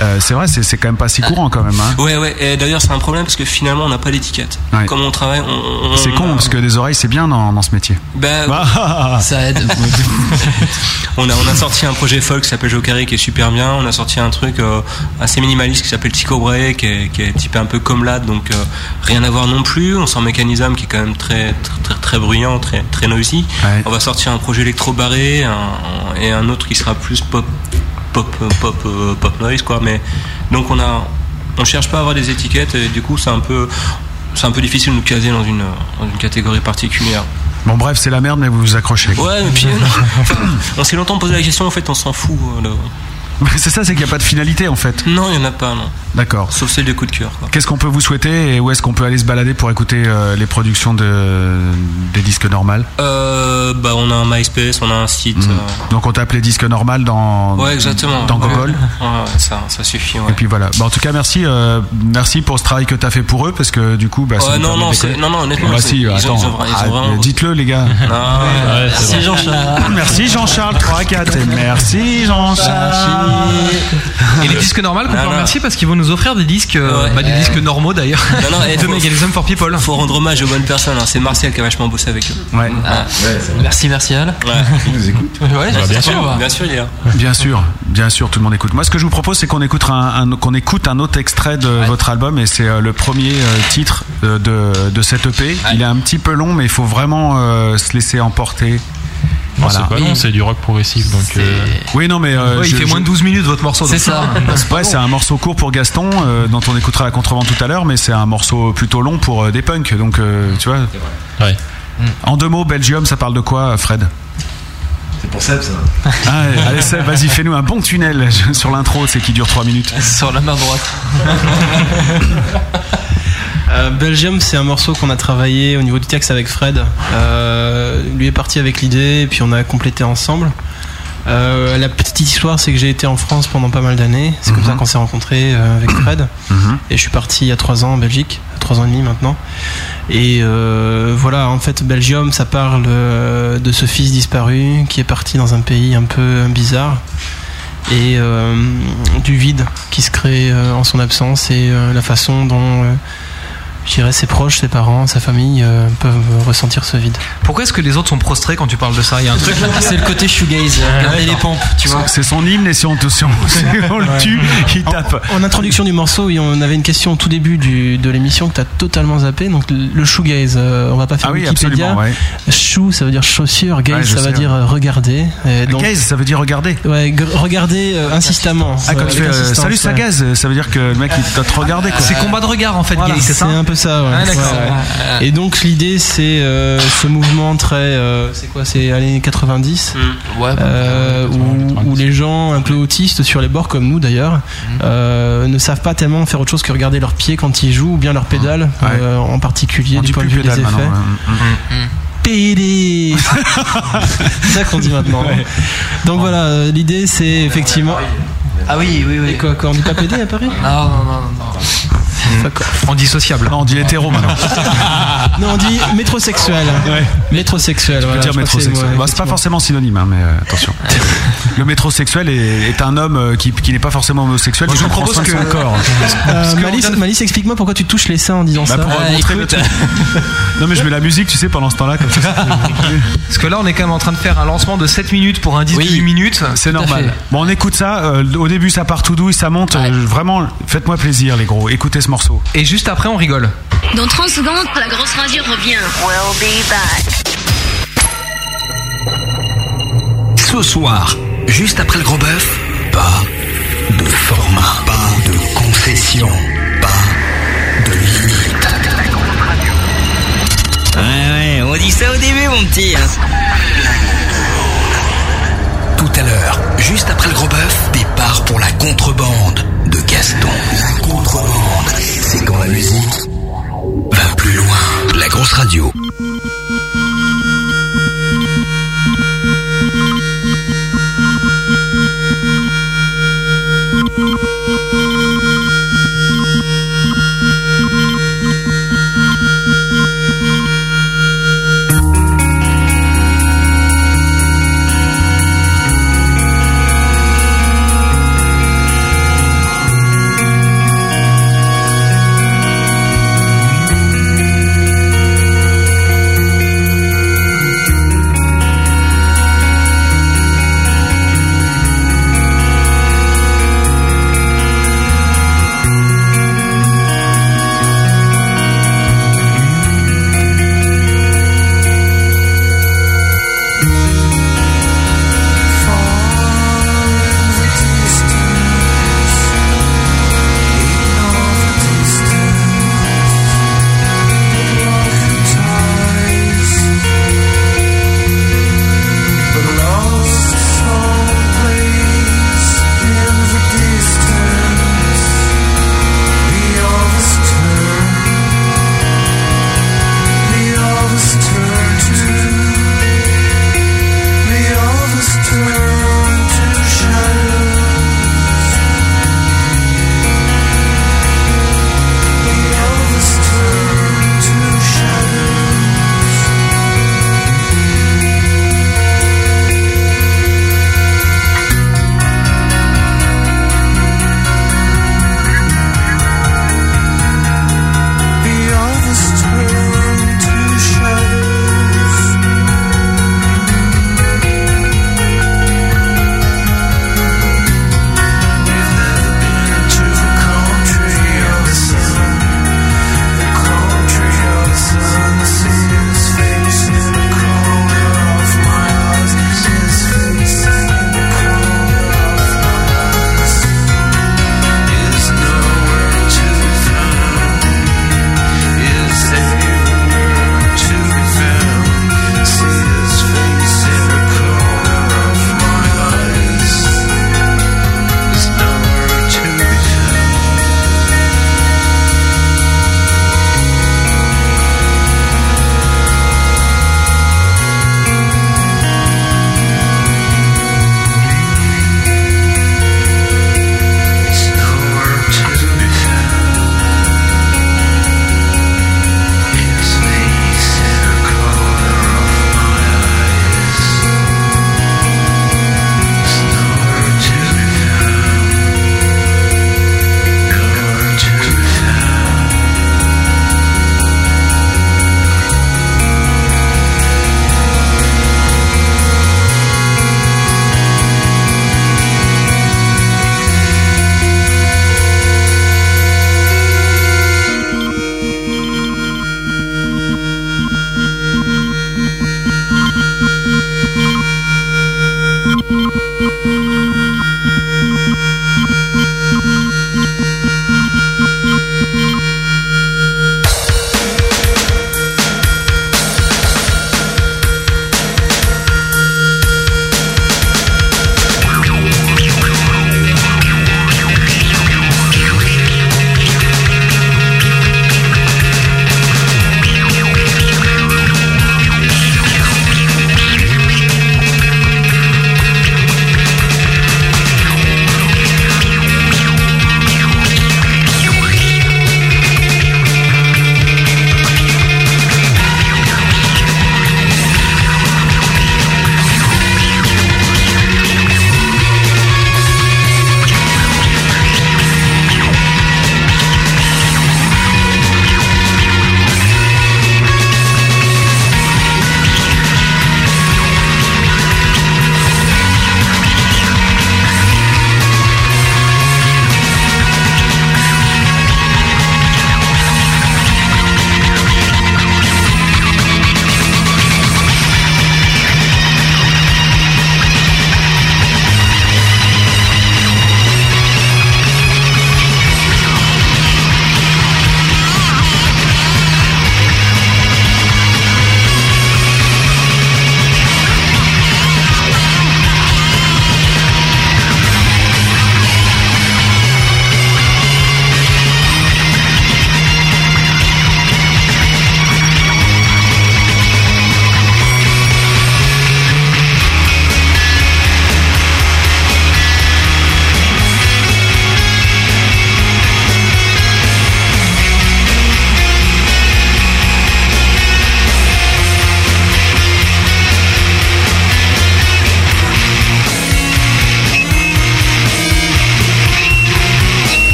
S1: Euh, c'est vrai, c'est c'est quand même pas si courant quand même. hein.
S19: Ouais ouais et d'ailleurs c'est un problème parce que finalement on n'a pas d'étiquette.
S1: Ouais.
S19: Comme on travaille on,
S18: Mmh.
S19: on-
S1: C'est con parce que Bah. des oreilles c'est bien dans, dans ce métier.
S19: Ben,
S7: ça aide.
S19: on, a, on a sorti un projet folk qui s'appelle Jokari qui est super bien. On a sorti un truc euh, assez minimaliste qui s'appelle Tico Bray qui est, qui est typé un peu comme là, donc euh, rien à voir non plus. On sort Mécanisme qui est quand même très très très, très bruyant, très très noisy. On va sortir un projet électro barré un- et un autre qui sera plus pop pop euh, pop euh, pop noise quoi. Mais donc on a on cherche pas à avoir des étiquettes et du coup c'est un peu c'est un peu difficile de nous caser dans une, dans une catégorie particulière.
S1: Bon bref, c'est la merde mais vous vous accrochez.
S19: Ouais, mais puis euh, non. Enfin, on s'est longtemps posé la question, en fait, on s'en fout. euh, de-
S1: C'est ça, c'est qu'il n'y a pas de finalité en fait.
S19: Non, il n'y en a pas, non.
S1: D'accord.
S19: Sauf celle de coup de cœur. quoi.
S1: Qu'est-ce qu'on peut vous souhaiter et où est-ce qu'on peut aller se balader pour écouter euh, les productions de, des disques normales
S19: Euh, bah, on a un MySpace, on a un site. euh,
S1: Donc on tape les disques normales dans,
S19: Ouais, exactement.
S1: Hmm. dans
S19: Ouais.
S1: Gogol.
S19: Ouais, ouais, ça, ça suffit. Ouais.
S1: Et puis voilà. Bah, en tout cas, merci, euh, merci pour ce travail que tu as fait pour eux parce que du coup, bah, ça
S19: Ouais,
S1: nous
S19: non,
S1: permet
S19: non,
S1: de
S19: c'est-
S1: décoller.
S19: non, non, honnêtement,
S1: Bah,
S19: c'est-
S1: si,
S19: ils ont- ils
S1: attends.
S19: ont vra- ils ont
S1: Ah,
S19: vraiment-
S1: Dites-le, les gars.
S19: ouais, c'est Merci, vrai. Jean-Charles.
S1: Merci, Jean-Charles 3-4. Et merci, Jean-Charles.
S6: Et les disques normaux qu'on peut
S19: Non, non.
S6: remercier parce qu'ils vont nous offrir des disques, euh,
S19: Ouais.
S6: bah, des
S19: Ouais.
S6: disques normaux d'ailleurs.
S19: Non, non, eh,
S6: de
S19: faut-
S6: Mechanism for People.
S19: Faut rendre hommage aux bonnes personnes, hein. c'est Martial qui a vachement bossé avec eux.
S1: Ouais.
S7: Merci, Martial.
S19: Il nous écoute Ouais,
S1: Bah, bien sûr.
S19: Bien sûr, hein. il est là.
S1: Bien sûr, bien sûr, tout le monde écoute. Moi, ce que je vous propose, c'est qu'on écoute un, un- qu'on écoute un autre extrait de votre album, et c'est euh, le premier euh, titre euh, de, de cette EP. Il est un petit peu long, mais il faut vraiment euh, se laisser emporter.
S8: Non, c'est pas long, c'est du rock progressif. Donc, euh,
S1: Oui, non, mais euh,
S8: Ouais, il fait moins de
S6: 12 minutes votre morceau.
S8: donc ça. hein.
S1: ouais, c'est un morceau court pour Gaston, euh, dont on écoutera la contrebande tout à l'heure, mais c'est un morceau plutôt long pour euh, des punks. Donc, euh, tu vois.
S8: Ouais.
S1: En deux mots, Belgium, ça parle de quoi, Fred
S9: C'est pour Seb, ça.
S1: Ah, allez, Seb, vas-y, fais-nous un bon tunnel sur l'intro, c'est qui dure 3 minutes.
S7: Sur la main droite.
S10: Euh, Belgium, c'est un morceau qu'on a travaillé au niveau du texte avec Fred. Euh, lui est parti avec l'idée, et puis on a complété ensemble. Euh, la petite histoire, c'est que j'ai été en France pendant pas mal d'années. C'est comme ça qu'on s'est rencontrés euh, avec Fred.
S1: Mhm.
S10: Et je suis parti il y a trois ans en Belgique, trois ans et demi maintenant. Et euh, voilà, en fait, Belgium, ça parle euh, de ce fils disparu qui est parti dans un pays un peu euh, bizarre et euh, du vide qui se crée euh, en son absence et euh, la façon dont, euh, je dirais, ses proches, ses parents, sa famille euh, peuvent ressentir ce vide.
S6: Pourquoi est-ce que les autres sont prostrés quand tu parles de ça Il y a un truc.
S7: C'est le côté shoegaze. Regardez les pompes, tu vois.
S1: C'est son hymne et si on, te- si on- si on le tue, il tape.
S10: En introduction du morceau, oui, on avait une question au tout début du- de l'émission que tu as totalement zappé. Donc le le shoegaze, euh, on va pas faire
S1: Ah oui,
S10: Wikipédia.
S1: absolument, ouais.
S10: Shoe, ça veut dire chaussure. Gaze,
S1: Ouais, je
S10: ça
S1: sais,
S10: va dire
S1: ouais.
S10: euh, regarder. Et donc-
S1: Gaze, ça veut dire regarder.
S10: Ouais, g- regarder euh, insistamment.
S1: Ah, quand
S10: Ouais,
S1: tu fais
S10: avec
S1: euh,
S10: insistance,
S1: salut ça
S10: ouais.
S1: gaze, ça veut dire que le mec il doit te regarder quoi.
S6: C'est combat de regard en fait,
S10: Voilà,
S6: Gaze, c'est ça
S10: un peu ça. ouais.
S6: Ah, d'accord.
S10: Ouais, ouais.
S6: Ouais.
S10: Et donc l'idée c'est euh, ce mouvement très, euh, c'est quoi, c'est années 90,
S7: Mm.
S10: euh, où, où les gens un peu autistes sur les bords comme nous d'ailleurs
S7: Mm.
S10: euh, ne savent pas tellement faire autre chose que regarder leurs pieds quand ils jouent ou bien leurs pédales
S7: Mm.
S10: euh, en particulier
S1: On
S10: du
S1: dit
S10: point
S1: plus
S10: de vue des
S1: pédale
S10: effets.
S1: maintenant. Mm, hein.
S10: PD C'est ça qu'on dit maintenant. hein. Donc voilà, euh, l'idée c'est effectivement.
S7: Ah oui, oui, oui.
S10: Et quoi, quoi, on dit pas PD à Paris
S7: Non, non, non, non.
S6: Mm. En dissociable.
S1: Non, on dit hétéro maintenant.
S10: Non, on dit métrosexuel. Métrosexuel,
S1: Je veux
S10: voilà,
S1: dire
S10: je crois que c'est le mot,
S1: métrosexuel. Bah, c'est pas
S10: effectivement.
S1: forcément synonyme, hein, mais euh, attention. le métrosexuel est, est un homme euh, qui, qui n'est pas forcément homosexuel.
S6: Moi,
S1: qui
S6: je vous
S1: prend
S6: propose
S1: soin de
S6: que-
S1: son corps.
S10: Euh,
S6: que
S10: Malice, Malice, explique-moi pourquoi tu touches les seins en disant
S1: Bah,
S10: ça.
S1: pour
S6: Ah,
S1: euh, montrer le truc. Non mais je mets la musique, tu sais, pendant ce temps-là, comme ça.
S6: Parce que là, on est quand même en train de faire un lancement de 7 minutes pour un disque de 8 minutes.
S1: C'est normal. Bon, on écoute ça. euh, au début, ça part tout doux, ça monte. euh, vraiment, faites-moi plaisir, les gros. Écoutez ce morceau.
S6: Et juste après, on rigole.
S17: Dans 30 secondes, la grosse radio revient. We'll be back.
S2: Ce soir, juste après le gros bœuf, pas de format, pas de concession, pas de limite.
S13: Ouais, ouais, on dit ça au début, mon petit. hein.
S2: Tout à l'heure, juste après le gros bœuf, départ pour la contrebande de Gaston. La contrebande, c'est quand la musique va plus loin. La grosse radio.
S12: Thank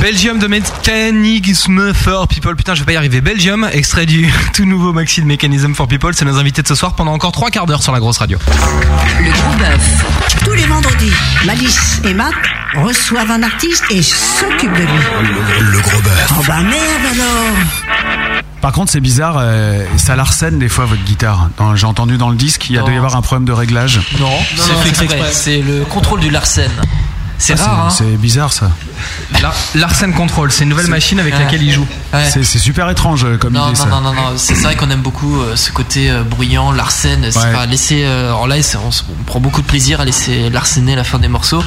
S6: Belgium de Mechanism for People. Putain, je vais pas y arriver. Belgium, extrait du tout nouveau maxi de Mechanism for People. C'est nos invités de ce soir pendant encore trois quarts d'heure sur la grosse radio.
S3: Le gros bœuf. Tous les vendredis, Malice et Matt reçoivent un artiste et s'occupent de lui.
S1: Le gros bœuf.
S3: Oh bah merde alors
S1: Par contre, c'est bizarre, euh, ça l'arsène des fois votre guitare. Dans- J'ai entendu dans le disque, il y a dû y avoir un problème de réglage.
S7: Non, c'est fait exprès. C'est le contrôle du Larsen. C'est
S1: Ah,
S7: rare, hein.
S1: C'est bizarre ça.
S6: Larsen Control, c'est une nouvelle
S7: C'est-
S6: machine avec
S7: Ouais.
S6: laquelle il joue.
S7: Ouais.
S1: C'est c'est super étrange euh, comme
S7: Non,
S1: idée
S7: non,
S1: ça.
S7: non, non, non, c'est c'est vrai qu'on aime beaucoup euh, ce côté euh, bruyant, Larsen. C'est
S1: Ouais.
S7: pas laisser euh, en live, c'est- on, s- on prend beaucoup de plaisir à laisser larsener la fin des morceaux.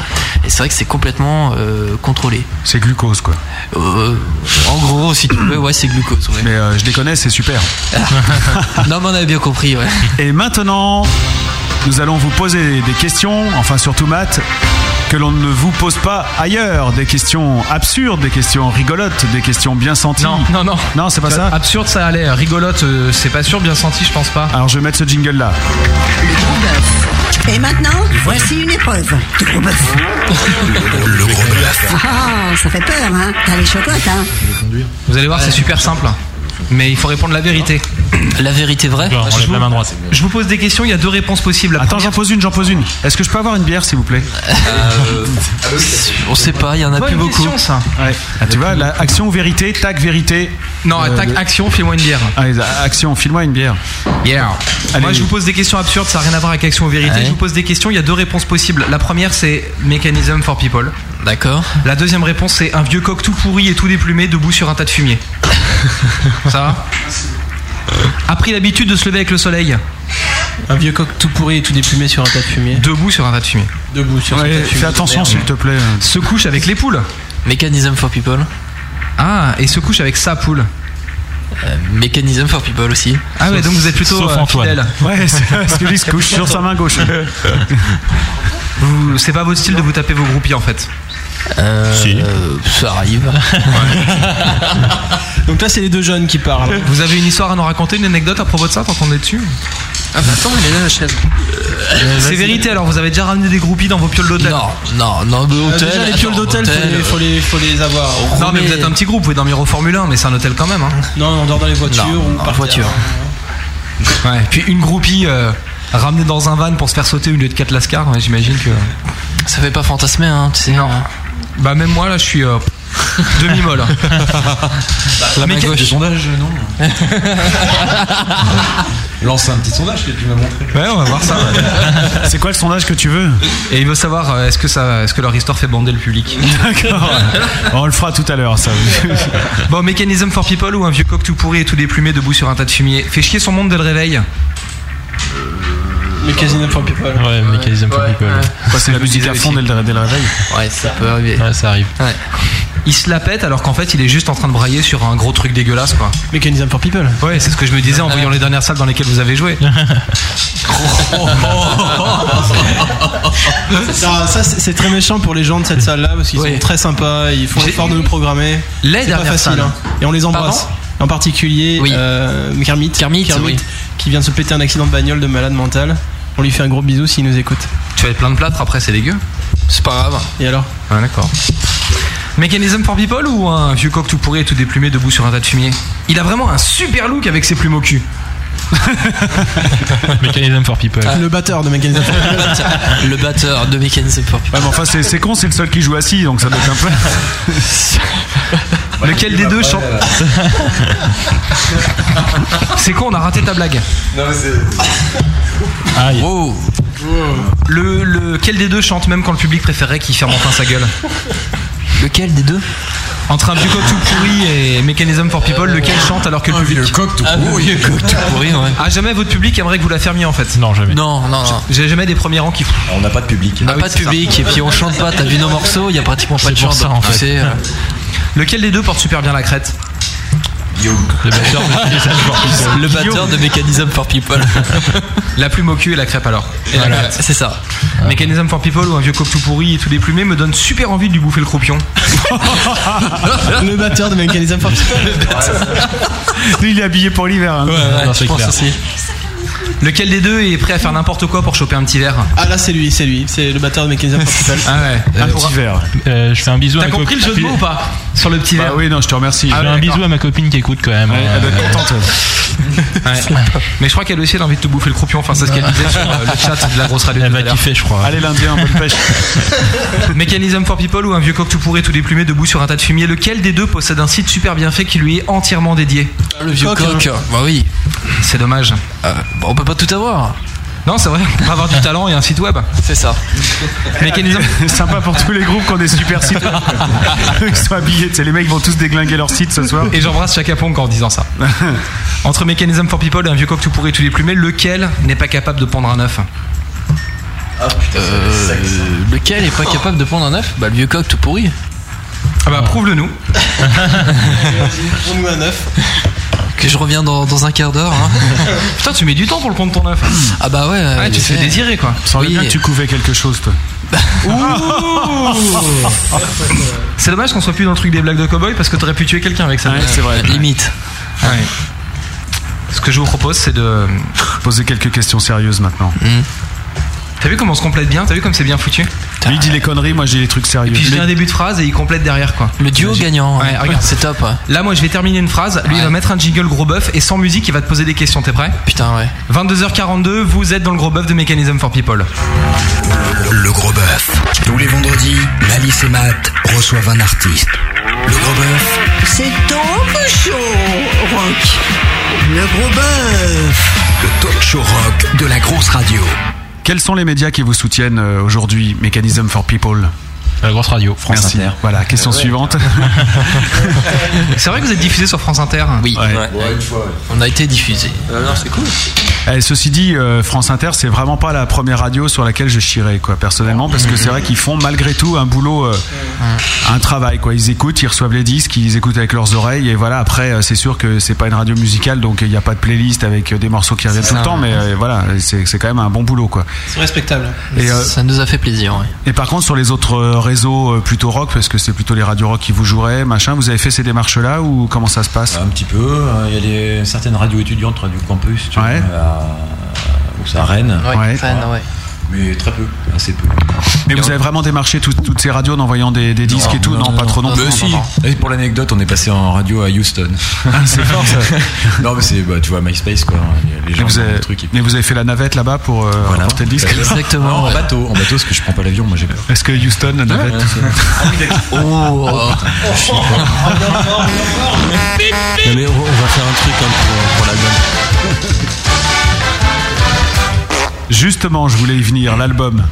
S7: Et c'est vrai que c'est complètement euh, contrôlé. Euh,
S1: C'est glucose quoi.
S7: en gros, si tu veux, ouais, c'est glucose. ouais.
S1: Mais euh, je les connais, c'est super.
S7: Ah. non, mais on avait bien compris, ouais.
S1: Et maintenant, nous allons vous poser des questions, enfin surtout Matt, que l'on ne vous pose pas ailleurs. Des questions absurdes, des questions rigolotes, des questions bien senties. Non,
S6: non, non.
S1: Non, c'est pas ça.
S6: Absurde, ça allait. Rigolote, euh, c'est pas sûr, bien senti, je pense pas.
S1: Alors je vais mettre ce jingle là.
S3: Le gros bœuf. Et maintenant, voici une épreuve. Le gros bœuf.
S2: Le gros bœuf.
S3: Ah, ça fait peur, hein T'as les chocottes, hein
S6: Vous allez voir, c'est super simple. Mais il faut répondre la vérité.
S7: La vérité vraie
S6: je, vous, je vous pose des questions, il y a deux réponses possibles.
S1: Attends, j'en pose une, j'en pose une. Est-ce que je peux avoir une bière s'il vous plaît
S6: Euh,
S7: On sait pas, il y en a
S6: Bonne
S7: plus beaucoup.
S6: question, ça.
S1: Ouais. Ah, tu vois, la action vérité, tac vérité. Euh, Ah,
S6: Non, tac, action, file-moi une bière.
S1: action, file-moi une bière.
S6: Yeah. Moi, je vous pose des questions absurdes, ça n'a rien à voir avec Action ou Vérité. Je vous pose des questions, il y a deux réponses possibles. La première, c'est Mechanism for People.
S7: D'accord.
S6: La deuxième réponse, c'est un vieux coq tout pourri et tout déplumé debout sur un tas de fumier. ça va A pris l'habitude de se lever avec le soleil.
S18: Un vieux coq tout pourri et tout déplumé sur un tas de fumier.
S6: Debout sur un tas de fumier.
S18: Debout sur un tas de fumier.
S1: plaît.
S6: Se couche avec les poules.
S7: Mechanism for People.
S6: Ah, et se couche avec sa poule.
S7: Euh, Mechanism for People aussi.
S6: Ah ouais, donc vous êtes plutôt euh, fidèle.
S1: Ouais, c'est parce que lui se couche sur sa main gauche.
S6: Vous- C'est pas votre style de vous taper vos groupies en fait.
S7: Euh, ça arrive.
S18: Donc là, c'est les deux jeunes qui parlent.
S6: Vous avez une histoire à nous raconter, une anecdote à propos de ça tant qu'on est dessus
S7: Ah bah attends, elle est là la chaise.
S6: C'est vérité alors, vous avez déjà ramené des groupies dans vos pioles d'hôtel Non,
S7: non, non, mais
S18: Euh, déjà, les pioles d'hôtel, faut, les- faut les- faut les avoir.
S6: Non, mais vous êtes un petit groupe, vous pouvez dormir au Formule 1, mais c'est un hôtel quand même. Hein.
S18: Non, on dort dans les voitures ou par
S6: voiture. Ouais, puis une groupie euh, ramenée dans un van pour se faire sauter au lieu de 4 lascars, ouais, j'imagine que.
S7: Ça fait pas fantasmer, hein, tu sais. Non.
S6: Bah, même moi là, je suis euh, demi-molle.
S9: La
S6: Mais
S9: main
S6: que-
S9: gauche. sondage, non Lance un petit sondage que tu m'as montré.
S6: Ouais, on va voir ça.
S1: C'est quoi le sondage que tu veux
S6: Et il veut savoir euh, est-ce que, ça, est-ce que leur histoire fait bander le public.
S1: D'accord. On le fera tout à l'heure, ça.
S6: Bon, Mechanism for People ou un vieux coq tout pourri et tout déplumé debout sur un tas de fumier. Fait chier son monde dès le réveil.
S9: Euh,
S18: Mechanism for people.
S8: Ouais, Mechanism for People.
S1: Passer la musique à fond dès le, dès le réveil.
S7: Ouais, ça peut arriver.
S8: Ouais, ça arrive.
S6: Il se la pète alors qu'en fait il est juste en train de brailler sur un gros truc dégueulasse quoi.
S18: Mechanism for people.
S6: Ouais, c'est ce que je me disais en voyant les dernières salles dans lesquelles vous avez joué.
S18: Ça, ça, c'est c'est très méchant pour les gens de cette salle-là parce qu'ils sont très sympas, ils font l'effort de nous programmer.
S6: Les
S18: C'est pas
S6: dernières
S18: facile,
S6: salles.
S18: hein. Et on les embrasse.
S6: Pardon
S18: en particulier euh, Kermit, Kermit, qui vient de se péter un accident de bagnole de malade mental. On lui fait un gros bisou s'il nous écoute.
S6: Tu vas être plein de plâtre après, c'est dégueu. C'est pas grave.
S18: Et alors
S6: Ah, d'accord. Mechanism for People ou un vieux coq tout pourri et tout déplumé debout sur un tas de fumier Il a vraiment un super look avec ses plumes au cul.
S8: Mechanism for People.
S6: Ah.
S18: Le batteur de Mechanism for people.
S7: Le batteur de Mechanism for People.
S1: Ouais, mais enfin, c'est c'est con, c'est le seul qui joue assis, donc ça doit être un peu.
S6: Lequel des deux chante C'est con, on a raté ta blague.
S9: Non, mais c'est.
S8: Aïe.
S6: Le, lequel des deux chante même quand le public préférait qu'il ferme enfin sa gueule
S7: Lequel des deux
S6: Entre un vieux coq tout pourri et Mechanism for People, lequel chante alors que le public.
S9: coq tout
S7: pourri.
S6: Ah, jamais votre public aimerait que vous la fermiez en fait Non, jamais.
S7: Non, non, non.
S6: J'ai jamais des premiers rangs qui. Ah
S9: On n'a pas de public.
S7: On n'a pas de public et puis on chante pas. T'as vu nos morceaux, il y a pratiquement pas de chant.
S6: ça, en
S7: tu
S6: fait.
S7: sais, euh,
S6: Lequel des deux porte super bien la crête
S8: Le batteur de Mechanism for People.
S7: le batteur de Mechanism for People.
S6: La plume au cul et la crêpe alors. Et la crête.
S7: C'est ça.
S6: Mechanism for People ou un vieux coq tout pourri et tout déplumé me donne super envie de lui bouffer le croupion.
S18: Le batteur de Mechanism for people.
S1: Lui, il est habillé pour l'hiver. hein.
S8: Non, c'est clair.
S6: Lequel des deux est prêt à faire n'importe quoi pour choper un petit verre
S18: Ah là, c'est lui, c'est lui, c'est le batteur de Mechanism for people.
S6: Ah ouais.
S1: Un petit verre. Bah
S8: Euh, je fais un bisou à
S6: T'as
S8: un coq.
S6: compris le jeu de mots ou pas sur le petit verre.
S1: oui, non, je te remercie. Ah
S8: Je fais un bisou à ma copine qui écoute quand même.
S1: Ouais, elle doit être
S8: Euh,
S1: contente.
S6: Ouais. Mais je crois qu'elle aussi elle a envie de te bouffer le croupion. Enfin, c'est ce qu'elle disait sur euh, le chat de la grosse radio. Elle va kiffer,
S8: je crois.
S1: Allez, l'Indien, bonne pêche.
S6: Mécanisme for People ou un vieux coq tout pourri, tout déplumé, debout sur un tas de fumier. Lequel des deux possède un site super bien fait qui lui est entièrement dédié
S7: Le vieux coq, bah oui.
S6: C'est dommage.
S7: Euh, on peut pas tout avoir.
S6: Non, c'est vrai, on peut avoir du talent et un site web.
S7: C'est ça.
S6: Mécanisme.
S1: Sympa pour tous les groupes qui ont des super sites. Ils sont habillés, tu sais, les mecs vont tous déglinguer leur site ce soir.
S6: Et j'embrasse Chaka Pong en disant ça. Entre Mécanisme for People et un vieux coq tout pourri, tout déplumé, lequel n'est pas capable de pondre un œuf
S7: Euh, lequel est pas capable de pondre un œuf Bah le vieux coq tout pourri.
S6: Ah bah prouve-le nous.
S7: Prouve-nous un œuf. Que je reviens dans, dans un quart d'heure. hein.
S6: Putain, tu mets du temps pour le pondre ton œuf.
S7: Ah bah ouais.
S6: Ouais, tu te fais désirer quoi.
S1: Sans
S6: Oui.
S1: bien que tu couvais quelque chose, toi.
S6: C'est dommage qu'on soit plus dans le truc des blagues de cowboy parce que t'aurais pu tuer quelqu'un avec ça.
S1: Ouais, c'est vrai.
S7: Limite.
S6: Ce que je vous propose, c'est de.
S1: Poser quelques questions sérieuses maintenant.
S6: T'as vu comment on se complète bien T'as vu comme c'est bien foutu
S1: Lui, il dit les conneries, moi, j'ai les trucs sérieux.
S6: Puis je dis un début de phrase et il complète derrière quoi.
S7: Le duo gagnant.
S6: Ouais,
S7: hein.
S6: regarde.
S7: C'est top.
S6: Là, moi je vais terminer une phrase. Lui, il va mettre un jingle gros bœuf et sans musique, il va te poser des questions. T'es prêt
S7: Putain, ouais.
S6: 22h42, vous êtes dans le gros bœuf de Mechanism for People.
S2: Le Gros Bœuf. Tous les vendredis, Malice et Matt reçoivent un artiste. Le Gros Bœuf,
S3: C'est donc chaud, Rock. Le gros bœuf.
S2: le talk show rock de la grosse radio.
S1: Quels sont les médias qui vous soutiennent euh, aujourd'hui Mechanism for People
S8: La grosse radio,
S1: France
S8: Inter.
S1: Voilà, question
S8: Euh, ouais.
S1: suivante.
S6: C'est vrai que vous êtes diffusé sur France Inter
S7: Oui. On a été diffusé.
S12: Euh, non, c'est cool.
S1: Eh, ceci dit, euh, France Inter, c'est vraiment pas la première radio sur laquelle je chierais, quoi, personnellement, parce que c'est vrai qu'ils font malgré tout un boulot, euh, un travail, quoi. Ils écoutent, ils reçoivent les disques, ils écoutent avec leurs oreilles, et voilà. Après, euh, c'est sûr que c'est pas une radio musicale, donc il n'y a pas de playlist avec euh, des morceaux qui reviennent tout
S7: ça.
S1: le temps, mais euh, voilà, c'est c'est quand même un bon boulot, quoi.
S20: C'est respectable.
S1: Et, euh,
S7: ça nous a fait plaisir. Ouais.
S1: Et par contre, sur les autres euh, réseaux euh, plutôt rock, parce que c'est plutôt les radios rock qui vous joueraient, machin, vous avez fait ces démarches-là ou comment ça se passe
S9: Un petit peu. euh, Il y a des- certaines radios étudiantes du campus, tu
S1: Ouais.
S9: vois, à, ou ça, à Rennes.
S7: Ouais, Ouais. Rennes, ouais.
S9: Mais très peu, assez peu.
S1: Mais vous avez vraiment démarché tout- toutes ces radios en envoyant des, des disques et tout Non, pas trop non plus.
S9: Mais si.
S1: non, non.
S9: Et pour l'anecdote, on est passé en radio à Houston.
S1: Ah, c'est fort, ça.
S9: non, mais c'est, bah, tu vois, MySpace, quoi. Les
S1: Mais
S9: gens
S1: vous,
S9: ont
S1: avez,
S9: des trucs. et-
S1: mais vous avez fait la navette là-bas pour euh,
S9: Voilà.
S1: emporter le disque
S9: Non, en bateau, en bateau, parce que je prends pas l'avion, moi j'ai peur.
S1: Est-ce que Houston, la navette
S7: Oh.
S12: Non, mais on on va faire un truc hein, pour, pour l'album.
S1: Justement, je voulais y venir, l'album.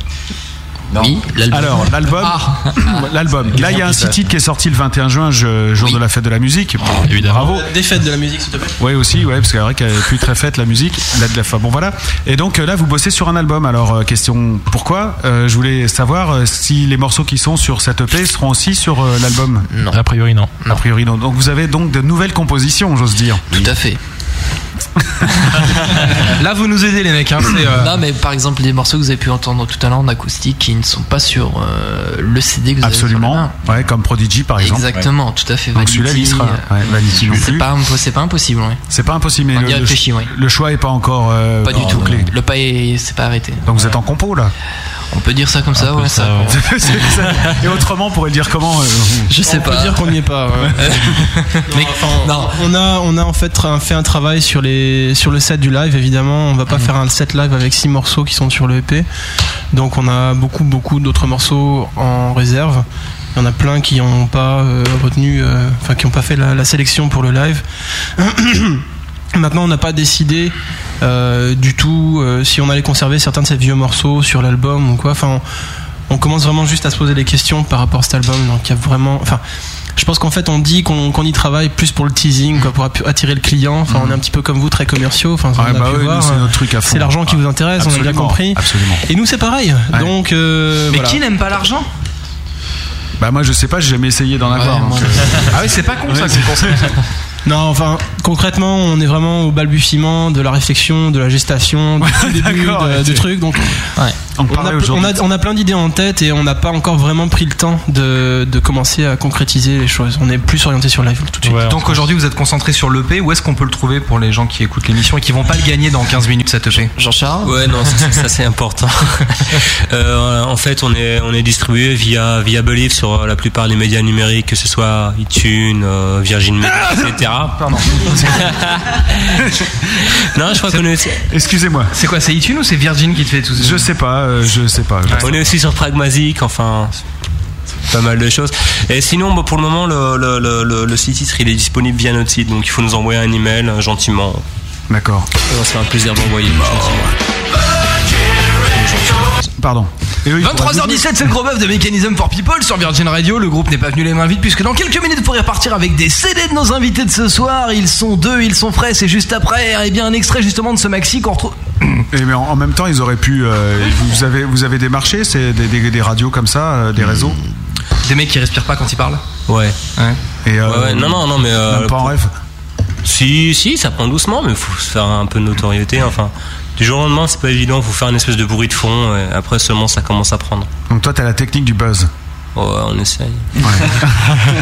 S7: Oui, l'album. Ah.
S1: Alors, l'album, l'album. Là, il y a un six titres qui est sorti le 21 juin, je- jour de la fête de la musique.
S7: Ah,
S1: Bravo.
S20: Des fêtes de la musique, s'il te plaît.
S1: Oui aussi, ouais, parce que c'est vrai qu'elle est plus très faite la musique. La, la, enfin, bon voilà. Et donc euh, là, vous bossez sur un album. Alors euh, question, pourquoi Euh, Je voulais savoir euh, si les morceaux qui sont sur cette EP seront aussi sur euh, l'album.
S7: Non.
S8: A priori, non.
S1: A priori non. Donc vous avez donc de nouvelles compositions, j'ose dire.
S7: Tout à fait.
S6: Là, vous nous aidez les mecs. hein, c'est, euh,
S7: Non, mais par exemple, les morceaux que vous avez pu entendre tout à l'heure en acoustique qui ne sont pas sur euh, le CD que vous avez sur la
S1: Absolument.
S7: main.
S1: Ouais, comme Prodigy par exemple.
S7: Exactement, tout à fait.
S1: Donc celui-là, il
S7: Vanity,
S1: sera.
S7: euh,
S1: Ouais, Vanity non
S7: c'est
S1: plus.
S7: pas, impo- c'est pas impossible, ouais.
S1: C'est pas impossible, mais
S7: On
S1: le,
S7: y
S1: le-
S7: réfléchit, ouais.
S1: le choix est pas encore. euh,
S7: Pas du tout.
S1: bouclé.
S7: Le pas est, c'est pas arrêté.
S1: Donc vous êtes en compo là.
S7: On peut dire ça comme ça, ouais, ça.
S1: C'est ça. Et autrement, on pourrait dire comment euh,
S7: Je sais
S10: On peut
S7: pas.
S10: dire qu'on n'y est pas. ouais.
S7: Mais-
S10: non. On a, on a en fait tra- fait un travail sur, les, sur le set du live, évidemment. On va pas faire un set live avec six morceaux qui sont sur le EP. Donc on a beaucoup, beaucoup d'autres morceaux en réserve. Il y en a plein qui n'ont pas euh, retenu, euh, enfin qui n'ont pas fait la, la sélection pour le live. Maintenant, on n'a pas décidé euh, du tout euh, si on allait conserver certains de ces vieux morceaux sur l'album ou quoi. Enfin, on, on commence vraiment juste à se poser des questions par rapport à cet album. Donc, il y a vraiment. Enfin, je pense qu'en fait, on dit qu'on qu'on y travaille plus pour le teasing, quoi, pour appu- attirer le client. Enfin, on est un petit peu comme vous, très commerciaux. Enfin, on
S1: Ah
S10: a
S1: Mhm. bah
S10: pu
S1: oui,
S10: voir,
S1: nous, c'est
S10: euh,
S1: notre truc à fond.
S10: C'est l'argent qui vous intéresse, on a bien
S1: Absolument,
S10: compris.
S1: Absolument.
S10: Et nous, c'est pareil.
S1: Ouais.
S10: Donc, euh,
S6: Mais
S10: voilà.
S6: qui n'aime pas l'argent
S1: Bah moi je sais pas, j'ai jamais essayé d'en avoir.
S7: moi,
S1: donc, euh,
S6: Ah oui, c'est pas con ça.
S1: Ouais,
S6: que vous pensez.
S10: Non, enfin, concrètement, on est vraiment au balbutiement de la réflexion, de la gestation, du tout début
S1: d'accord,
S10: de,
S1: ouais,
S10: du
S1: c'est-
S10: truc. Donc,
S1: en
S18: on, a,
S1: parler aujourd'hui.
S18: on a- on a plein d'idées en tête et on n'a pas encore vraiment pris le temps de, de commencer à concrétiser les choses. On est plus orienté sur la ville tout de suite.
S6: Donc aujourd'hui, vous êtes concentré sur l'EP. Où est-ce qu'on peut le trouver pour les gens qui écoutent l'émission et qui vont pas le gagner dans 15 minutes E cet EP
S7: Jean-Charles
S19: Ouais, non, ça, ça, ça, c'est important. Euh, en fait, on est on est distribué via via Believe sur euh, la plupart des médias numériques, que ce soit iTunes, euh, Virgin Media, etc.
S6: Ah Pardon.
S19: non, je crois qu'on est.
S1: Excusez-moi.
S6: C'est quoi, c'est iTunes ou c'est Virgin qui te fait tout ça
S1: Je sais pas, euh, je sais pas.
S19: On est aussi sur Pragmatic, enfin pas mal de choses. Et sinon, bah, pour le moment, le, le, le- le- le site titre il est disponible via notre site, donc il faut nous envoyer un email euh, gentiment.
S1: D'accord.
S19: Ça va se faire un plaisir d'envoyer.
S1: Pardon.
S6: Eh 23h17, c'est le gros bœuf de Mechanism for People sur Virgin Radio. Le groupe n'est pas venu les mains vides puisque dans quelques minutes, vous pourrez repartir avec des CD de nos invités de ce soir. Ils sont deux, ils sont frais. C'est juste après, et bien un extrait justement de ce maxi qu'on retrouve.
S1: Et mais en, en même temps, ils auraient pu. euh, vous avez, vous avez démarché, c'est des, des- des radios comme ça, euh, des réseaux.
S6: Des mecs qui respirent pas quand ils parlent.
S19: Ouais.
S1: Et euh,
S19: Ouais, ouais, non, non, non, mais. euh,
S1: même pas en
S19: pour-
S1: rêve.
S19: Si, si, ça prend doucement, mais faut se faire un peu de notoriété. Enfin, du jour au lendemain, c'est pas évident. Faut faire une espèce de bruit de fond. Et après seulement, ça commence à prendre.
S1: Donc toi, t'as la technique du buzz.
S19: Ouais, on essaye.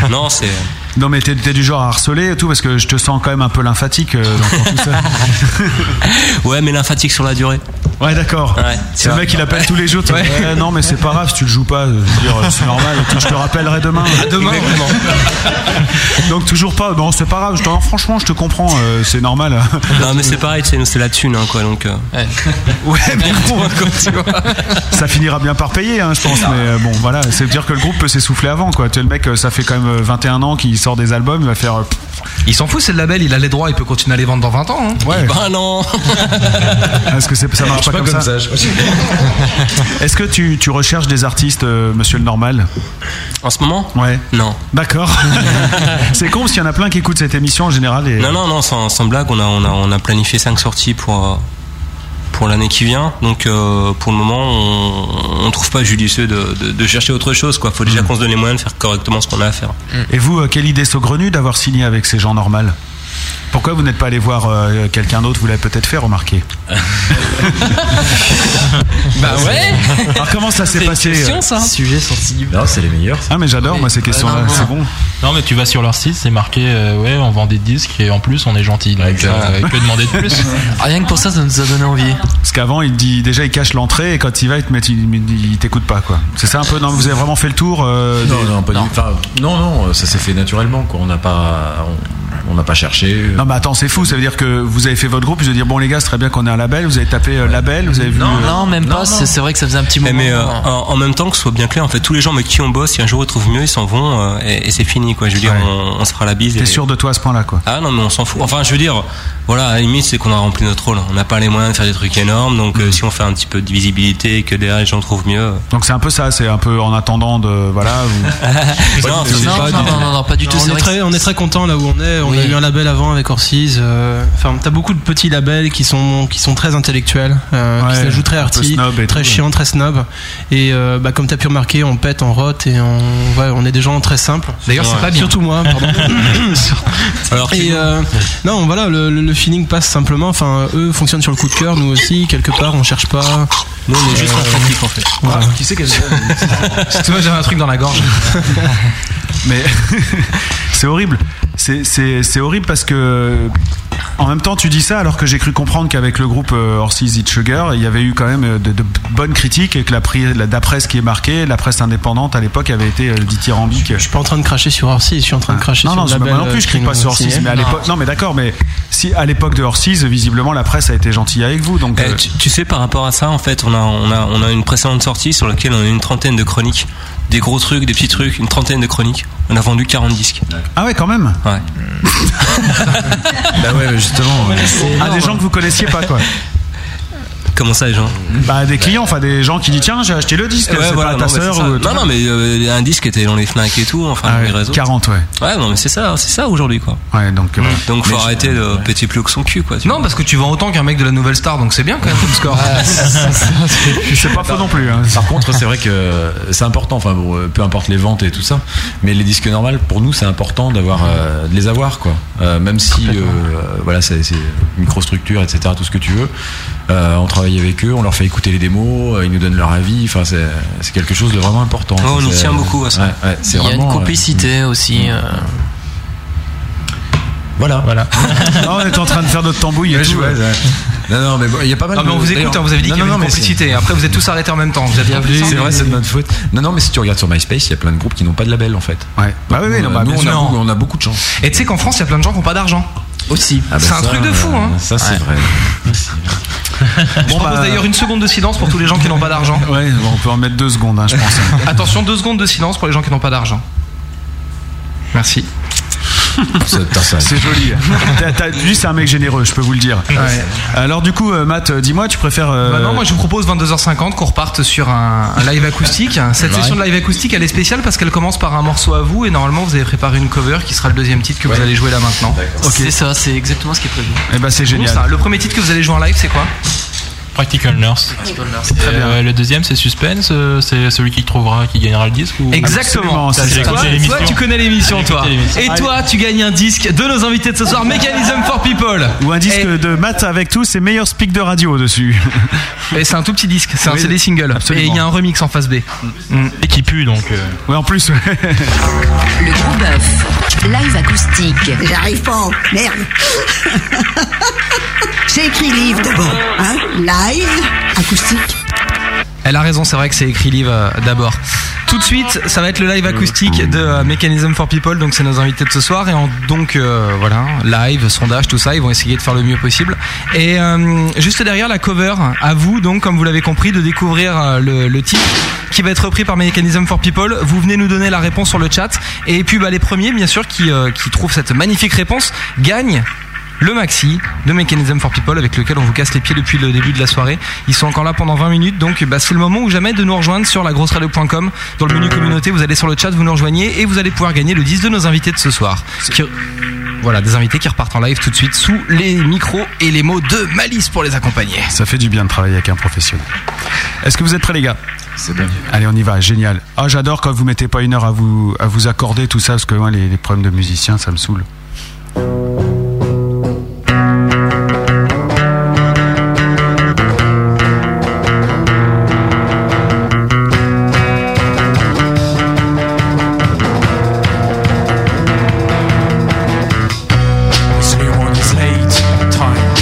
S19: non, c'est.
S1: Non, mais t'es t'es du genre à harceler et tout, parce que je te sens quand même un peu lymphatique euh, dans ton tout ça.
S19: Ouais, mais lymphatique sur la durée.
S1: Ouais, d'accord. C'est le mec, il appelle tous les jours. t'es-
S19: Ouais.
S1: Ouais, non, mais c'est pas grave si tu le joues pas. euh, Je veux dire, C'est normal. Je te rappellerai demain.
S6: demain.
S1: Donc, toujours pas. Non, c'est pas grave. Je t'en- franchement, je te comprends. euh, c'est normal.
S19: Non, mais c'est pareil, c'est c'est la thune, hein, quoi. Donc. euh,
S1: Ouais, mais bon, Ça finira bien par payer, hein, je pense. Mais euh, bon, voilà, c'est dire que le groupe peut s'essouffler avant, quoi. Tu sais, le mec, euh, ça fait quand même euh, 21 ans qu'il sort des albums, il va faire. euh, pff,
S6: Il s'en fout, c'est le label, il a les droits, il peut continuer à les vendre dans 20 ans. hein.
S1: ouais.
S19: Bah non
S1: Est-ce que c'est- ça marche pas,
S6: Je suis pas
S1: comme,
S6: comme
S1: ça,
S6: ça, je-
S1: Est-ce que tu, tu recherches des artistes, euh, Monsieur le Normal
S19: En ce moment
S1: Ouais.
S19: Non.
S1: D'accord. c'est con parce qu'il y en a plein qui écoutent cette émission en général. Et...
S19: Non, non, non, sans, sans blague, on a, on, a, on a planifié 5 sorties pour, euh, pour l'année qui vient. Donc euh, pour le moment, on ne trouve pas judicieux de, de- de chercher autre chose. Il faut
S1: Hmm.
S19: déjà qu'on se donne les moyens de faire correctement ce qu'on a à faire.
S1: Et vous, euh, quelle idée saugrenue d'avoir signé avec ces gens normaux Pourquoi vous n'êtes pas allé voir euh, quelqu'un d'autre Vous l'avez peut-être fait remarquer.
S7: Ah, Bah ouais.
S1: Alors comment ça s'est passé euh,
S8: Sujet sensible. Non, c'est les meilleurs.
S1: Ah, mais j'adore, moi, ces questions-là. C'est bon.
S8: Non, mais tu vas sur leur site, c'est marqué, euh, ouais, on vend des disques et en plus, on est gentil. Donc, euh, que demander de plus
S7: Ah, Rien que pour ça, ça nous a donné envie.
S1: Parce qu'avant, il dit déjà, il cache l'entrée et quand il va, il te met- il- il- il t'écoute pas, quoi. C'est ça un peu Non, vous avez vraiment fait le tour euh,
S9: Non,
S1: des-
S9: non, pas du- enfin, non, non, ça s'est fait naturellement, quoi. On n'a pas, on on n'a pas cherché. euh,
S1: Non, mais attends, c'est fou. Ça veut dire que vous avez fait votre groupe. Je veux dire, bon, les gars, c'est très bien qu'on ait un label. Vous avez tapé euh, label, vous avez vu. euh,
S7: vrai que ça faisait un petit hein.
S19: moment. Mais euh, en, en même temps, que ce soit bien clair, en fait, tous les gens avec qui on bosse, si un jour ils trouvent mieux, ils s'en vont euh, et, et c'est fini, quoi. Je veux dire, on, on se fera la bise.
S1: T'es
S19: et-
S1: sûr de toi à ce point-là, quoi.
S19: Ah non, mais on s'en fout. Enfin, je veux dire, voilà, à la limite, c'est qu'on a rempli notre rôle. On n'a pas les moyens de faire des trucs énormes, donc
S1: Hmm.
S19: euh, si on fait un petit peu de visibilité et que derrière les gens trouvent mieux. euh.
S1: Donc c'est un peu ça. C'est un peu en attendant de voilà. vous-
S19: Non,
S1: c'est
S19: non,
S1: pas
S19: non,
S1: du-
S19: non, non, non, pas du
S1: tout,
S18: On
S1: c'est
S18: est,
S1: vrai
S18: très,
S1: que
S18: on est très content là où on est. On a eu un label avant avec Orsiz. euh, Enfin, t'as beaucoup de petits labels qui sont qui sont très intellectuels, euh,
S1: Ouais,
S18: qui se jouent très
S1: un peu
S18: arty,
S1: snob et
S18: très
S1: tout.
S18: chiant, très snob. Et euh, bah, comme t'as pu remarquer, on pète, on rote et on ouais, on est des gens très simples.
S6: D'ailleurs, c'est
S18: Ouais.
S6: pas bien.
S18: Surtout moi. Pardon.
S19: Alors,
S18: et euh, non, voilà, le, le- le feeling passe simplement. Enfin, eux fonctionnent sur le coup de cœur, nous aussi quelque part, on cherche pas. Euh,
S19: Nous, on est juste en fait.
S18: Voilà.
S1: Qui c'est qu'elle
S6: Excuse-moi, j'avais un truc dans la gorge.
S1: Mais c'est horrible. C'est- C'est c'est horrible parce que. En même temps, tu dis ça alors que j'ai cru comprendre qu'avec le groupe euh, Horses Eat Sugar, il y avait eu quand même euh, de, de bonnes critiques et que la, pri- la, la presse qui est marquée, la presse indépendante à l'époque avait été euh, dithyrambique.
S18: Je suis pas en train de cracher sur Orsiz, je suis en train de cracher
S1: Ah. Non,
S18: sur
S1: non,
S18: le
S1: c'est pas-
S18: label.
S1: moi non plus, je crie
S19: euh,
S1: pas sur Horses. Mais à l'époque, non, mais d'accord, mais si à l'époque de Horses, visiblement la presse a été gentille avec vous, donc.
S19: Eh,
S1: euh,
S19: tu, tu sais, par rapport à ça, en fait, on a, on a, on a une précédente sortie sur laquelle on a une trentaine de chroniques. Des gros trucs, des petits trucs, une trentaine de chroniques. On a vendu 40 disques.
S1: Ah ouais, quand même.
S19: Ouais.
S9: bah ouais, justement.
S1: Ah, des gens que vous connaissiez pas, quoi.
S19: Comment ça, les gens
S1: Bah, des clients, enfin des gens qui disent tiens, j'ai acheté le disque,
S19: Ouais,
S1: c'est
S19: voilà,
S1: pas ta
S19: non, mais c'est
S1: sœur
S19: ça.
S1: ou.
S19: Non, non, mais euh, un disque était dans les Fnac et tout, enfin, dans les réseaux.
S1: 40, ouais.
S19: Ouais, non, mais c'est ça, c'est ça aujourd'hui, quoi.
S1: Ouais, donc. euh,
S19: Donc, faut arrêter de péter plus haut que son cul, quoi. tu
S6: Non, parce que tu vends autant qu'un mec de la Nouvelle Star, donc c'est bien quand même comme score.
S1: C'est pas faux non plus. hein.
S9: Par contre, c'est vrai que c'est important. Enfin, bon, euh, peu importe les ventes et tout ça, mais les disques normaux, pour nous, c'est important d'avoir, euh, de les avoir, quoi. Euh, même si, euh, voilà, c'est c'est microstructure, etc., tout ce que tu veux. Euh, on travaille travaille avec eux, on leur fait écouter les démos, euh, ils nous donnent leur avis. Enfin, c'est c'est quelque chose de vraiment important.
S19: Ouais, Oh, on y
S9: C'est-
S19: tient beaucoup à ça.
S9: Ouais, ouais, c'est
S19: Il y a une
S9: vraiment, euh,
S19: complicité euh.
S7: aussi.
S9: Voilà, voilà.
S1: on est en train de faire notre tambouille.
S9: et tout, ouais. Non, non, mais bon, il y a pas mal
S6: Non, mais on
S9: de-
S6: vous écoute,
S9: d'ailleurs-
S6: hein, vous avez dit
S9: Non,
S6: qu'il y avait
S9: non,
S6: une
S9: non, mais c'est-
S6: complicité. Après, vous êtes tous arrêtés en même temps. Vous êtes complices.
S9: C'est vrai, c'est de notre faute. Non, non, mais si tu regardes sur MySpace, il y a plein de groupes qui n'ont pas de label en fait.
S1: Ouais.
S9: Bah
S6: oui, oui, non, bah, bien
S9: on, a
S6: sûr.
S9: beaucoup, on a beaucoup de chance.
S6: Et tu sais qu'en France, il y a plein de gens qui n'ont pas d'argent. Aussi.
S9: Ah bah
S6: c'est un
S9: ça,
S6: truc de fou, hein.
S9: Ça, c'est
S6: Ouais.
S9: vrai.
S6: Je propose
S9: bah-
S6: d'ailleurs une seconde de silence pour tous les gens qui n'ont pas d'argent.
S1: Ouais, bon, on peut en mettre deux secondes, hein, je pense.
S6: Attention, deux secondes de silence pour les gens qui n'ont pas d'argent. Merci.
S1: C'est joli. T'as- t'as- Lui, c'est un mec généreux, je peux vous le dire.
S6: Ouais.
S1: Alors, du coup, euh, Matt, euh, dis-moi, tu préfères. euh,
S6: Bah non, moi je vous propose 22h50 qu'on reparte sur un, un live acoustique. Cette
S1: Ouais.
S6: session de live acoustique elle est spéciale parce qu'elle commence par un morceau à vous et normalement vous avez préparé une cover qui sera le deuxième titre que vous allez jouer là maintenant.
S7: Ok. C'est ça, c'est exactement ce qui est prévu.
S1: Eh ben c'est
S6: Cool,
S7: génial.
S6: ça. Le premier titre que vous allez jouer en live c'est quoi
S8: Practical Nurse.
S6: Très
S8: Et,
S6: bien.
S8: euh, le deuxième, c'est Suspense. euh, C'est celui qui trouvera, qui gagnera le disque. Ou...
S6: Exactement.
S8: Ça, j'ai
S6: Toi,
S8: écouté
S6: toi,
S8: l'émission.
S6: tu connais l'émission,
S8: J'ai
S6: toi.
S8: écouté l'émission.
S6: Et toi, tu gagnes un disque de nos invités de ce soir, Mechanism for People. Eh.
S1: Ou un disque de Matt avec tous ses meilleurs speaks de radio dessus.
S6: Et c'est un tout petit disque, c'est un
S1: Oui,
S6: CD single.
S1: absolument.
S6: Et il y a un remix en face B. Et qui pue donc.
S1: Ouais, en plus.
S17: Le gros bœuf. Live acoustique.
S3: J'arrive pas, merde. J'ai écrit livre d'abord, hein Live, acoustique.
S6: Elle a raison, c'est vrai que c'est écrit live euh, d'abord. Tout de suite, ça va être le live acoustique de euh, Mechanism for People, donc c'est nos invités de ce soir. Et en- donc euh, voilà, live, sondage, tout ça, ils vont essayer de faire le mieux possible. Et euh, juste derrière la cover, à vous donc, comme vous l'avez compris, de découvrir euh, le, le titre qui va être repris par Mechanism for People. Vous venez nous donner la réponse sur le chat. Et puis bah, les premiers, bien sûr, qui, euh, qui trouvent cette magnifique réponse, gagnent le maxi de Mechanism for People avec lequel on vous casse les pieds depuis le début de la soirée. Ils sont encore là pendant 20 minutes, donc bah, c'est le moment ou jamais de nous rejoindre sur lagrosseradio.com. Dans le menu communauté, vous allez sur le chat, vous nous rejoignez et vous allez pouvoir gagner le 10 de nos invités de ce soir. Qui- Voilà, des invités qui repartent en live tout de suite sous les micros et les mots de malice pour les accompagner.
S1: Ça fait du bien de travailler avec un professionnel. Est-ce que vous êtes prêts, les gars C'est bien. Allez, on y va, génial. Ah, j'adore quand vous mettez pas une heure à vous, à vous accorder, tout ça, parce que moi, les, les problèmes de musiciens, ça me saoule.
S12: This new one is late time.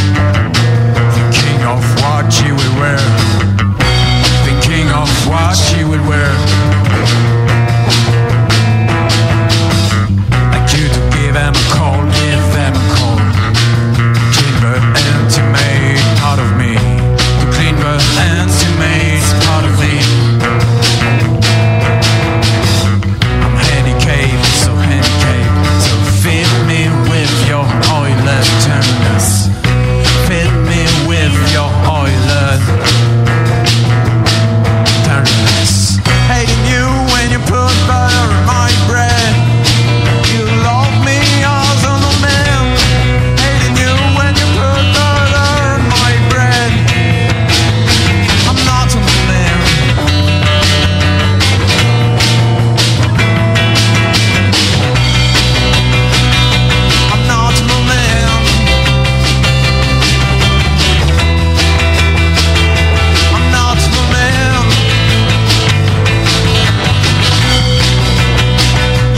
S12: The king of what she would wear. The king of what she would wear. Like you to give them a call, give them a call. Clean the intimate part of me. To clean the intimate part of me. I'm handicapped, so handicapped. So fill me with your oiler tenderness. Fill me with your oiler tenderness. Hating you when you put butter in my bread. You love me as an old man. Hating you when you put butter in my bread. I'm not an old man. I'm not an old man. I'm not an old man.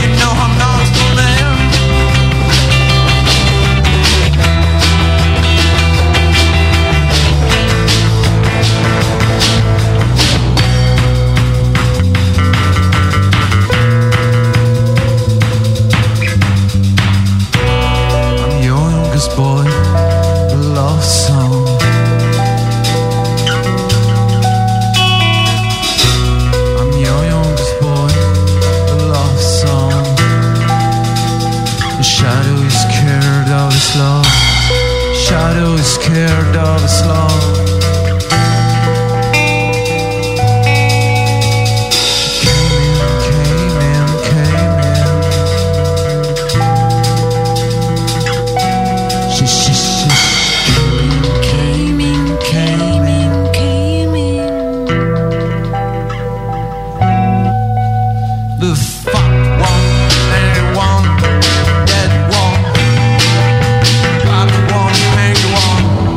S12: You know I'm not an old man. I'm your youngest boy, love song. I'm your youngest boy, love song. The shadow is scared of his love. Shadow is scared of his love. Came in, came in, came in. The fuck one, they one, dead one, black one, pink one.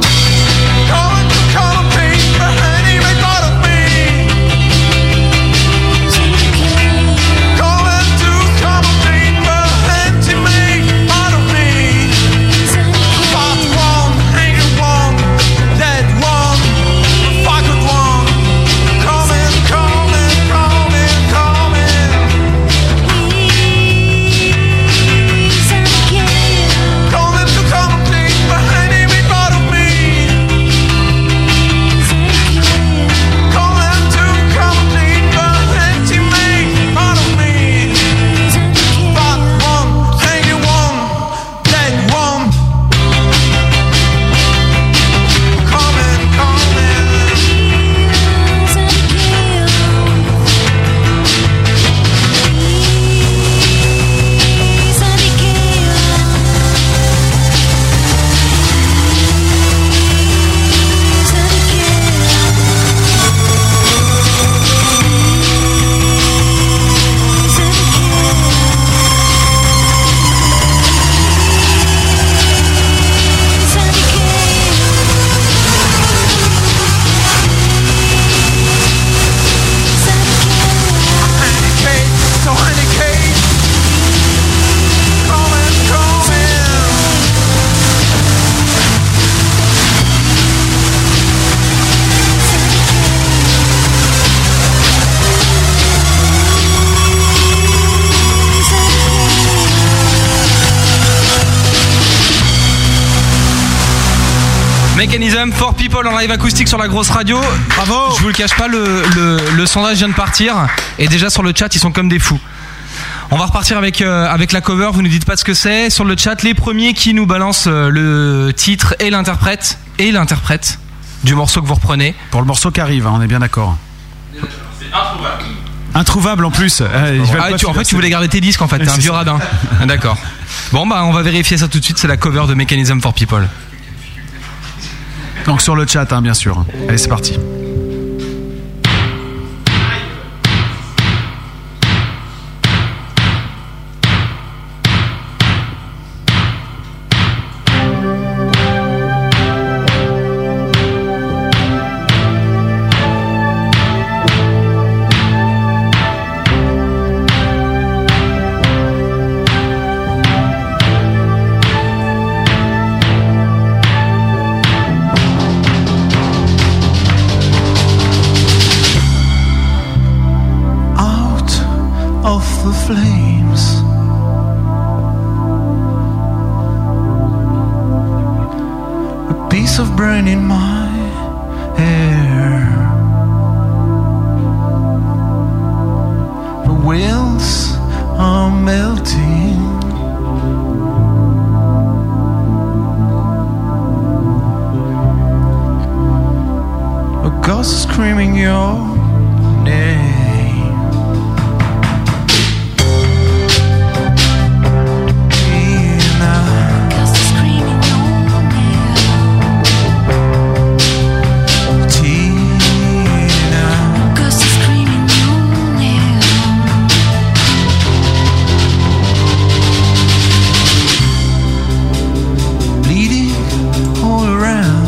S12: Going to
S6: Mechanism for People en live acoustique sur la grosse radio. Bravo Je vous le cache pas, le, le- le sondage vient de partir. Et déjà sur le chat, ils sont comme des fous. On va repartir avec, euh, avec la cover, vous nous dites pas de ce que c'est. Sur le chat, les premiers qui nous balancent euh, le titre et l'interprète, et l'interprète du morceau que vous reprenez.
S1: Pour le morceau qui arrive, hein, on est bien d'accord. Introuvable en plus. Euh, ils veulent
S6: Ah,
S1: pas
S6: tu- en fait,
S1: celui-là,
S6: tu voulais
S1: c'est-
S6: garder tes disques en fait, t'es un
S1: C'est
S6: vieux
S1: ça.
S6: radin. Ah, D'accord. Bon, bah, on va vérifier ça tout de suite, c'est la cover de Mechanism for People.
S1: Donc sur le chat, hein, bien sûr. Allez, c'est parti.
S12: out of the flames. A piece of brain in my hair. The wheels are melting. A ghost screaming your name. Bleeding all around.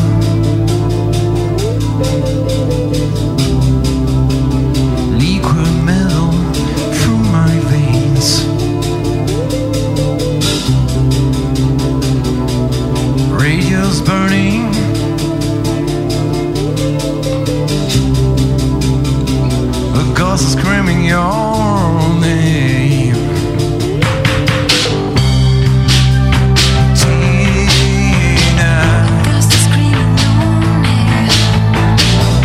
S12: Liquid metal through my veins. Radio's burning. The ghost is screaming your name. Tina. Ghost is screaming your name.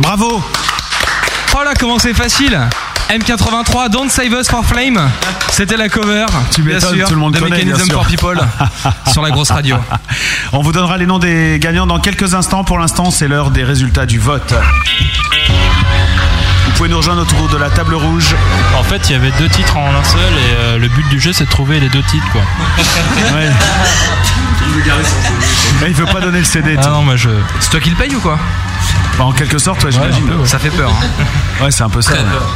S1: Bravo
S6: Oh là, comment c'est facile M83, Don't Save Us for Flame. C'était la cover,
S1: Tu
S6: bien
S1: m'étonnes,
S6: sûr,
S1: tout le monde
S6: de
S1: connaît, bien
S6: Mechanism
S1: sûr.
S6: for People sur la grosse radio.
S1: On vous donnera les noms des gagnants dans quelques instants. Pour l'instant, c'est l'heure des résultats du vote. Vous pouvez nous rejoindre autour de la table rouge.
S8: En fait, il y avait deux titres en un seul et euh, le but du jeu c'est de trouver les deux titres quoi.
S1: Ouais. Il veut pas donner le CD.
S8: Ah non, mais je.
S6: C'est toi qui le paye ou quoi
S1: Bah, en quelque sorte, ouais, j'imagine.
S6: Ça fait peur.
S1: Ouais, c'est un peu ça.
S6: Très
S1: ouais.
S6: peur.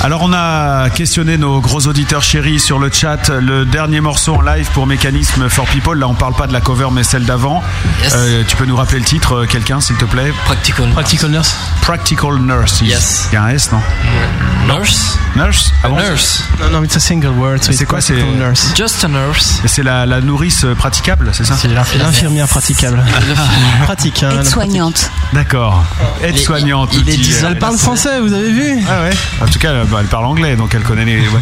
S1: Alors on a questionné nos gros auditeurs chéris sur le chat le dernier morceau en live pour Mécanisme for People. Là on parle pas de la cover mais celle d'avant. Euh, tu peux nous rappeler le titre euh, quelqu'un s'il te plaît
S7: Practical
S1: Nurse. Practical
S18: Nurse.
S1: Practical Nurse. Il-
S18: Yes.
S1: Il y a un S non
S7: Nurse.
S1: Nurse. Ah bon
S18: Non, non, it's a single word. so
S1: C'est
S18: it's
S1: quoi c'est
S18: practical nurse.
S7: Just a nurse.
S1: Et c'est la, la nourrice euh, praticable, c'est ça C'est
S18: L'infirmière praticable. Pratique. Hein, la pratique.
S16: Soignante.
S1: D'accord. Aide-soignante.
S18: Il- il est
S1: nous dit,
S18: dix-
S1: euh,
S18: elle parle français, vous avez vu
S1: Ah ouais. En tout cas, bah, elle parle anglais, donc elle connaît les. ouais.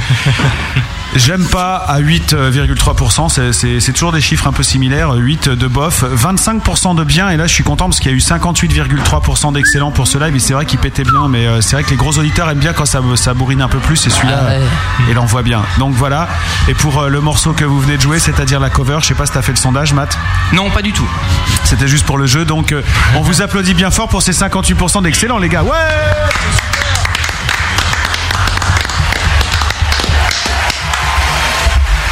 S1: J'aime pas à 8,3%, c'est- c'est c'est toujours des chiffres un peu similaires, 8 de bof, 25% de bien, et là je suis content parce qu'il y a eu 58,3% d'excellent pour ce live, et c'est vrai qu'il pétait bien, mais euh, c'est vrai que les gros auditeurs aiment bien quand ça, ça bourrine un peu plus, et celui-là,
S7: Ah ouais.
S1: euh, il en voit bien. Donc voilà, et pour euh, le morceau que vous venez de jouer, c'est-à-dire la cover, je sais pas si t'as fait le sondage, Matt
S6: Non, pas du tout.
S1: C'était juste pour le jeu, donc euh, on vous applaudit bien fort pour ces 58% d'excellent, les gars, ouais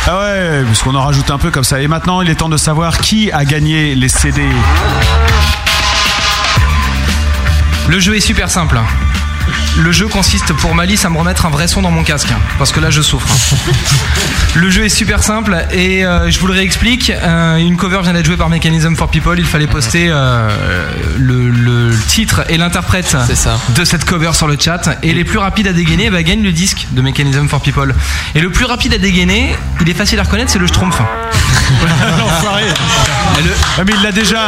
S1: Ah ouais, parce qu'on en rajoute un peu comme ça. Et maintenant, il est temps de savoir qui a gagné les CD.
S6: Le jeu est super simple. Le jeu consiste pour Malice à me remettre un vrai son dans mon casque, hein, parce que là je souffre. le jeu est super simple et euh, je vous le réexplique. Euh, une cover vient d'être jouée par Mechanism for People. Il fallait poster euh, le, le titre et l'interprète de cette cover sur le chat. Et les plus rapides à dégainer bah, gagnent le disque de Mechanism for People. Et le plus rapide à dégainer, il est facile à reconnaître, c'est le Schtroumpf.
S1: Ah, mais il l'a déjà.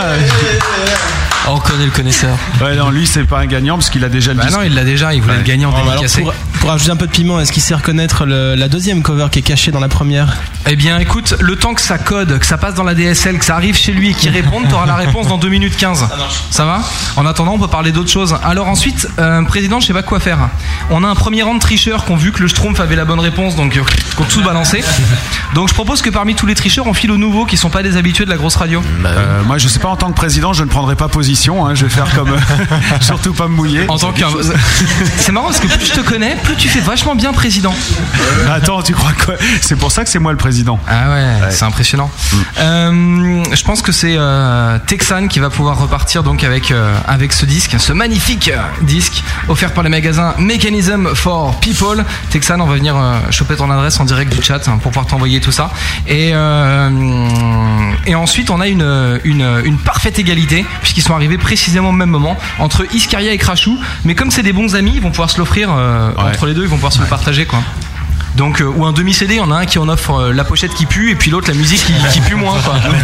S6: Ah,
S7: on connaît le connaisseur.
S1: Ouais, non, lui, c'est pas un gagnant parce qu'il a déjà le
S6: Bah
S1: disque.
S6: non, il l'a déjà, il voulait le gagner en
S18: Oh, bah alors,
S6: dédicacé.
S18: pour, pour ajouter un peu de piment, est-ce qu'il sait reconnaître le- la deuxième cover qui est cachée dans la première
S6: Eh bien, écoute, le temps que ça code, que ça passe dans la DSL, que ça arrive chez lui et qu'il réponde, t'auras la réponse dans 2 minutes 15. Ça marche. Ça va En attendant, on peut parler d'autres choses. Alors ensuite, euh, président, je sais pas quoi faire. On a un premier rang de tricheurs qui ont vu que le Schtroumpf avait la bonne réponse, donc euh, qui ont tout balancé. Donc je propose que parmi tous les tricheurs, on file aux nouveaux qui sont pas des habitués de la grosse radio.
S1: Euh, moi, je sais pas, en tant que président, je ne prendrai pas position. hein, je vais faire comme. euh, surtout pas me mouiller.
S6: En tant qu'un. C'est marrant parce que plus je te connais, plus tu fais vachement bien président.
S1: Bah, attends, tu crois quoi C'est pour ça que c'est moi le président. Mm.
S6: Ah ouais, c'est impressionnant. Euh, je pense que c'est euh, Texan qui va pouvoir repartir donc avec euh, avec ce disque, ce magnifique euh, disque offert par les magasins Mechanism for People. Texan, on va venir euh, choper ton adresse en direct du chat hein, pour pouvoir t'envoyer tout ça. Et euh, et ensuite on a une une, une parfaite égalité puisqu'ils sont arrivés précisément au même moment entre Iscaria et Crashou. Mais comme c'est des bons amis, ils vont pouvoir se l'offrir euh, entre les deux, ils vont pouvoir se le partager quoi. Donc, euh, ou un demi-CD, il y en a un qui en offre euh, la pochette qui pue et puis l'autre la musique qui, qui pue moins. Quoi. Hein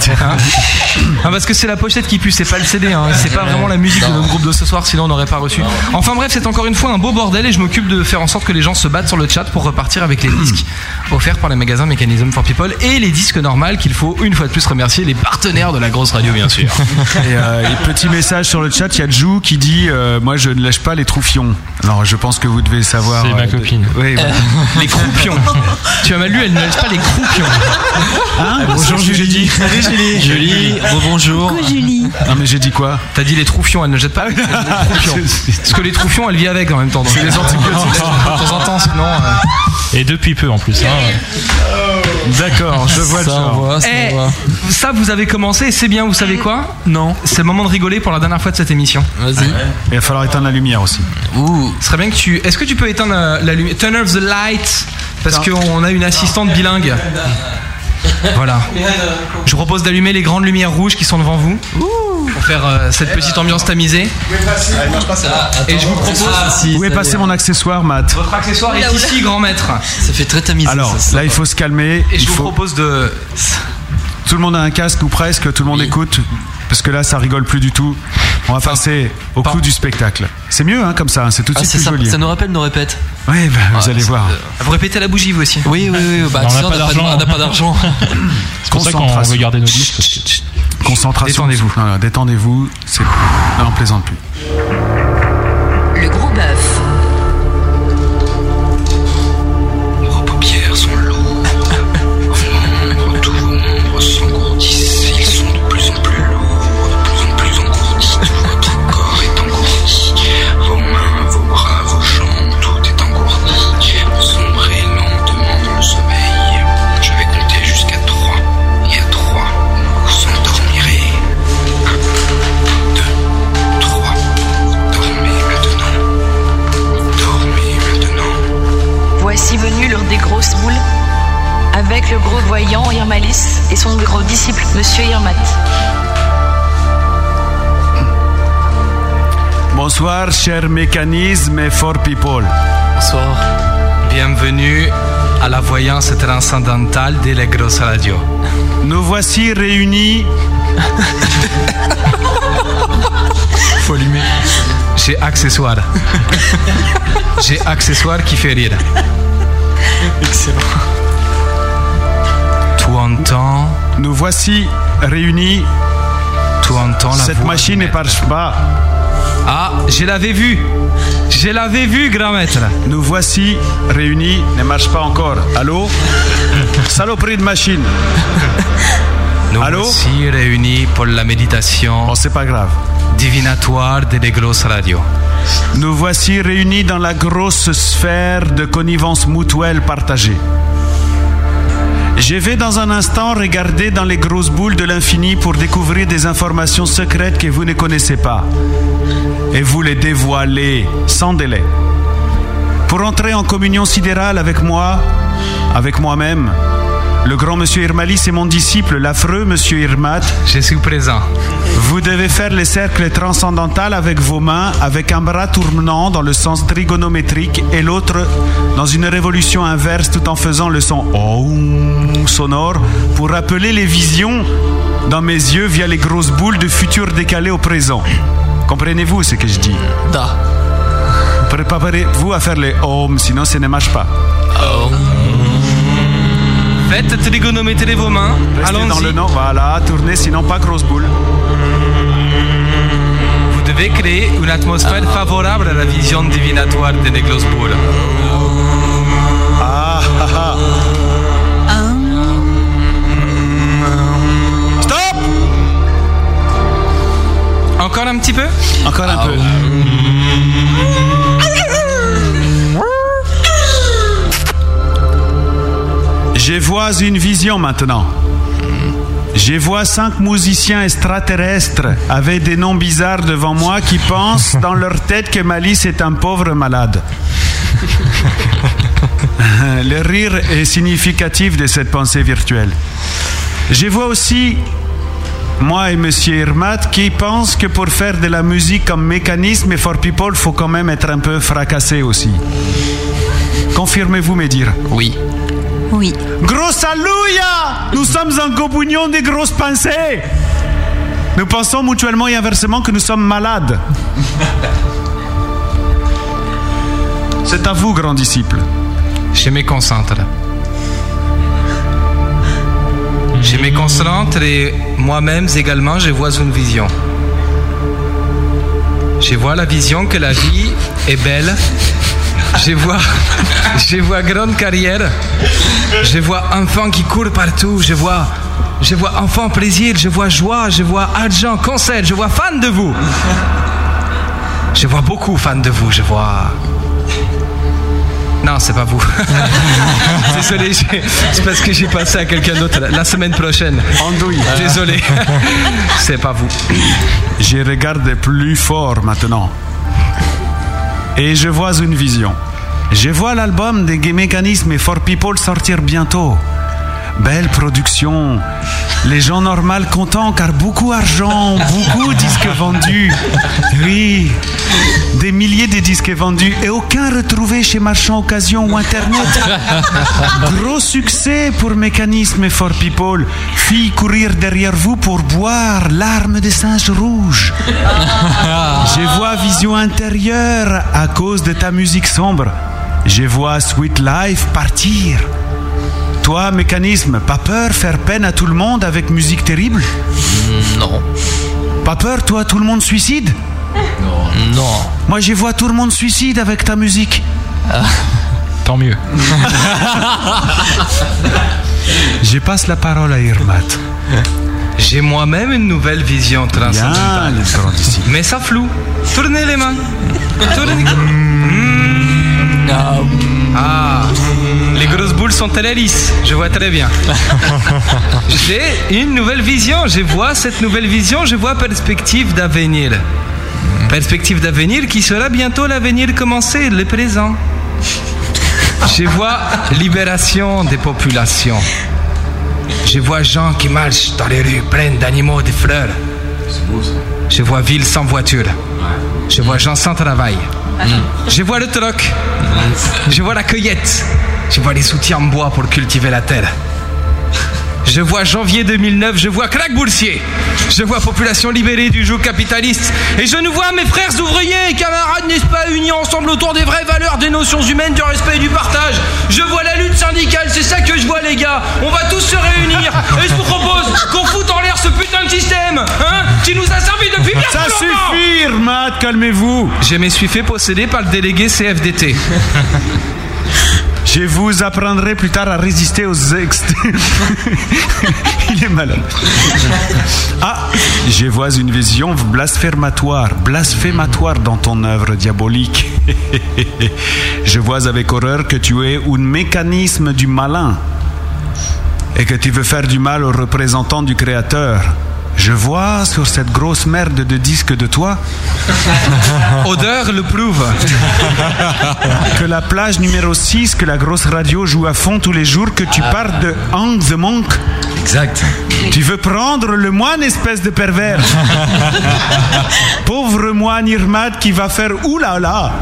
S6: Ah, parce que c'est la pochette qui pue, c'est pas le CD, hein, c'est pas vraiment la musique de notre groupe de ce soir, sinon on n'aurait pas reçu. Enfin bref, c'est encore une fois un beau bordel et je m'occupe de faire en sorte que les gens se battent sur le chat pour repartir avec les disques offerts par les magasins Mechanism for People et les disques normaux qu'il faut une fois de plus remercier les partenaires de la grosse radio, bien sûr.
S1: Et, euh, et petit message sur le chat, il y a Jou qui dit euh, Moi je ne lâche pas les troufions. Alors je pense que vous devez savoir. euh,
S8: C'est ma
S1: de-
S8: copine.
S1: Oui, voilà.
S6: Euh. les croupions. tu as mal lu, elle ne lâche pas les croupions.
S1: Hein Bonjour Julie.
S6: Salut Julie.
S1: Julie,
S6: bonjour.
S16: Julie.
S1: Non mais j'ai dit quoi Ah,
S6: T'as dit les troufions, elle ne jette pas. les troufions. Parce que les troufions, elle vit avec en même temps. donc.
S8: C'est les antibiotiques.
S6: De temps en temps, sinon. euh.
S8: Et depuis peu en plus. hein.
S1: D'accord, je vois le genre.
S6: Eh, ça, vous avez commencé, et c'est bien, vous savez quoi Non. C'est le moment de rigoler pour la dernière fois de cette émission.
S7: Vas-y.
S1: Ah Il va falloir éteindre la lumière aussi.
S6: Ouh. Ce serait bien que tu. Est-ce que tu peux éteindre la, la lumière Turn off the light Parce qu'on a une assistante bilingue. Voilà. Je vous propose d'allumer les grandes lumières rouges qui sont devant vous. Pour faire euh, cette petite ambiance tamisée.
S8: Ah,
S6: Et je vous propose.
S1: Où est passé mon accessoire, Matt
S6: Votre accessoire est ici, grand maître.
S7: Ça fait très tamisé.
S1: Alors là, il faut se calmer.
S6: Et je
S1: il
S6: vous
S1: faut-
S6: propose de.
S1: Tout le monde a un casque ou presque, tout le monde écoute. Parce que là, ça rigole plus du tout. On va passer au coup du spectacle. C'est mieux, hein, comme ça. hein, C'est tout de
S7: Ah,
S1: suite
S7: c'est
S1: plus
S7: ça,
S1: joli.
S7: ça nous rappelle nos répètes.
S1: Ouais, bah, vous
S7: Ouais,
S1: allez
S7: c'est-
S1: voir.
S6: Vous répétez à la bougie, vous aussi
S7: Oui, oui, oui. Bah,
S8: On
S7: tu
S8: n'a
S7: sais,
S8: pas
S7: on n'a pas de-
S8: d'argent.
S7: on n'a pas d'argent.
S8: C'est pour ça qu'on veut garder nos disques. parce que-
S1: Concentration. Détendez-vous. Détendez-vous. C'est. Non, on plaisante plus.
S17: Le gros bœuf.
S2: Vos paupières sont lourdes. Vos membres, tous vos membres s'engourdissent. Ils sont de plus en plus lourds, de plus en plus engourdis. Tout votre corps est engourdi. Vos mains, vos bras, vos jambes, tout est engourdi. Vous sombrez lentement dans le sommeil. Je vais compter jusqu'à 3. Et à 3, vous vous endormirez. 1, 2, 3.
S21: des grosses boules avec le gros voyant Irmalis et son gros disciple, Monsieur Irmat.
S1: Bonsoir, cher mécanisme et for people.
S6: Bonsoir. Bienvenue à la voyance transcendantale de la grosse radio.
S1: Nous voici réunis.
S6: Faut allumer. J'ai accessoire. J'ai accessoire qui fait rire.
S1: Excellent.
S6: Tu entends
S1: Nous voici réunis.
S6: Tu entends la
S1: Cette
S6: voix
S1: machine ne marche pas.
S6: Ah, je l'avais vu. Je l'avais vu, grand maître.
S1: Nous voici réunis. Ne marche pas encore. Allô Saloperie de machine.
S6: Nous
S1: Allô Oh,
S6: voici réunis pour la méditation.
S1: c'est pas grave.
S6: Divinatoire de les grosses radios.
S1: Nous voici réunis dans la grosse sphère de connivence mutuelle partagée. Je vais dans un instant regarder dans les grosses boules de l'infini pour découvrir des informations secrètes que vous ne connaissez pas et vous les dévoiler sans délai. Pour entrer en communion sidérale avec moi, avec moi-même, le grand monsieur Irmalis et mon disciple, l'affreux monsieur Irmat,
S6: je suis présent.
S1: Vous devez faire les cercles transcendantales avec vos mains, avec un bras tournant dans le sens trigonométrique et l'autre dans une révolution inverse tout en faisant le son Om sonore pour rappeler les visions dans mes yeux via les grosses boules de futur décalé au présent. Comprenez-vous ce que je dis
S7: Da.
S1: Préparez-vous à faire les Om, sinon ça ne marche pas.
S6: Faites trigonométrer vos mains.
S1: Restez
S6: Allons-y.
S1: dans le nom, voilà, tournez, sinon pas grosse boule.
S6: Vous devez créer une atmosphère favorable à la vision divinatoire de les grosses boules.
S1: Ah, ah, ah. Stop
S6: Encore un petit peu
S1: Encore un peu. Je vois une vision maintenant. Je vois cinq musiciens extraterrestres avec des noms bizarres devant moi qui pensent dans leur tête que Malice est un pauvre malade. Le rire est significatif de cette pensée virtuelle. Je vois aussi moi et Monsieur Irmat qui pensent que pour faire de la musique comme mécanisme et for people, faut quand même être un peu fracassé aussi. Confirmez-vous mes dires
S7: Oui.
S16: Oui.
S1: Grosse allouia Nous sommes en communion des grosses pensées Nous pensons mutuellement et inversement que nous sommes malades. C'est à vous, grand disciple.
S6: Je me concentre. Je me concentre et moi-même également, je vois une vision. Je vois la vision que la vie est belle. Je vois, je vois grande carrière. Je vois enfants qui courent partout. Je vois, je vois enfants plaisir. Je vois joie. Je vois argent, concert. Je vois fans de vous. Je vois beaucoup fans de vous. Je vois. Non, c'est pas vous. Désolé, j'ai- c'est parce que j'ai passé à quelqu'un d'autre la- la semaine prochaine.
S1: Andouille.
S6: Désolé. C'est pas vous.
S1: Je regarde plus fort maintenant. Et je vois une vision. Je vois l'album des Gay Mécanismes et For People sortir bientôt. Belle production. Les gens normaux contents car beaucoup d'argent, beaucoup de disques vendus. Oui, des milliers de disques vendus et aucun retrouvé chez Marchand Occasion ou Internet. Gros succès pour Mécanisme et For People. Filles courir derrière vous pour boire l'arme des singes rouges. Je vois vision intérieure à cause de ta musique sombre. Je vois Sweet Life partir. Toi, mécanisme, pas peur faire peine à tout le monde avec musique terrible
S7: Non.
S1: Pas peur, toi, tout le monde suicide
S7: Non.
S1: Moi, je vois tout le monde suicide avec ta musique.
S8: Tant mieux.
S1: Je passe la parole à Irmat.
S6: J'ai moi-même une nouvelle vision transcendantale. Mais ça floue. Tournez les mains. Tournez. Mm. Ah, les grosses boules sont très lisses. Je vois très bien. J'ai une nouvelle vision. Je vois cette nouvelle vision. Je vois perspective d'avenir. Perspective d'avenir qui sera bientôt l'avenir commencé, le présent.
S15: Je vois libération des populations. Je vois gens qui marchent dans les rues, pleines d'animaux, des fleurs. Je vois ville sans voiture. Je vois gens sans travail. Je vois le troc. Je vois la cueillette. Je vois les soutiens en bois pour cultiver la terre. Je vois janvier 2009, je vois crack boursier. Je vois population libérée du joug capitaliste. Et je ne vois mes frères ouvriers et camarades, n'est-ce pas, unis ensemble autour des vraies valeurs, des notions humaines, du respect et du partage. Je vois la lutte syndicale, c'est ça que je vois, les gars. On va tous se réunir. Et je vous propose qu'on foute en l'air ce putain de système, hein, qui nous a servi depuis bien
S1: Ça
S15: trop longtemps.
S1: suffit, Matt, calmez-vous.
S15: Je me suis fait posséder par le délégué CFDT.
S1: Je vous apprendrai plus tard à résister aux ex. Il est malade. Ah, je vois une vision blasphématoire, blasphématoire dans ton œuvre diabolique. Je vois avec horreur que tu es un mécanisme du malin et que tu veux faire du mal aux représentants du Créateur. Je vois sur cette grosse merde de disque de toi
S15: Odeur le prouve.
S1: que la plage numéro 6 que la grosse radio joue à fond tous les jours, que tu pars de Hang the Monk.
S15: Exact.
S1: Tu veux prendre le moine, espèce de pervers. Pauvre moine Irmad qui va faire oulala.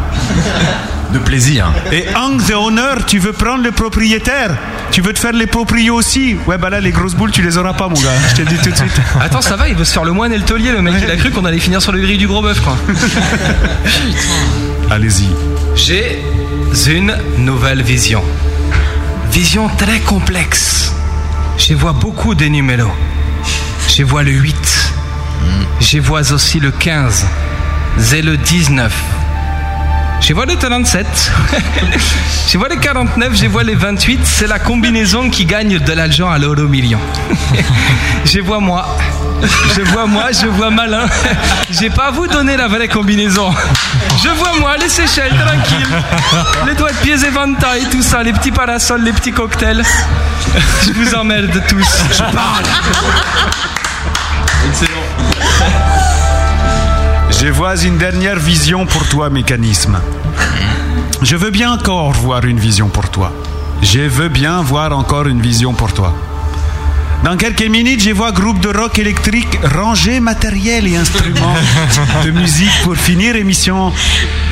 S9: De plaisir.
S1: Et Hang the Honor, tu veux prendre le propriétaire. Tu veux te faire les proprios aussi. Ouais, bah là, les grosses boules, tu les auras pas, mon gars. Je te le dis tout de suite.
S6: Attends, ça va, il veut se faire le moine et le taulier, le mec. Il a cru qu'on allait finir sur le gris du gros bœuf, quoi.
S1: Allez-y.
S15: J'ai une nouvelle vision. Vision très complexe. Je vois beaucoup de numéros. Je vois le 8. Je vois aussi le 15. Et le 19. Je vois le 37. je vois le 49. Je vois le 28. C'est la combinaison qui gagne de l'argent à l'euro million. je vois moi. Je vois moi, je vois malin. J'ai pas à vous donner la vraie combinaison. Je vois moi, les Seychelles, tranquille. Les doigts de pieds éventails, tout ça, les petits parasols, les petits cocktails. Je vous emmerde tous. Je parle.
S1: Je vois une dernière vision pour toi, mécanisme. Je veux bien encore voir une vision pour toi. Je veux bien voir encore une vision pour toi. Dans quelques minutes, je vois groupe de rock électrique ranger matériel et instruments de musique pour finir émission.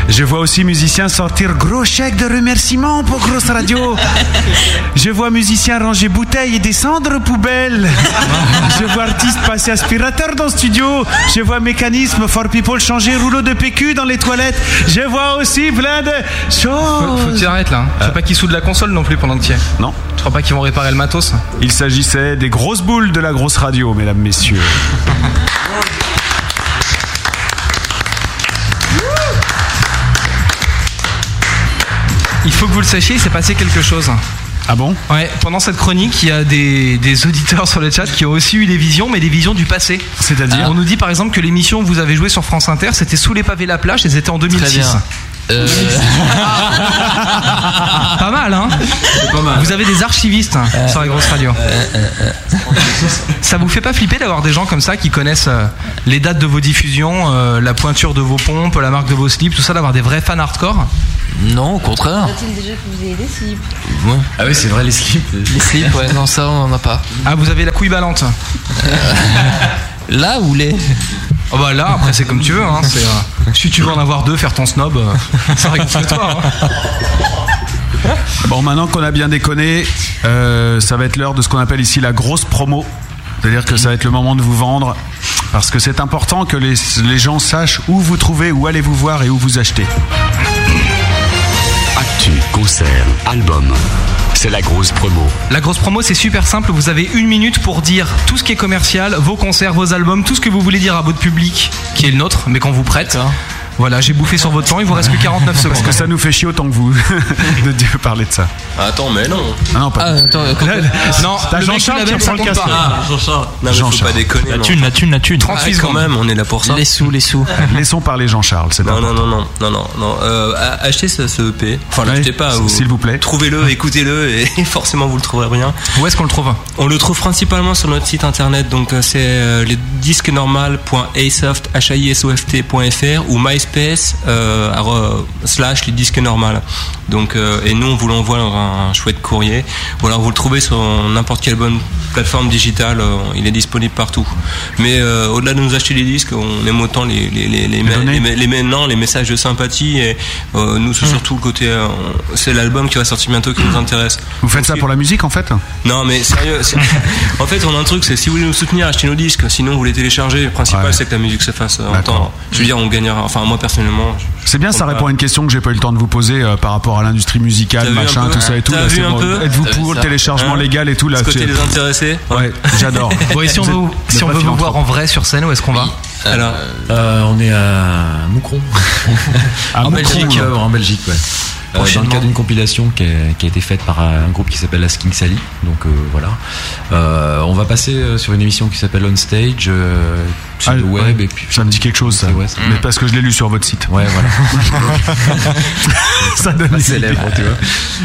S1: Je vois aussi musiciens sortir gros chèques de remerciements pour Grosse Radio. Je vois musiciens ranger bouteilles et descendre poubelles. Je vois artistes passer aspirateur dans le studio. Je vois mécanisme for people changer rouleau de PQ dans les toilettes. Je vois aussi plein de
S6: Faut, faut que
S1: choses.
S6: tu arrêtes là. hein. Je Faut pas qu'ils soudent la console non plus pendant que tu y es.
S1: Non.
S6: Tu crois pas qu'ils vont réparer le matos
S1: Il s'agissait des grosses boules de la grosse radio, mesdames, messieurs.
S6: Il faut que vous le sachiez, il s'est passé quelque chose.
S1: Ah bon
S6: Ouais, pendant cette chronique, il y a des, des auditeurs sur le chat qui ont aussi eu des visions, mais des visions du passé.
S1: C'est-à-dire
S6: On nous dit par exemple que l'émission que vous avez jouée sur France Inter, c'était Sous les pavés la plage et c'était en 2006.
S7: bien. Euh,
S6: pas mal, hein Vous avez des archivistes hein,
S7: Euh,
S6: sur la grosse radio. Ça vous fait pas flipper d'avoir des gens comme ça qui connaissent euh, les dates de vos diffusions, euh, la pointure de vos pompes, la marque de vos slips, tout ça, d'avoir des vrais fans hardcore
S7: Non, au contraire.
S11: Faudrait-il déjà que vous ayez des slips
S9: Ah oui, c'est vrai, les slips.
S7: Les slips, ouais, non, ça on en a pas. Euh,
S6: Ah, vous avez la couille ballante
S7: Là ou les
S6: Oh bah là, après c'est comme tu veux. Hein, c'est, euh, si tu veux en avoir deux, faire ton snob, euh, ça réconforte toi. hein.
S1: Bon, maintenant qu'on a bien déconné, euh, ça va être l'heure de ce qu'on appelle ici la grosse promo. C'est-à-dire que ça va être le moment de vous vendre, parce que c'est important que les, les gens sachent où vous trouvez, où allez vous voir et où vous achetez.
S2: Actu, concert, album. C'est la grosse promo.
S6: La grosse promo, c'est super simple. Vous avez une minute pour dire tout ce qui est commercial, vos concerts, vos albums, tout ce que vous voulez dire à votre public, qui est le nôtre, mais qu'on vous prête. Voilà, j'ai bouffé sur votre temps, il vous reste que 49 secondes.
S1: Parce que ça nous fait chier autant que vous de dire- parler de ça.
S19: Attends, mais non.
S1: Ah non, pas. Là, là,
S6: non,
S1: t'as
S6: le mec qui
S1: Jean-Charles
S6: l'avait,
S1: qui reprend
S6: ça
S1: le
S6: compte
S1: casque.
S6: pas.
S19: Ah, Jean-Charles. Non, mais faut pas déconner.
S1: La
S19: non.
S1: thune, la thune, la thune.
S19: 38 quand même, on est là pour ça.
S7: Les sous, les sous.
S1: Laissons parler Jean-Charles, c'est
S19: Non,
S1: important.
S19: non, non, non, non, non, non. Euh, a- achetez ce, ce EP. Enfin, l'achetez pas.
S1: s'il vous plaît.
S19: Trouvez-le, écoutez-le et forcément vous le trouverez bien.
S6: Où est-ce qu'on le trouve
S19: On le trouve principalement sur notre site internet. Donc, euh, c'est euh, le disquenormal.asoft.fr ou MySpace euh, à re- slash les disques normales. Donc, euh, et nous, on vous l'envoie dans un chouette courrier. Ou alors vous le trouvez sur n'importe quelle bonne plateforme digitale. euh, il est disponible partout. Mais euh, au-delà de nous acheter des disques, on aime autant les, les, les, les, ma- les ma- les ma- non, les messages de sympathie. Et euh, nous, c'est surtout le côté. euh, c'est l'album qui va sortir bientôt qui nous intéresse.
S1: Vous faites ça pour la musique en fait
S19: Non mais sérieux, c'est- en fait on a un truc, c'est si vous voulez nous soutenir, achetez nos disques, sinon vous les téléchargez. Le principal c'est que la musique se fasse euh, entendre. Je veux dire on gagnera, enfin moi personnellement. je-
S1: C'est bien, ça répond à une question que j'ai pas eu le temps de vous poser euh, par rapport à l'industrie
S19: T'as
S1: musicale,
S19: vu un
S1: machin,
S19: peu
S1: tout ça et tout.
S19: T'as
S1: là,
S19: vu
S1: c'est
S19: un
S1: bon.
S19: peu
S1: Êtes-vous
S19: T'as vu
S1: pour le
S19: ça
S1: téléchargement
S19: Hein
S1: légal et tout là
S19: Ce côté
S1: tu-
S19: des intéressés
S1: Ouais, j'adore.
S6: Bon, et si on veut,
S1: Vous êtes
S6: si on
S1: pas
S6: veut vous
S1: philanthrope.
S6: voir en vrai sur scène, où est-ce qu'on va
S19: Alors,
S9: Euh, on est à Moucron.
S6: À
S9: en
S6: Moucron,
S9: Belgique.
S6: ouais.
S9: euh, en Belgique, ouais. Euh, dans le
S6: Prochainement.
S9: cadre d'une compilation qui a, qui a été faite par un groupe qui s'appelle la Sking Sally. Donc euh, voilà. Euh, on va passer euh, sur une émission qui s'appelle On Stage euh, sur le web. Et puis,
S1: ça me dit quelque chose, ça. Mais parce que je l'ai lu sur votre site.
S9: Ouais, voilà.
S1: ça donne
S9: les célèbre, tu vois.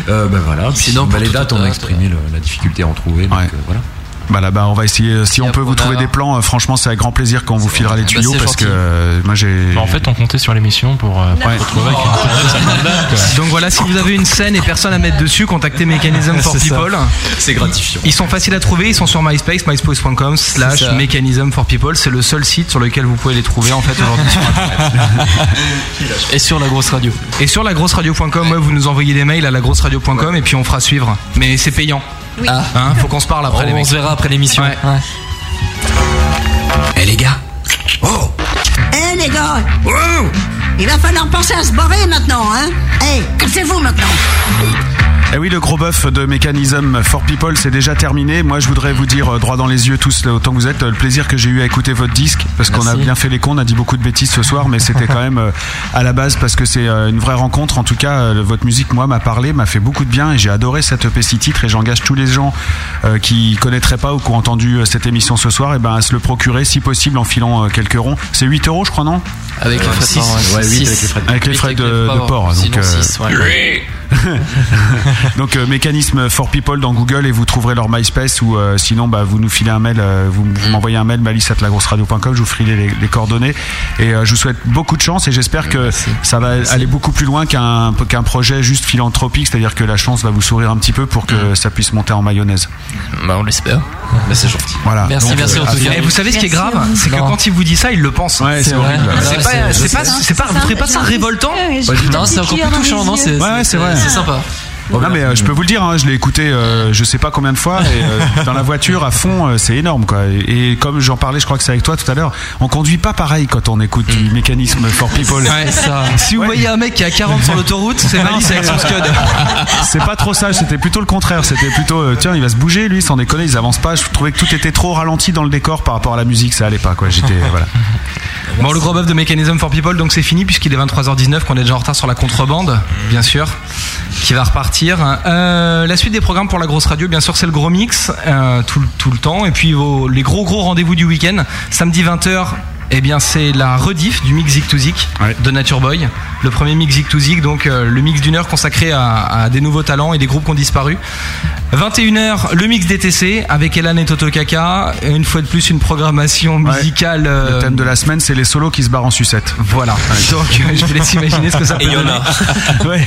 S9: Euh, ben voilà. Puis, bah, les dates, on a exprimé le- la difficulté à en trouver. Donc, euh, voilà.
S1: euh, Bah là-bas, on va essayer. euh, Si on peut vous trouver des plans, euh, franchement, c'est avec grand plaisir qu'on vous filera les
S8: Bah,
S1: tuyaux
S8: c'est
S1: parce que
S8: gentil.
S1: euh, moi j'ai.
S8: Bah, en fait, on comptait sur l'émission pour, euh, pour se retrouver avec une tournée de certaines dates, quoi.
S6: Donc voilà, si vous avez une scène et personne à mettre dessus, contactez Mechanism for
S8: C'est ça.
S6: People.
S19: C'est gratifiant.
S6: Ils sont faciles à trouver, ils sont sur MySpace, myspace.com
S19: C'est
S6: slash
S19: ça.
S6: Mechanism for People. C'est le seul site sur lequel vous pouvez les trouver en fait aujourd'hui sur Internet.
S7: Et sur la grosse radio.
S6: Et sur lagrosseradio.com, ouais, vous nous envoyez des mails à lagrosseradio.com et puis on fera suivre. Mais c'est payant.
S7: Oui. Ah.
S6: Hein, faut qu'on se parle après
S7: On
S6: les mecs.
S7: se verra après l'émission.
S6: Ouais.
S19: Eh les gars
S13: Oh
S3: Eh les gars Il va falloir penser à se barrer maintenant, hein Eh, cassez-vous maintenant
S1: Eh oui, le gros bœuf de Mechanism for People, c'est déjà terminé. Moi, je voudrais vous dire euh, droit dans les yeux, tous, là, autant que vous êtes, euh, le plaisir que j'ai eu à écouter votre disque, parce qu'on a
S6: Merci.
S1: bien fait les cons, on a dit beaucoup de bêtises ce soir, mais c'était quand même euh, à la base parce que c'est euh, une vraie rencontre. En tout cas, euh, votre musique, moi, m'a parlé, m'a fait beaucoup de bien et j'ai adoré cette E EP six titres et j'engage tous les gens euh, qui connaîtraient pas ou qui ont entendu euh, cette émission ce soir, et ben, à se le procurer, si possible, en filant euh, quelques ronds. C'est 8 euros, je crois, non
S7: Avec les frais de
S1: six.
S7: port, ouais,
S1: Ouais,
S7: six.
S1: huit avec les frais de- Avec les frais de, de port.
S7: Sinon
S1: donc, euh,
S7: six, ouais.
S1: donc euh, mécanisme for people dans Google et vous trouverez leur MySpace ou euh, sinon bah, vous nous filez un mail, euh, vous, vous m'envoyez un mail malice@lagrosseradio.com, je vous ferai les, les coordonnées et euh, je vous souhaite beaucoup de chance et j'espère que ça va aller beaucoup plus loin qu'un qu'un projet juste philanthropique, c'est-à-dire que la chance va vous sourire un petit peu pour que ça puisse monter en mayonnaise.
S7: on l'espère.
S1: c'est gentil. Voilà.
S7: Merci,
S1: Donc,
S7: merci
S1: euh,
S7: en tout cas.
S6: Et Eh, vous savez ce qui est
S7: Merci,
S6: grave,
S7: hein.
S6: c'est que
S7: Non.
S6: quand il vous dit ça, il Ah, le pense.
S7: Ouais, c'est horrible.
S6: C'est
S7: Ouais,
S6: pas,
S7: c'est-
S6: c'est
S7: je
S6: pas,
S7: sais.
S6: c'est pas, vous trouvez pas ça révoltant
S7: Non, c'est encore plus touchant, non c'est-
S1: Ouais, ouais, c'est vrai.
S7: C'est sympa.
S1: non mais euh, je peux vous le dire, hein, je l'ai écouté euh, je sais pas combien de fois et, euh, dans la voiture à fond, euh, c'est énorme quoi. Et, et comme j'en parlais, je crois que c'est avec toi tout à l'heure, on conduit pas pareil quand on écoute
S7: Mm.
S1: du mécanisme for people.
S6: Ouais, ça. Si vous voyez un mec qui a 40 sur l'autoroute, c'est malice avec son scud.
S1: C'est pas trop ça, c'était plutôt le contraire. C'était plutôt, euh, tiens, il va se bouger, lui, sans déconner, ils avancent pas. Je trouvais que tout était trop ralenti dans le décor par rapport à la musique, ça allait pas, quoi. J'étais, euh, voilà.
S6: Bon, le gros bœuf de Mechanism for People, donc c'est fini puisqu'il est 23h19, qu'on est déjà en retard sur la contrebande, bien sûr, qui va repartir. Euh, la suite des programmes pour la grosse radio, bien sûr, c'est le gros mix, euh, tout, le- tout le temps. Et puis vos- les gros gros rendez-vous du week-end, samedi 20h. Eh bien, c'est la rediff du mix Zik to Zik de Nature Boy. Le premier mix Zik to Zik, donc euh, le mix d'une heure consacré à, à des nouveaux talents et des groupes qui ont disparu. 21h, le mix DTC avec Elan et Toto Kaka. Et Une fois de plus, une programmation musicale.
S1: Le
S6: euh,
S1: thème de la semaine, c'est les solos qui se barrent en sucette.
S6: Voilà. Donc, euh, je vous laisse imaginer ce que ça peut
S1: Et y en
S6: donner.
S1: Ouais.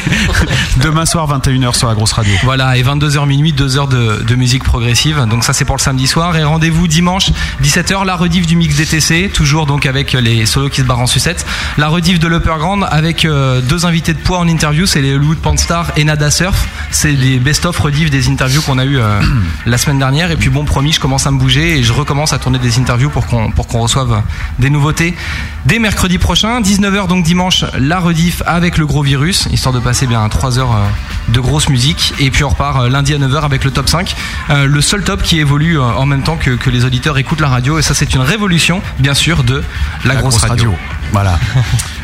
S1: Demain soir, 21h sur la grosse radio.
S6: Voilà, et 22h minuit, 2 heures de, de musique progressive. Donc ça c'est pour le samedi soir. Et rendez-vous dimanche, 17h, la rediff du mix DTC, toujours donc avec les solos qui se barrent en sucette. La rediff de l'Upperground avec euh, deux invités de poids en interview, c'est les Hollywood Panstar et Nada Surf. C'est les best-of rediff des interviews qu'on a eu euh, la semaine dernière. Et puis bon, promis, je commence à me bouger et je recommence à tourner des interviews pour qu'on pour qu'on reçoive des nouveautés dès mercredi prochain. 19h donc dimanche, la rediff avec le gros virus, histoire de passer bien 3 heures euh, de grosse musique. Et puis on repart euh, lundi à 9h avec le top 5. euh, le seul top qui évolue euh, en même temps que, que les auditeurs écoutent la radio. Et ça c'est une révolution, bien sûr, de la, grosse, radio.
S1: Voilà.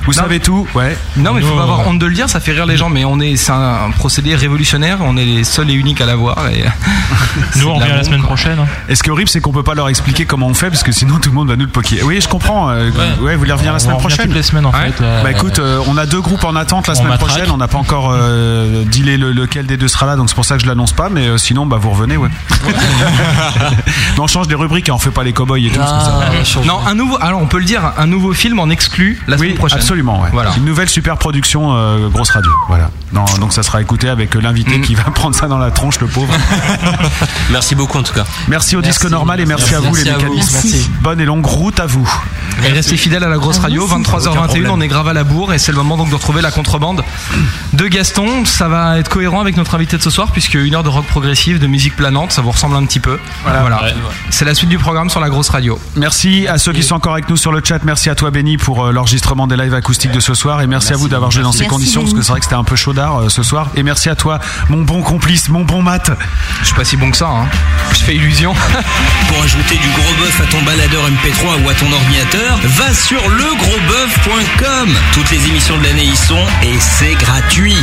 S1: Vous savez tout, ouais.
S6: Non mais il faut
S1: Nous,
S6: pas avoir
S1: on-
S6: honte de le dire, ça fait rire les gens, mais on est c'est un, un procédé révolutionnaire, on est les seuls et uniques à l'avoir. Et... Nous
S8: on revient la semaine hein.
S6: prochaine.
S1: Et ce qui est horrible, c'est qu'on peut pas leur expliquer comment on fait parce que sinon tout le monde va nous le poquer. Oui, je comprends. euh, ouais. vous voulez revenir
S8: On
S1: la semaine
S8: revient
S1: prochaine
S8: toutes les semaines, en
S1: Ouais.
S8: fait, euh,
S1: bah écoute, euh, on a deux groupes en attente la
S8: on
S1: semaine
S8: matraque.
S1: prochaine. On n'a pas encore euh, dealé le- lequel des deux sera là, donc c'est pour ça que je l'annonce pas. Mais euh, sinon, bah vous revenez, ouais. Mais on change des Ah,
S8: Ah,
S1: rubriques, et on fait pas les cowboys et tout. parce que ça-
S6: Non, un nouveau. Alors, on peut le dire, un nouveau film en exclu la semaine prochaine.
S1: Absolument, ouais. Une nouvelle super production, euh, grosse radio. Voilà. Non, donc ça sera écouté avec euh,
S8: Mm.
S1: l'invité qui va prendre ça dans la tronche, le pauvre.
S19: Merci beaucoup en tout cas.
S1: Merci au
S19: Merci,
S1: disque normal et merci,
S19: merci.
S1: à vous, les
S19: Merci à vous.
S1: mécanismes.
S19: Merci.
S1: Bonne et longue route à vous.
S6: Et restez fidèles à la grosse radio, 23h21, on est grave à la bourre et c'est le moment donc de retrouver la contrebande de Gaston. Ça va être cohérent avec notre invité de ce soir puisque une heure de rock progressif, de musique planante, ça vous ressemble un petit peu. Voilà. C'est la suite du programme sur la grosse radio.
S1: Merci à ceux qui sont encore avec nous sur le chat. Merci à toi, Benny, pour euh, l'enregistrement des lives acoustiques de ce soir. Et merci, à vous d'avoir joué dans ces
S6: Merci,
S1: conditions,
S6: Benny.
S1: parce que c'est vrai que c'était un peu chaud d'art euh, ce soir. Et merci à toi, mon bon complice, mon bon mat.
S6: Je suis pas si bon que ça, hein. Je fais illusion.
S2: Pour ajouter du gros bœuf à ton baladeur MP3 ou à ton ordinateur, va sur legrosboeuf.com. Toutes les émissions de l'année y sont et c'est gratuit.